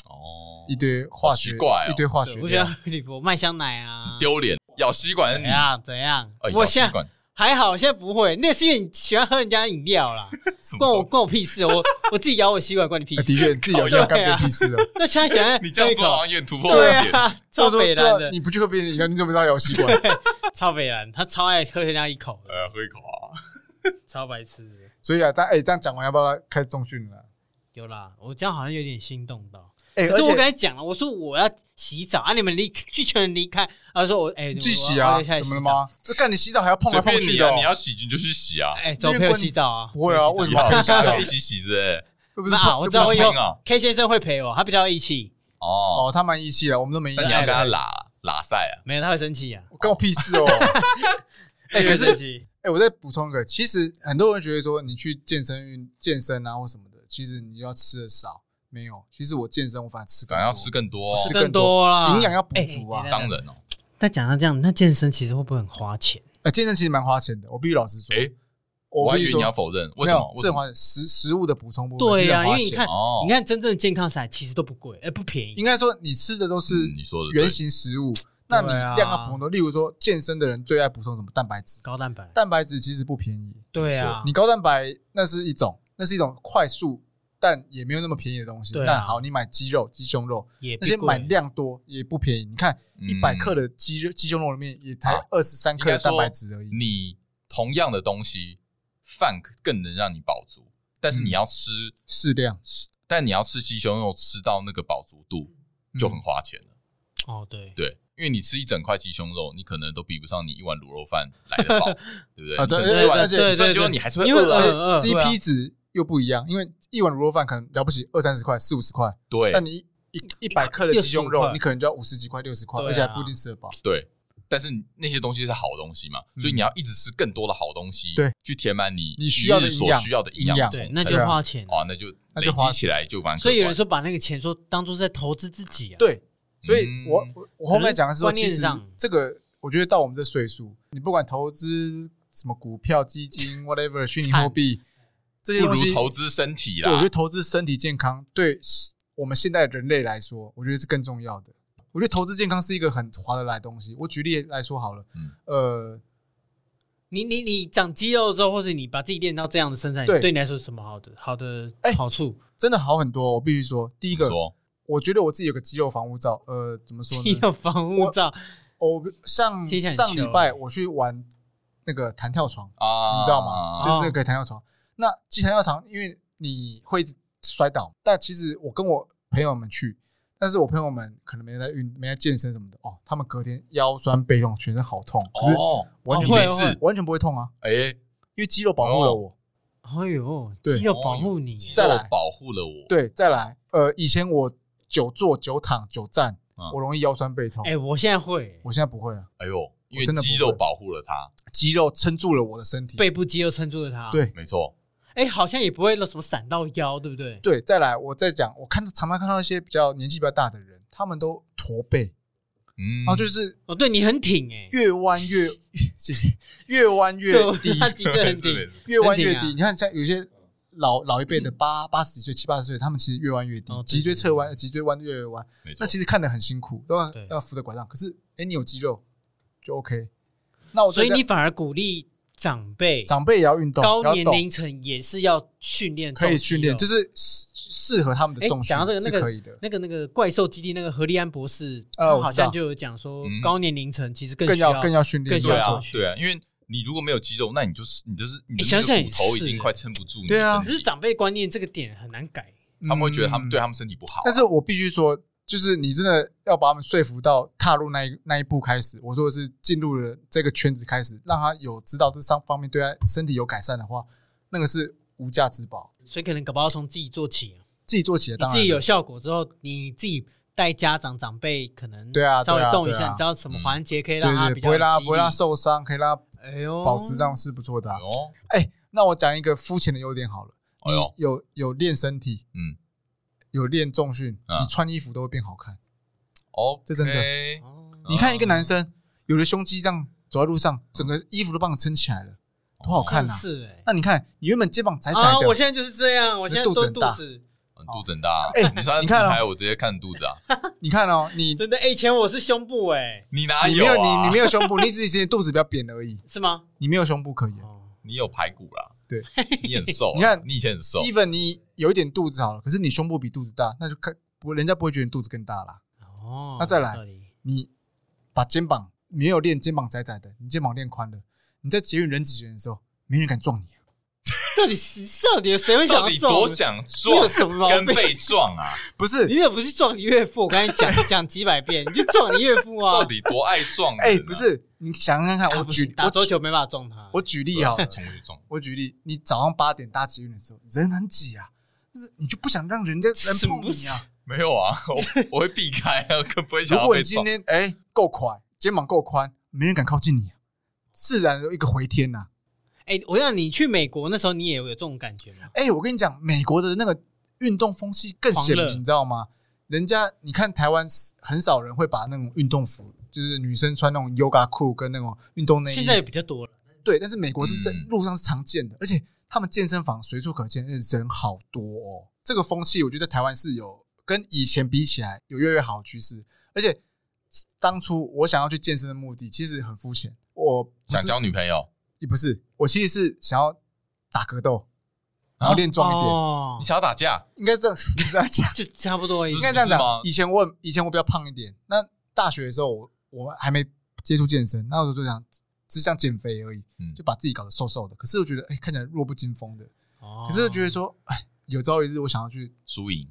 Speaker 3: 哦
Speaker 1: 一堆化学，
Speaker 3: 好奇怪哦
Speaker 1: 一堆化
Speaker 2: 对
Speaker 1: 学
Speaker 2: 我喜欢
Speaker 1: 料，
Speaker 2: 喝铝箔麦香奶啊。
Speaker 3: 丢脸，咬吸管的
Speaker 2: 怎
Speaker 3: 你，
Speaker 2: 样怎样
Speaker 3: 哎？
Speaker 2: 我
Speaker 3: 咬吸
Speaker 2: 现在
Speaker 3: 管，
Speaker 2: 还好，现在不会。那是因为你喜欢喝人家饮料啦，
Speaker 3: (laughs) 什
Speaker 2: 关我
Speaker 3: 么？哎
Speaker 2: 关我
Speaker 3: (laughs)
Speaker 2: 屁事！我我自己咬我吸管，关你屁
Speaker 1: 呃的
Speaker 2: 事。
Speaker 1: 确，你自己有
Speaker 2: 对
Speaker 1: 要
Speaker 2: 啊
Speaker 1: 干别人屁事了。
Speaker 2: 那现在喜欢
Speaker 3: 你这样
Speaker 2: 喝一
Speaker 3: 说好
Speaker 2: 口，
Speaker 3: 像有点突破
Speaker 2: 对
Speaker 3: 我点。
Speaker 2: 啊，
Speaker 1: 我
Speaker 2: (laughs) 超
Speaker 1: 说
Speaker 2: 北
Speaker 1: 对啊
Speaker 2: 蓝，的，
Speaker 1: 你不去喝别人饮料，你怎么知道有习惯？
Speaker 2: 超北蓝，他超爱喝人家一口的，
Speaker 3: 呃，喝一口啊，
Speaker 2: 超白痴的。
Speaker 1: 所以啊，但哎，这样讲完，要不要开始重训了？
Speaker 2: 有啦，我这样好像有点心动到。
Speaker 1: 哎
Speaker 2: 可是我
Speaker 1: 而
Speaker 2: 刚
Speaker 1: 且
Speaker 2: 才讲了，我说我要洗澡啊，你们离拒绝人离开，他说我哎，
Speaker 1: 你去
Speaker 2: 我
Speaker 1: 洗
Speaker 2: 我
Speaker 1: 啊
Speaker 2: 要下来？
Speaker 1: 怎么了
Speaker 2: 洗澡？
Speaker 1: 吗？这看你洗澡还要碰
Speaker 3: 随
Speaker 1: 来碰
Speaker 3: 便
Speaker 1: 去
Speaker 3: 你
Speaker 1: 的
Speaker 3: 啊，
Speaker 1: 哦，
Speaker 3: 你要洗你就去洗啊，
Speaker 2: 哎，走，陪我洗澡啊？
Speaker 1: 不会啊？
Speaker 2: 陪我
Speaker 1: 为
Speaker 2: 洗
Speaker 1: 什
Speaker 2: 澡
Speaker 1: 么要洗澡
Speaker 3: 一？起洗是不是？
Speaker 1: 又不是
Speaker 2: 那
Speaker 1: 碰
Speaker 2: 好我知道
Speaker 1: 又不
Speaker 2: 会
Speaker 1: 是
Speaker 2: 有
Speaker 3: 碰啊，
Speaker 2: K 先生会陪我，他比较义气，
Speaker 3: 哦，
Speaker 1: 哦，他蛮义气的，我们都没义
Speaker 3: 那
Speaker 1: 气
Speaker 3: 你要跟他
Speaker 1: 的，
Speaker 3: 拉拉赛啊，
Speaker 2: 没有他会生气啊。
Speaker 1: 关我屁事哦。哎，
Speaker 2: 他
Speaker 1: 可
Speaker 2: 会
Speaker 1: 是
Speaker 2: 生气
Speaker 1: 哎，我再补充一个，其实很多人觉得说你去健身运健身啊或什么的，其实你要吃的少，没有，其实我健身我反而吃更
Speaker 3: 反正
Speaker 1: 多，
Speaker 3: 要吃更多哦，
Speaker 1: 是
Speaker 2: 更多啦，
Speaker 1: 营养要补足啊
Speaker 2: 哎
Speaker 3: 当。然哦。
Speaker 2: 那讲到这样，那健身其实会不会很花钱？
Speaker 1: 呃，健身其实蛮花钱的，我必须老实说。
Speaker 3: 哎，我
Speaker 1: 我
Speaker 3: 还
Speaker 1: 必
Speaker 3: 以
Speaker 1: 须
Speaker 3: 为你
Speaker 1: 说
Speaker 3: 要，否认，为
Speaker 1: 没
Speaker 3: 什
Speaker 1: 有
Speaker 3: 么？为
Speaker 1: 是
Speaker 3: 什
Speaker 1: 很
Speaker 3: 么？
Speaker 1: 花钱食食物的补充部分，
Speaker 2: 对啊呀，
Speaker 1: 呀、
Speaker 2: 因为你看，
Speaker 3: 哦
Speaker 2: 你看真正的健康餐其实都不贵，哎，不便宜
Speaker 1: 应。该说你吃的都是
Speaker 3: 嗯你说的对
Speaker 1: 原型食物，那你
Speaker 2: 对啊
Speaker 1: 量要补充多。例如说，健身的人最爱补充什么蛋白质？
Speaker 2: 高蛋白，
Speaker 1: 蛋白质其实不便宜，
Speaker 2: 对啊，
Speaker 1: 你高蛋白那是一种，那是一种快速但也没有那么便宜的东西。
Speaker 2: 对啊
Speaker 1: 但好，你买鸡肉、鸡胸肉
Speaker 2: 也不
Speaker 1: 那些
Speaker 2: 贵
Speaker 1: 买量多也不便宜。你看一百克
Speaker 3: 的，
Speaker 1: 的鸡肉鸡胸肉里面也才
Speaker 3: 啊
Speaker 1: 二十三
Speaker 3: 嗯
Speaker 1: 克
Speaker 3: 应
Speaker 1: 的
Speaker 3: 该说
Speaker 1: 蛋白质而已。
Speaker 3: 你同样的东西，饭更能让你饱足，但是
Speaker 1: 嗯
Speaker 3: 你要吃，
Speaker 1: 适量
Speaker 3: 但你要吃鸡胸肉吃到那个饱足度就很
Speaker 1: 嗯
Speaker 3: 花钱了。
Speaker 2: 哦，对，
Speaker 3: 对，因为你吃一整块鸡胸肉，你可能都比不上你一碗卤肉饭来的
Speaker 1: (laughs)
Speaker 3: 饱，对不对？
Speaker 1: 啊对
Speaker 3: 你可能吃完
Speaker 1: 而且
Speaker 2: 对
Speaker 3: 虽
Speaker 2: 对，
Speaker 3: 然结果
Speaker 2: 对
Speaker 3: 你还是会
Speaker 2: 因为
Speaker 3: 饿啊
Speaker 2: 呃
Speaker 1: 而
Speaker 2: 呃
Speaker 1: 且 CP 值又不一样，因为一碗卤肉饭可能了不起二三十块、四五十块，
Speaker 3: 对
Speaker 1: 但你一一一百克的
Speaker 2: 65
Speaker 1: 鸡胸肉，
Speaker 2: 块
Speaker 1: 你可能就要五十几块、六十块，
Speaker 2: 对啊
Speaker 1: 而且还不一定吃得饱。
Speaker 3: 对，但是那些东西是好东西嘛，
Speaker 1: 嗯
Speaker 3: 所以你要一直吃更多的好东西，
Speaker 1: 对，
Speaker 3: 去填满你
Speaker 1: 你需要的
Speaker 3: 一日
Speaker 1: 营
Speaker 3: 所
Speaker 1: 养
Speaker 3: 需要的营
Speaker 1: 营养
Speaker 3: 养，
Speaker 2: 对，
Speaker 3: 成
Speaker 2: 那就
Speaker 1: 对啊
Speaker 2: 花钱。
Speaker 3: 哇，那就
Speaker 1: 那
Speaker 3: 累
Speaker 1: 就花
Speaker 3: 积起来就蛮可观。
Speaker 2: 所以有人说把那个钱说当做是在投资自己啊。，
Speaker 1: 对，所以
Speaker 3: 嗯
Speaker 1: 我我我后面讲的是说，
Speaker 2: 可能
Speaker 1: 其
Speaker 2: 观念
Speaker 1: 实
Speaker 2: 上
Speaker 1: 这个我觉得到我们这岁数，你不管投资什么股票、基金、whatever 虚拟货币这些
Speaker 3: 不
Speaker 1: 东
Speaker 3: 如
Speaker 1: 西，
Speaker 3: 投资身体
Speaker 1: 对，我觉得
Speaker 3: 啦，
Speaker 1: 投资身体健康对我们现代人类来说，我觉得是更重要的。我觉得投资健康是一个很划得来的东西。我举例来说好了，
Speaker 3: 嗯
Speaker 1: 呃，
Speaker 2: 你你你长肌肉之后，或者你把自己练到这样的身材，
Speaker 1: 对
Speaker 2: 对你来说有什么好的好的
Speaker 1: 哎
Speaker 2: 好处？
Speaker 1: 真的好很多哦、我必须说，第一
Speaker 3: 一
Speaker 1: 个，
Speaker 3: 说
Speaker 1: 我觉得我自己有个肌肉防护罩，呃，怎么说
Speaker 2: 肌
Speaker 1: 呢？
Speaker 2: 肉防护罩，
Speaker 1: 我上
Speaker 2: 听起来很
Speaker 1: 上礼
Speaker 2: 糗
Speaker 1: 拜我去玩那个弹跳床，
Speaker 3: 啊，
Speaker 1: 你知道吗？
Speaker 2: 啊
Speaker 1: 就是那个弹跳床。那其实弹跳床，因为你会一直摔倒，但其实我跟我朋友们去，但是我朋友们可能没在运、没在健身什么的哦，他们隔天腰酸背痛，全身好痛，可是
Speaker 3: 哦，
Speaker 1: 完全
Speaker 2: 哦会
Speaker 1: 没
Speaker 2: 哦
Speaker 1: 事，完全不会痛啊，
Speaker 3: 哎，
Speaker 1: 因为肌肉保护了我。
Speaker 2: 哎呦，
Speaker 1: 对哦
Speaker 2: 肌肉保护你，
Speaker 3: 肌
Speaker 1: 再
Speaker 3: 肉
Speaker 1: 来
Speaker 3: 保护了我，
Speaker 1: 对，再来，呃，以前我久坐、久躺、久站
Speaker 3: 嗯，
Speaker 1: 我容易腰酸背痛，
Speaker 2: 哎，我现在会
Speaker 1: 我现在不会了，
Speaker 3: 哎呦，因为
Speaker 1: 真的不
Speaker 3: 肌肉
Speaker 1: 会
Speaker 3: 保护了它，
Speaker 1: 肌肉撑住了我的身体。
Speaker 2: 背部肌肉撑住了它。，
Speaker 1: 对，
Speaker 3: 没错，
Speaker 2: 哎，好像也不会什么闪到腰，对不对？
Speaker 1: 对，再来我再讲，我看常常看到一些比较年纪比较大的人，他们都驼背，
Speaker 3: 嗯
Speaker 1: 然后就是
Speaker 2: 哦，对你很挺哎，
Speaker 1: 越弯越， (laughs) 谢谢，越弯越
Speaker 2: (laughs) 对我
Speaker 1: 低，
Speaker 2: 他脊
Speaker 1: (laughs)
Speaker 2: 椎很
Speaker 3: (laughs) 是
Speaker 2: 挺
Speaker 3: 是。是
Speaker 1: 越弯越
Speaker 2: 很挺
Speaker 1: 低。
Speaker 2: 啊嗯
Speaker 1: 你看，像有些老老一辈的八八十几岁、七八十岁，他们其实越弯越低
Speaker 2: 哦，对
Speaker 1: 脊椎
Speaker 2: 对
Speaker 1: 侧弯、脊椎弯越弯。
Speaker 3: 没错
Speaker 1: 那，其实看得很辛苦，要
Speaker 2: 对
Speaker 1: 要扶着拐杖。可是，哎，你有肌肉就 OK。那我
Speaker 2: 所以
Speaker 1: 再
Speaker 2: 你反而鼓励长辈、
Speaker 1: 哦长辈也要运动，
Speaker 2: 高
Speaker 1: 也
Speaker 2: 年
Speaker 1: 要动
Speaker 2: 龄层也是要训练重肌肉，
Speaker 1: 可以训练，就是适适合他们的
Speaker 2: 诶
Speaker 1: 重训
Speaker 2: 讲到这个那
Speaker 1: 是
Speaker 2: 个
Speaker 1: 可以的，
Speaker 2: 那个那个怪兽基地那个何利安博士，
Speaker 1: 呃
Speaker 2: 他
Speaker 1: 我
Speaker 2: 好
Speaker 1: 知道
Speaker 2: 像就有讲说
Speaker 3: 嗯，
Speaker 2: 高年龄层其实更
Speaker 1: 更
Speaker 2: 需
Speaker 1: 要更要训练
Speaker 2: 更需
Speaker 3: 对
Speaker 2: 要
Speaker 3: 啊
Speaker 2: 手，续
Speaker 3: 对啊，因为你如果没有肌肉，那你就是你就是你
Speaker 2: 欸
Speaker 3: 的
Speaker 2: 想
Speaker 3: 那
Speaker 2: 想
Speaker 3: 个
Speaker 2: 也
Speaker 3: 骨头已
Speaker 2: 是
Speaker 3: 经
Speaker 2: 欸
Speaker 3: 快撑不住你的身体。
Speaker 1: 对啊
Speaker 2: 可是长辈观念这个点很难改。
Speaker 3: 他们会觉得他们
Speaker 1: 嗯
Speaker 3: 对他们身体不好啊。
Speaker 1: 但是我必须说，就是你真的要把他们说服到踏入那一那一步开始，我说的是进入了这个圈子开始，让他有知道这三方面对他身体有改善的话，那个是无价之宝。
Speaker 2: 所以可能搞不好从自己做起，啊
Speaker 1: 自己做起来
Speaker 2: 你
Speaker 1: 当然
Speaker 2: 自己有效果之后，你自己带家长长辈可能
Speaker 1: 对啊对
Speaker 2: 稍
Speaker 1: 啊
Speaker 2: 微动一
Speaker 1: 对
Speaker 2: 下，
Speaker 1: 啊
Speaker 2: 你知道什么环节可以
Speaker 1: 对
Speaker 2: 让他
Speaker 1: 对
Speaker 2: 比较
Speaker 1: 对，不会让他
Speaker 2: 有
Speaker 1: 不会让他
Speaker 2: 肌
Speaker 1: 受伤，可以让
Speaker 2: 力哎呦
Speaker 1: 他保持这样是不错的、啊
Speaker 3: 哎。呦，
Speaker 1: 哎，那我讲一个肤浅的优点好了，
Speaker 3: 哎呦
Speaker 1: 你有有练身体，
Speaker 3: 嗯，
Speaker 1: 有练重训，
Speaker 3: 啊
Speaker 1: 你穿衣服都会变好看。
Speaker 3: 哦，
Speaker 1: 这真的
Speaker 2: 哦
Speaker 1: 你看一个男生，有的胸肌这样走在路上，整个衣服都帮你撑起来了，多好看
Speaker 2: 像
Speaker 1: 啊！
Speaker 2: 是哎
Speaker 1: 那你看，你原本肩膀窄窄
Speaker 2: 啊！我
Speaker 1: 的，
Speaker 2: 现在就是这样，我现在
Speaker 1: 肚子
Speaker 2: 都
Speaker 1: 很
Speaker 2: 肚
Speaker 1: 大
Speaker 2: 子
Speaker 3: 嗯肚子很大啊。
Speaker 1: 哎
Speaker 3: 你上
Speaker 1: 你
Speaker 3: 次
Speaker 1: 看啊
Speaker 3: 拍我直接看肚子
Speaker 1: (laughs)
Speaker 3: 啊，
Speaker 1: 你看哦，你
Speaker 2: 真的，哎以前我是胸部哎，
Speaker 3: 你哪
Speaker 1: 你没有
Speaker 3: 啊？
Speaker 1: 你你没有胸部，你只是肚子比较扁而已，
Speaker 2: 是吗？
Speaker 1: 你没有胸部可言。
Speaker 2: 哦，
Speaker 3: 你有排骨啦，
Speaker 1: 对，
Speaker 3: 你很瘦啊，
Speaker 1: 你看
Speaker 3: 你以前很瘦，
Speaker 1: even 你有一点肚子好了，可是你胸部比肚子大，那就看不人家不会觉得你肚子更大啦。
Speaker 2: 哦
Speaker 1: 那再来
Speaker 2: 这里
Speaker 1: 你把肩膀没有练肩膀窄窄的，你肩膀练宽了，你在捷运人挤人的时候，没人敢撞你啊、
Speaker 2: 到底是到底谁会想
Speaker 3: 到
Speaker 2: 要
Speaker 3: 底
Speaker 2: 撞
Speaker 3: 多
Speaker 2: 呢
Speaker 3: 想
Speaker 2: 你
Speaker 3: 撞
Speaker 2: 有，什么毛
Speaker 3: 跟
Speaker 2: 病？
Speaker 3: 被撞
Speaker 2: (laughs)
Speaker 3: 啊，
Speaker 1: 不是
Speaker 2: 你，怎么不去撞你岳父？我刚
Speaker 3: (laughs)
Speaker 2: 才讲讲几百遍，你去撞你岳父啊！
Speaker 3: 到底多爱撞人啊？
Speaker 1: 哎、不是，你想想看，
Speaker 2: 啊
Speaker 1: 我
Speaker 2: 不行
Speaker 1: 举
Speaker 2: 打
Speaker 1: 我
Speaker 2: 桌
Speaker 1: 举
Speaker 2: 球没办法撞他，
Speaker 1: 我举例
Speaker 3: 对啊，
Speaker 1: 好了，
Speaker 3: 冲过去撞，
Speaker 1: 我举例，你早上八点搭捷运的时候，人很挤啊，就是你就不想让人家人
Speaker 2: 什么 (laughs)
Speaker 1: 碰你啊。
Speaker 3: 没有啊，我我 (laughs) 会避开啊，更不会想
Speaker 1: 如
Speaker 3: 要
Speaker 1: 果
Speaker 3: 被
Speaker 1: 你今
Speaker 3: 撞。
Speaker 1: 天哎够快，肩膀够宽，没人敢靠近你、啊，自然有一个回天呐、
Speaker 2: 哎、我让你去美国那时候，你也有这种感觉吗？
Speaker 1: 哎、我跟你讲，美国的那个运动风气更
Speaker 2: 狂
Speaker 1: 显
Speaker 2: 热
Speaker 1: 明，你知道吗？人家你看台湾很少人会把那种运动服，就是女生穿那种 yoga 裤跟那种运动内衣，
Speaker 2: 现在也比较多了，
Speaker 1: 对，但是美国是在
Speaker 3: 嗯
Speaker 1: 路上是常见的，而且他们健身房随处可见，而且人好多哦。这个风气，我觉得在台湾是有跟以前比起来有越来越好的趋势，而且当初我想要去健身的目的其实很肤浅，我不
Speaker 3: 想
Speaker 1: 是
Speaker 3: 交女朋友，
Speaker 1: 也不是，我其实是想要打格斗，
Speaker 3: 啊
Speaker 1: 然后练壮一点，
Speaker 2: 哦
Speaker 3: 你，想要打架，
Speaker 1: 应该这样这样讲。
Speaker 2: 就差不多而已
Speaker 1: 应。该这样讲
Speaker 3: 是吗。
Speaker 1: 以前我以前我比较胖一点，那大学的时候我我还没接触健身，那我就想只想减肥而已
Speaker 3: 嗯，
Speaker 1: 就把自己搞得瘦瘦的。可是我觉得哎、看起来弱不禁风的，
Speaker 2: 可
Speaker 3: 哦
Speaker 1: 可是又觉得说哎，有朝一日我想要去
Speaker 3: 输赢。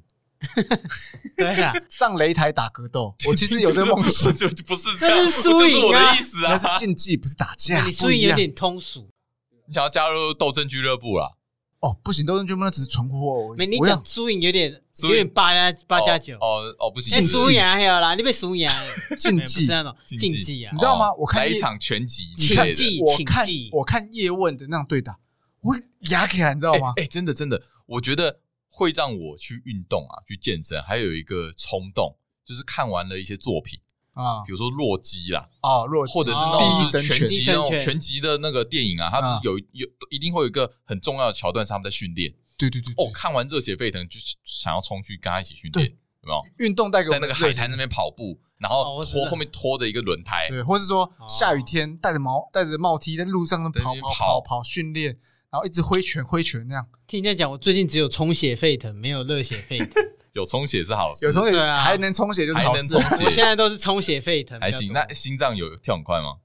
Speaker 2: 对啊，
Speaker 1: 上擂台打格
Speaker 3: (laughs)
Speaker 1: 斗，我其实有这个梦想，
Speaker 3: 就 (laughs) 就不是
Speaker 2: 这
Speaker 3: 样，
Speaker 2: 是输赢啊
Speaker 3: 这是我的意思
Speaker 1: 那
Speaker 3: 啊。
Speaker 1: 是竞技不是打架，
Speaker 2: 你输
Speaker 1: 不一
Speaker 2: 赢有
Speaker 1: 样
Speaker 2: 点通俗。
Speaker 3: (laughs) 你想要加入斗争俱乐部啊啦？
Speaker 1: 哦，不行，都是全部那只是存货而已。
Speaker 2: 没，你
Speaker 1: 我要
Speaker 2: 讲输赢有点
Speaker 3: 输
Speaker 2: 有
Speaker 3: 赢
Speaker 2: 点八加八加九，
Speaker 3: 哦哦，不行，
Speaker 2: 哎，
Speaker 1: 竞技
Speaker 2: 输赢还有啦，你被输赢啊
Speaker 1: (laughs)
Speaker 2: 哎
Speaker 1: 竞
Speaker 2: 不
Speaker 1: 技
Speaker 2: 是，那种
Speaker 3: 竞技
Speaker 2: 竞技啊
Speaker 1: 你知，道吗
Speaker 3: 哦
Speaker 1: 我看
Speaker 3: 来
Speaker 1: 一
Speaker 3: 一场拳击
Speaker 1: 你
Speaker 3: 之
Speaker 1: 看
Speaker 3: 类
Speaker 2: 竞技
Speaker 3: 的。
Speaker 1: 我看
Speaker 2: 请记
Speaker 1: 我看叶问的那样对打，我会牙起来，你知道吗？
Speaker 3: 哎，真的真的，我觉得会让我去运动啊，去健身，还有一个冲动，就是看完了一些作品，
Speaker 1: 啊
Speaker 3: 比如说洛基啦，
Speaker 1: 哦，弱
Speaker 3: 哎或者是
Speaker 2: 哦
Speaker 3: 那
Speaker 1: 第
Speaker 3: 种
Speaker 1: 一神
Speaker 3: 拳
Speaker 1: 拳
Speaker 3: 击那
Speaker 2: 第一
Speaker 3: 种
Speaker 2: 神拳
Speaker 3: 拳击的那个电影啊，它
Speaker 1: 啊
Speaker 3: 不是有有一定会有一个很重要的桥段是他们在训练。
Speaker 1: 对对对，对
Speaker 3: 哦，看完热血沸腾，就想要冲去跟他一起训
Speaker 1: 对
Speaker 3: 练，有没有？
Speaker 1: 运动带给我
Speaker 3: 在
Speaker 1: 们
Speaker 3: 那
Speaker 1: 的
Speaker 3: 个海
Speaker 1: 热情
Speaker 3: 滩那边跑步，然
Speaker 2: 哦
Speaker 3: 后
Speaker 2: 我知
Speaker 3: 拖
Speaker 2: 道
Speaker 3: 后面拖着一个轮胎，
Speaker 1: 对，或是说
Speaker 2: 哦
Speaker 1: 下雨天戴着毛戴着帽 T 在路上
Speaker 3: 在那
Speaker 1: 跑
Speaker 3: 边
Speaker 1: 跑
Speaker 3: 跑
Speaker 1: 跑跑训练，然后一直挥拳挥拳那样，
Speaker 2: 听人家讲，我最近只有充血沸腾，没有热血沸
Speaker 1: (laughs)
Speaker 2: 腾，
Speaker 3: 有充血是好事，
Speaker 1: 有时候也
Speaker 2: 对啊
Speaker 1: 还能充血就是
Speaker 3: 还
Speaker 1: 好
Speaker 3: 能
Speaker 1: 事
Speaker 3: 充。
Speaker 2: 我现
Speaker 3: 血，
Speaker 2: 在都是充血沸腾，
Speaker 3: 还
Speaker 2: 比
Speaker 3: 行。
Speaker 2: 较多
Speaker 3: 那心脏有跳很快吗？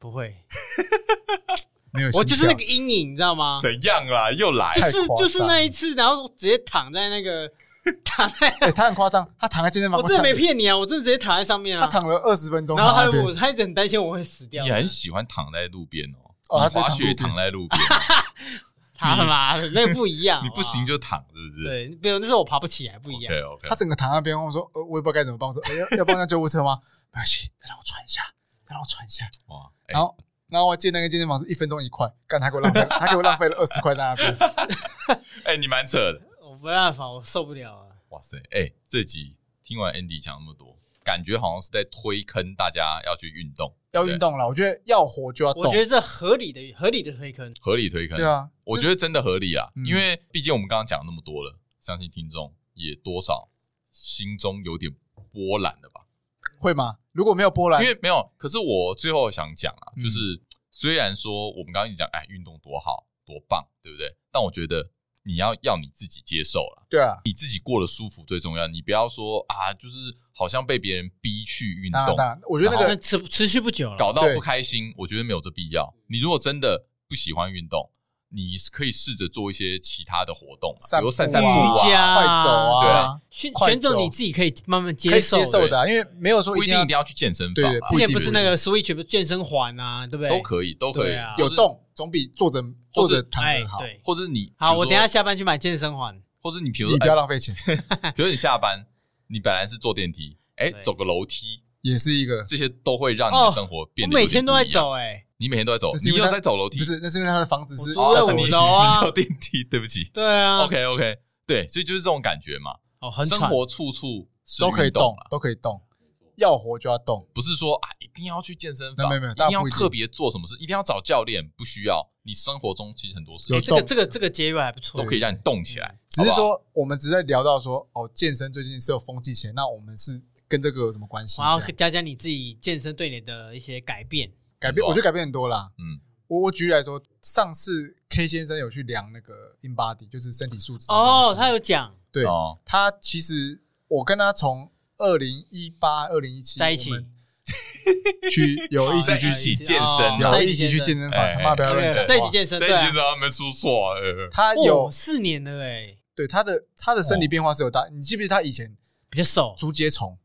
Speaker 2: 不会，
Speaker 1: 没有心跳，
Speaker 2: 我就是那个阴影，你知道吗？
Speaker 3: 怎样啦？又来
Speaker 2: 就
Speaker 1: 太
Speaker 2: 是
Speaker 1: 夸张
Speaker 2: 就是那一次，然后直接躺在那个躺在，
Speaker 1: 哎，他很夸张，他躺在健身房，
Speaker 2: 我真的没
Speaker 1: 躺
Speaker 2: 骗你啊，我真的直接躺在上面
Speaker 1: 他
Speaker 2: 啊。
Speaker 1: 躺了二十分钟，
Speaker 2: 然后还
Speaker 1: 躺在
Speaker 2: 有
Speaker 1: 那边
Speaker 2: 我，他一直很担心我会死掉。
Speaker 3: 你很喜欢躺在路边哦，你
Speaker 1: 哦他直接
Speaker 3: 滑
Speaker 1: 躺
Speaker 3: 雪
Speaker 1: 路边
Speaker 3: 躺在路
Speaker 1: (laughs)
Speaker 3: 边，
Speaker 2: 他妈的，那个不一样。
Speaker 3: 你不行就
Speaker 2: 就
Speaker 3: 躺，是不是？
Speaker 2: 对，没有，那时候我爬不起来，不一样。
Speaker 3: ，OK OK
Speaker 1: 他。整个躺在那边，我说呃，我也不知道该怎么办，我说呃要要帮一下救护车吗？没关系，再让我喘一下，再让我喘一下。
Speaker 3: 哇，哎
Speaker 1: 然后然后我借那个健身房是一分钟一块，干他给我浪费，他给我浪费了二十块在
Speaker 2: (laughs)
Speaker 1: 那边。
Speaker 3: 哎、你蛮扯的，
Speaker 2: 我没办法，我受不了啊。
Speaker 3: 哇塞！哎、这集听完 Andy 讲那么多，感觉好像是在推坑大家要去运动，
Speaker 1: 要运动了，我觉得要活就要动
Speaker 2: 我觉。得这合理的合理的推坑，
Speaker 3: 合理推坑。
Speaker 1: 对，啊，
Speaker 3: 我觉得真的合理啊，
Speaker 1: 嗯
Speaker 3: 因为毕竟我们刚刚讲了那么多了，相信听众也多少心中有点波澜了吧？
Speaker 1: 会吗？如果没有波兰，
Speaker 3: 因为没有，可是我最后想讲啊，
Speaker 1: 嗯
Speaker 3: 就是虽然说我们刚刚一直讲，哎，运动多好多棒，对不对？但我觉得你要要你自己接受了。
Speaker 1: 对啊，
Speaker 3: 你自己过得舒服最重要，你不要说啊，就是好像被别人逼去运
Speaker 1: 当然
Speaker 3: 动，
Speaker 1: 当然，我觉得那
Speaker 2: 那
Speaker 1: 个
Speaker 2: 持持续不久了。
Speaker 3: 搞到
Speaker 1: 对
Speaker 3: 不开心，我觉得没有这必要。你如果真的不喜欢运动，你可以试着做一些其他的活动嘛，
Speaker 1: 散
Speaker 3: 比
Speaker 1: 步
Speaker 3: 如
Speaker 1: 啊、
Speaker 3: 散散步
Speaker 2: 啊瑜伽
Speaker 1: 快走
Speaker 3: 对
Speaker 1: 啊
Speaker 3: 啊，
Speaker 2: 选
Speaker 1: 快
Speaker 2: 选种
Speaker 1: 走
Speaker 2: 你自己可以慢慢
Speaker 1: 可
Speaker 2: 接
Speaker 1: 以
Speaker 2: 受
Speaker 1: 接
Speaker 2: 的。
Speaker 1: 受的啊，因为没有说
Speaker 3: 不一
Speaker 1: 定
Speaker 3: 定
Speaker 1: 要
Speaker 3: 一定要去健身房
Speaker 1: 对
Speaker 3: 嘛
Speaker 1: 不
Speaker 2: 之
Speaker 1: 一
Speaker 2: 前
Speaker 1: 定
Speaker 2: 不是那个 Switch 不健身环啊，对不对？
Speaker 3: 都可以，都可以
Speaker 2: 对啊，
Speaker 1: 有
Speaker 3: 或是，
Speaker 1: 动，总比坐着坐着躺
Speaker 2: 哎
Speaker 1: 着，好。
Speaker 2: 对。
Speaker 3: 或者你
Speaker 2: 好，
Speaker 3: 比如
Speaker 2: 我
Speaker 3: 说
Speaker 2: 等一下，下班去买健身环。
Speaker 3: 或者你比如
Speaker 1: 你
Speaker 3: 说，
Speaker 1: 不要浪费钱，
Speaker 3: 哎比如你下班，你本来是坐电梯，哎，
Speaker 2: 对
Speaker 3: 走个楼梯，
Speaker 1: (laughs) 也是一个，
Speaker 3: 这些都会让你的
Speaker 2: 哦
Speaker 3: 生活
Speaker 2: 我
Speaker 3: 变得
Speaker 2: 每
Speaker 3: 有点
Speaker 2: 天都在
Speaker 3: 不一样，
Speaker 2: 走，哎，
Speaker 3: 你每天都在走，
Speaker 1: 那是
Speaker 3: 你
Speaker 1: 因为
Speaker 3: 又
Speaker 1: 他
Speaker 3: 在走楼梯，
Speaker 1: 不是，那是因为他的房子是
Speaker 2: 我住在
Speaker 3: 哦你
Speaker 2: 五楼啊
Speaker 3: 你有电梯，对不起。
Speaker 2: 对啊
Speaker 3: OK OK，对，所以就是这种感觉嘛，
Speaker 2: 哦，很
Speaker 3: 生
Speaker 2: 惨。
Speaker 3: 活处处是
Speaker 1: 都可以
Speaker 3: 运动啊
Speaker 1: 动啊
Speaker 3: 啦，
Speaker 1: 都可以动，要活就要动。
Speaker 3: 不是说啊一定要去健身房，
Speaker 1: 没有没有
Speaker 3: 一定
Speaker 1: 大家
Speaker 3: 要
Speaker 1: 不一定
Speaker 3: 特别做什么事，一定要找教练，不需要。你生活中其实很多事
Speaker 1: 有
Speaker 2: 哎
Speaker 3: 情
Speaker 2: 这个
Speaker 1: 动
Speaker 2: 这个这个结尾还不错，
Speaker 3: 都可以让你动起来，
Speaker 1: 嗯只是
Speaker 3: 好不好
Speaker 1: 说我们只是在聊到说，哦，健身最近是有风气起来，那我们是跟这个有什么关系？
Speaker 2: 然后
Speaker 1: 这样
Speaker 2: 加加你自己健身对你的一些改变。
Speaker 1: 改
Speaker 3: 没
Speaker 1: 变，
Speaker 3: 错
Speaker 1: 我觉得改变很多啦。
Speaker 3: 嗯，
Speaker 1: 我我举例来说，上次 K 先生有去量那个 in body，就是身体素质的东
Speaker 2: 哦，
Speaker 1: 西
Speaker 2: 他有讲
Speaker 1: 对
Speaker 3: 哦，
Speaker 1: 他其实我跟他从二零一八、二零一七
Speaker 2: 在一起，
Speaker 1: 去有哦一
Speaker 3: (laughs) 在
Speaker 1: 起
Speaker 3: 一
Speaker 1: 去
Speaker 3: 起健身
Speaker 2: 哦
Speaker 3: 然后
Speaker 1: 有
Speaker 2: 在
Speaker 1: 一起去健
Speaker 2: 身，
Speaker 1: 身房，
Speaker 3: 哎
Speaker 1: 他妈不要乱讲
Speaker 2: 对在
Speaker 1: 话
Speaker 2: 一起健身，对
Speaker 3: 但
Speaker 2: 啊
Speaker 3: 其实，他没出错，呃
Speaker 1: 他
Speaker 2: 哦
Speaker 1: 有
Speaker 2: 四年了哎，
Speaker 1: 对他的他的身体变化是有
Speaker 3: 哦
Speaker 1: 大，你记不记得他以前
Speaker 2: 比较瘦，
Speaker 1: 竹节虫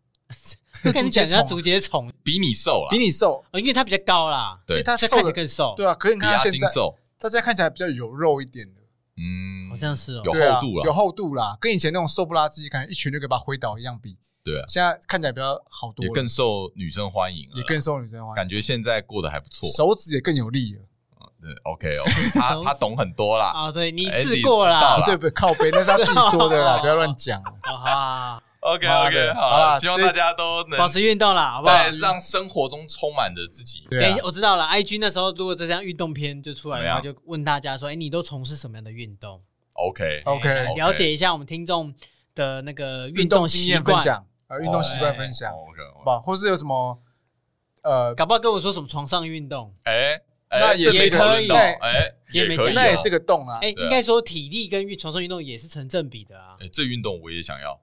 Speaker 2: 跟你讲人家竹节虫，
Speaker 3: 比你瘦了
Speaker 1: 比，你瘦，
Speaker 2: 哦因为他比较高啦，
Speaker 1: 因
Speaker 3: 对
Speaker 1: 为他
Speaker 2: 所以
Speaker 1: 瘦
Speaker 2: 看起来
Speaker 1: 的
Speaker 2: 更瘦，
Speaker 1: 对啊，可是你
Speaker 3: 比
Speaker 1: 看他
Speaker 3: 阿
Speaker 1: 现
Speaker 3: 金
Speaker 1: 在，
Speaker 3: 瘦，
Speaker 1: 他现在看起来比较有肉一点的，
Speaker 3: 嗯，
Speaker 2: 好像是哦
Speaker 3: 有。
Speaker 1: 对啊
Speaker 3: 厚度啦
Speaker 1: 有厚度啦，跟以前那种瘦不拉几，感觉一拳就可以把他挥倒一样比，
Speaker 3: 对啊，
Speaker 1: 现在看起来比较好多
Speaker 3: 也
Speaker 1: 了，
Speaker 3: 更受女生欢迎了啦，
Speaker 1: 也更受女生欢
Speaker 3: 感觉现在过得还不错
Speaker 1: 迎，。手指也更有力了。
Speaker 3: 嗯，OK
Speaker 1: (laughs)
Speaker 3: 哦，
Speaker 2: (laughs)
Speaker 3: 他他懂很多啦，
Speaker 2: 啊，对你
Speaker 3: 哎
Speaker 2: 试
Speaker 3: 你
Speaker 2: 过
Speaker 3: 知道
Speaker 1: 啊
Speaker 3: 好
Speaker 2: (laughs) 啦
Speaker 3: 啦，
Speaker 1: 对不对？靠背那是他自己说的
Speaker 3: (laughs)
Speaker 1: 啦，不要乱讲。
Speaker 2: 啊，
Speaker 3: OK
Speaker 1: 妈
Speaker 3: OK，
Speaker 1: 的
Speaker 3: 好
Speaker 1: 好
Speaker 3: 了，
Speaker 1: 啦
Speaker 3: 希望
Speaker 1: 这
Speaker 3: 大家都能
Speaker 2: 保持运动啦，好不好？
Speaker 3: 在让生活中充满着自己。
Speaker 1: 对
Speaker 2: 等
Speaker 1: 啊
Speaker 2: 一下，，我知道了。IG 那时候如果这张运动片就出来的话，
Speaker 3: 怎
Speaker 2: 就问大家说：“哎，你都从事什么样的运动
Speaker 3: OK，
Speaker 1: OK
Speaker 2: 哎了解一下我们听众的那个
Speaker 1: 运
Speaker 2: 动
Speaker 1: 经
Speaker 2: 习
Speaker 1: 验分
Speaker 2: 惯，
Speaker 1: 享，哦呃，运动习惯分享，
Speaker 3: OK，
Speaker 1: 好吧？或是有什么呃，
Speaker 2: 搞不好跟我说什么床上运动，
Speaker 3: 哎
Speaker 1: 那
Speaker 3: 哎，
Speaker 1: 也
Speaker 3: 这
Speaker 1: 是
Speaker 3: 没
Speaker 1: 一个
Speaker 3: 讨论到，
Speaker 1: 那
Speaker 3: 哎，
Speaker 2: 今天没
Speaker 3: 可以哦，
Speaker 2: 讲
Speaker 1: 那也是个洞啊。
Speaker 2: 哎，应该说体力跟运床上运动也是成正比
Speaker 3: (laughs)
Speaker 2: 的啊，
Speaker 3: 哎，这运动我也想要，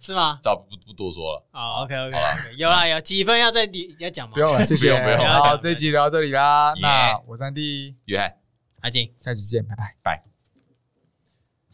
Speaker 2: 是吗？
Speaker 3: 咋不不多说了？
Speaker 2: 哦 o k OK，有啦有几分要再你要讲吗
Speaker 1: 不？用了，谢 (laughs) 谢。
Speaker 3: 啊不用不用
Speaker 1: 好，这一集聊到这里啦。
Speaker 3: Yeah
Speaker 1: 那我三弟，
Speaker 3: 约翰。
Speaker 2: 阿金。
Speaker 1: 下期见，拜拜。
Speaker 3: 拜。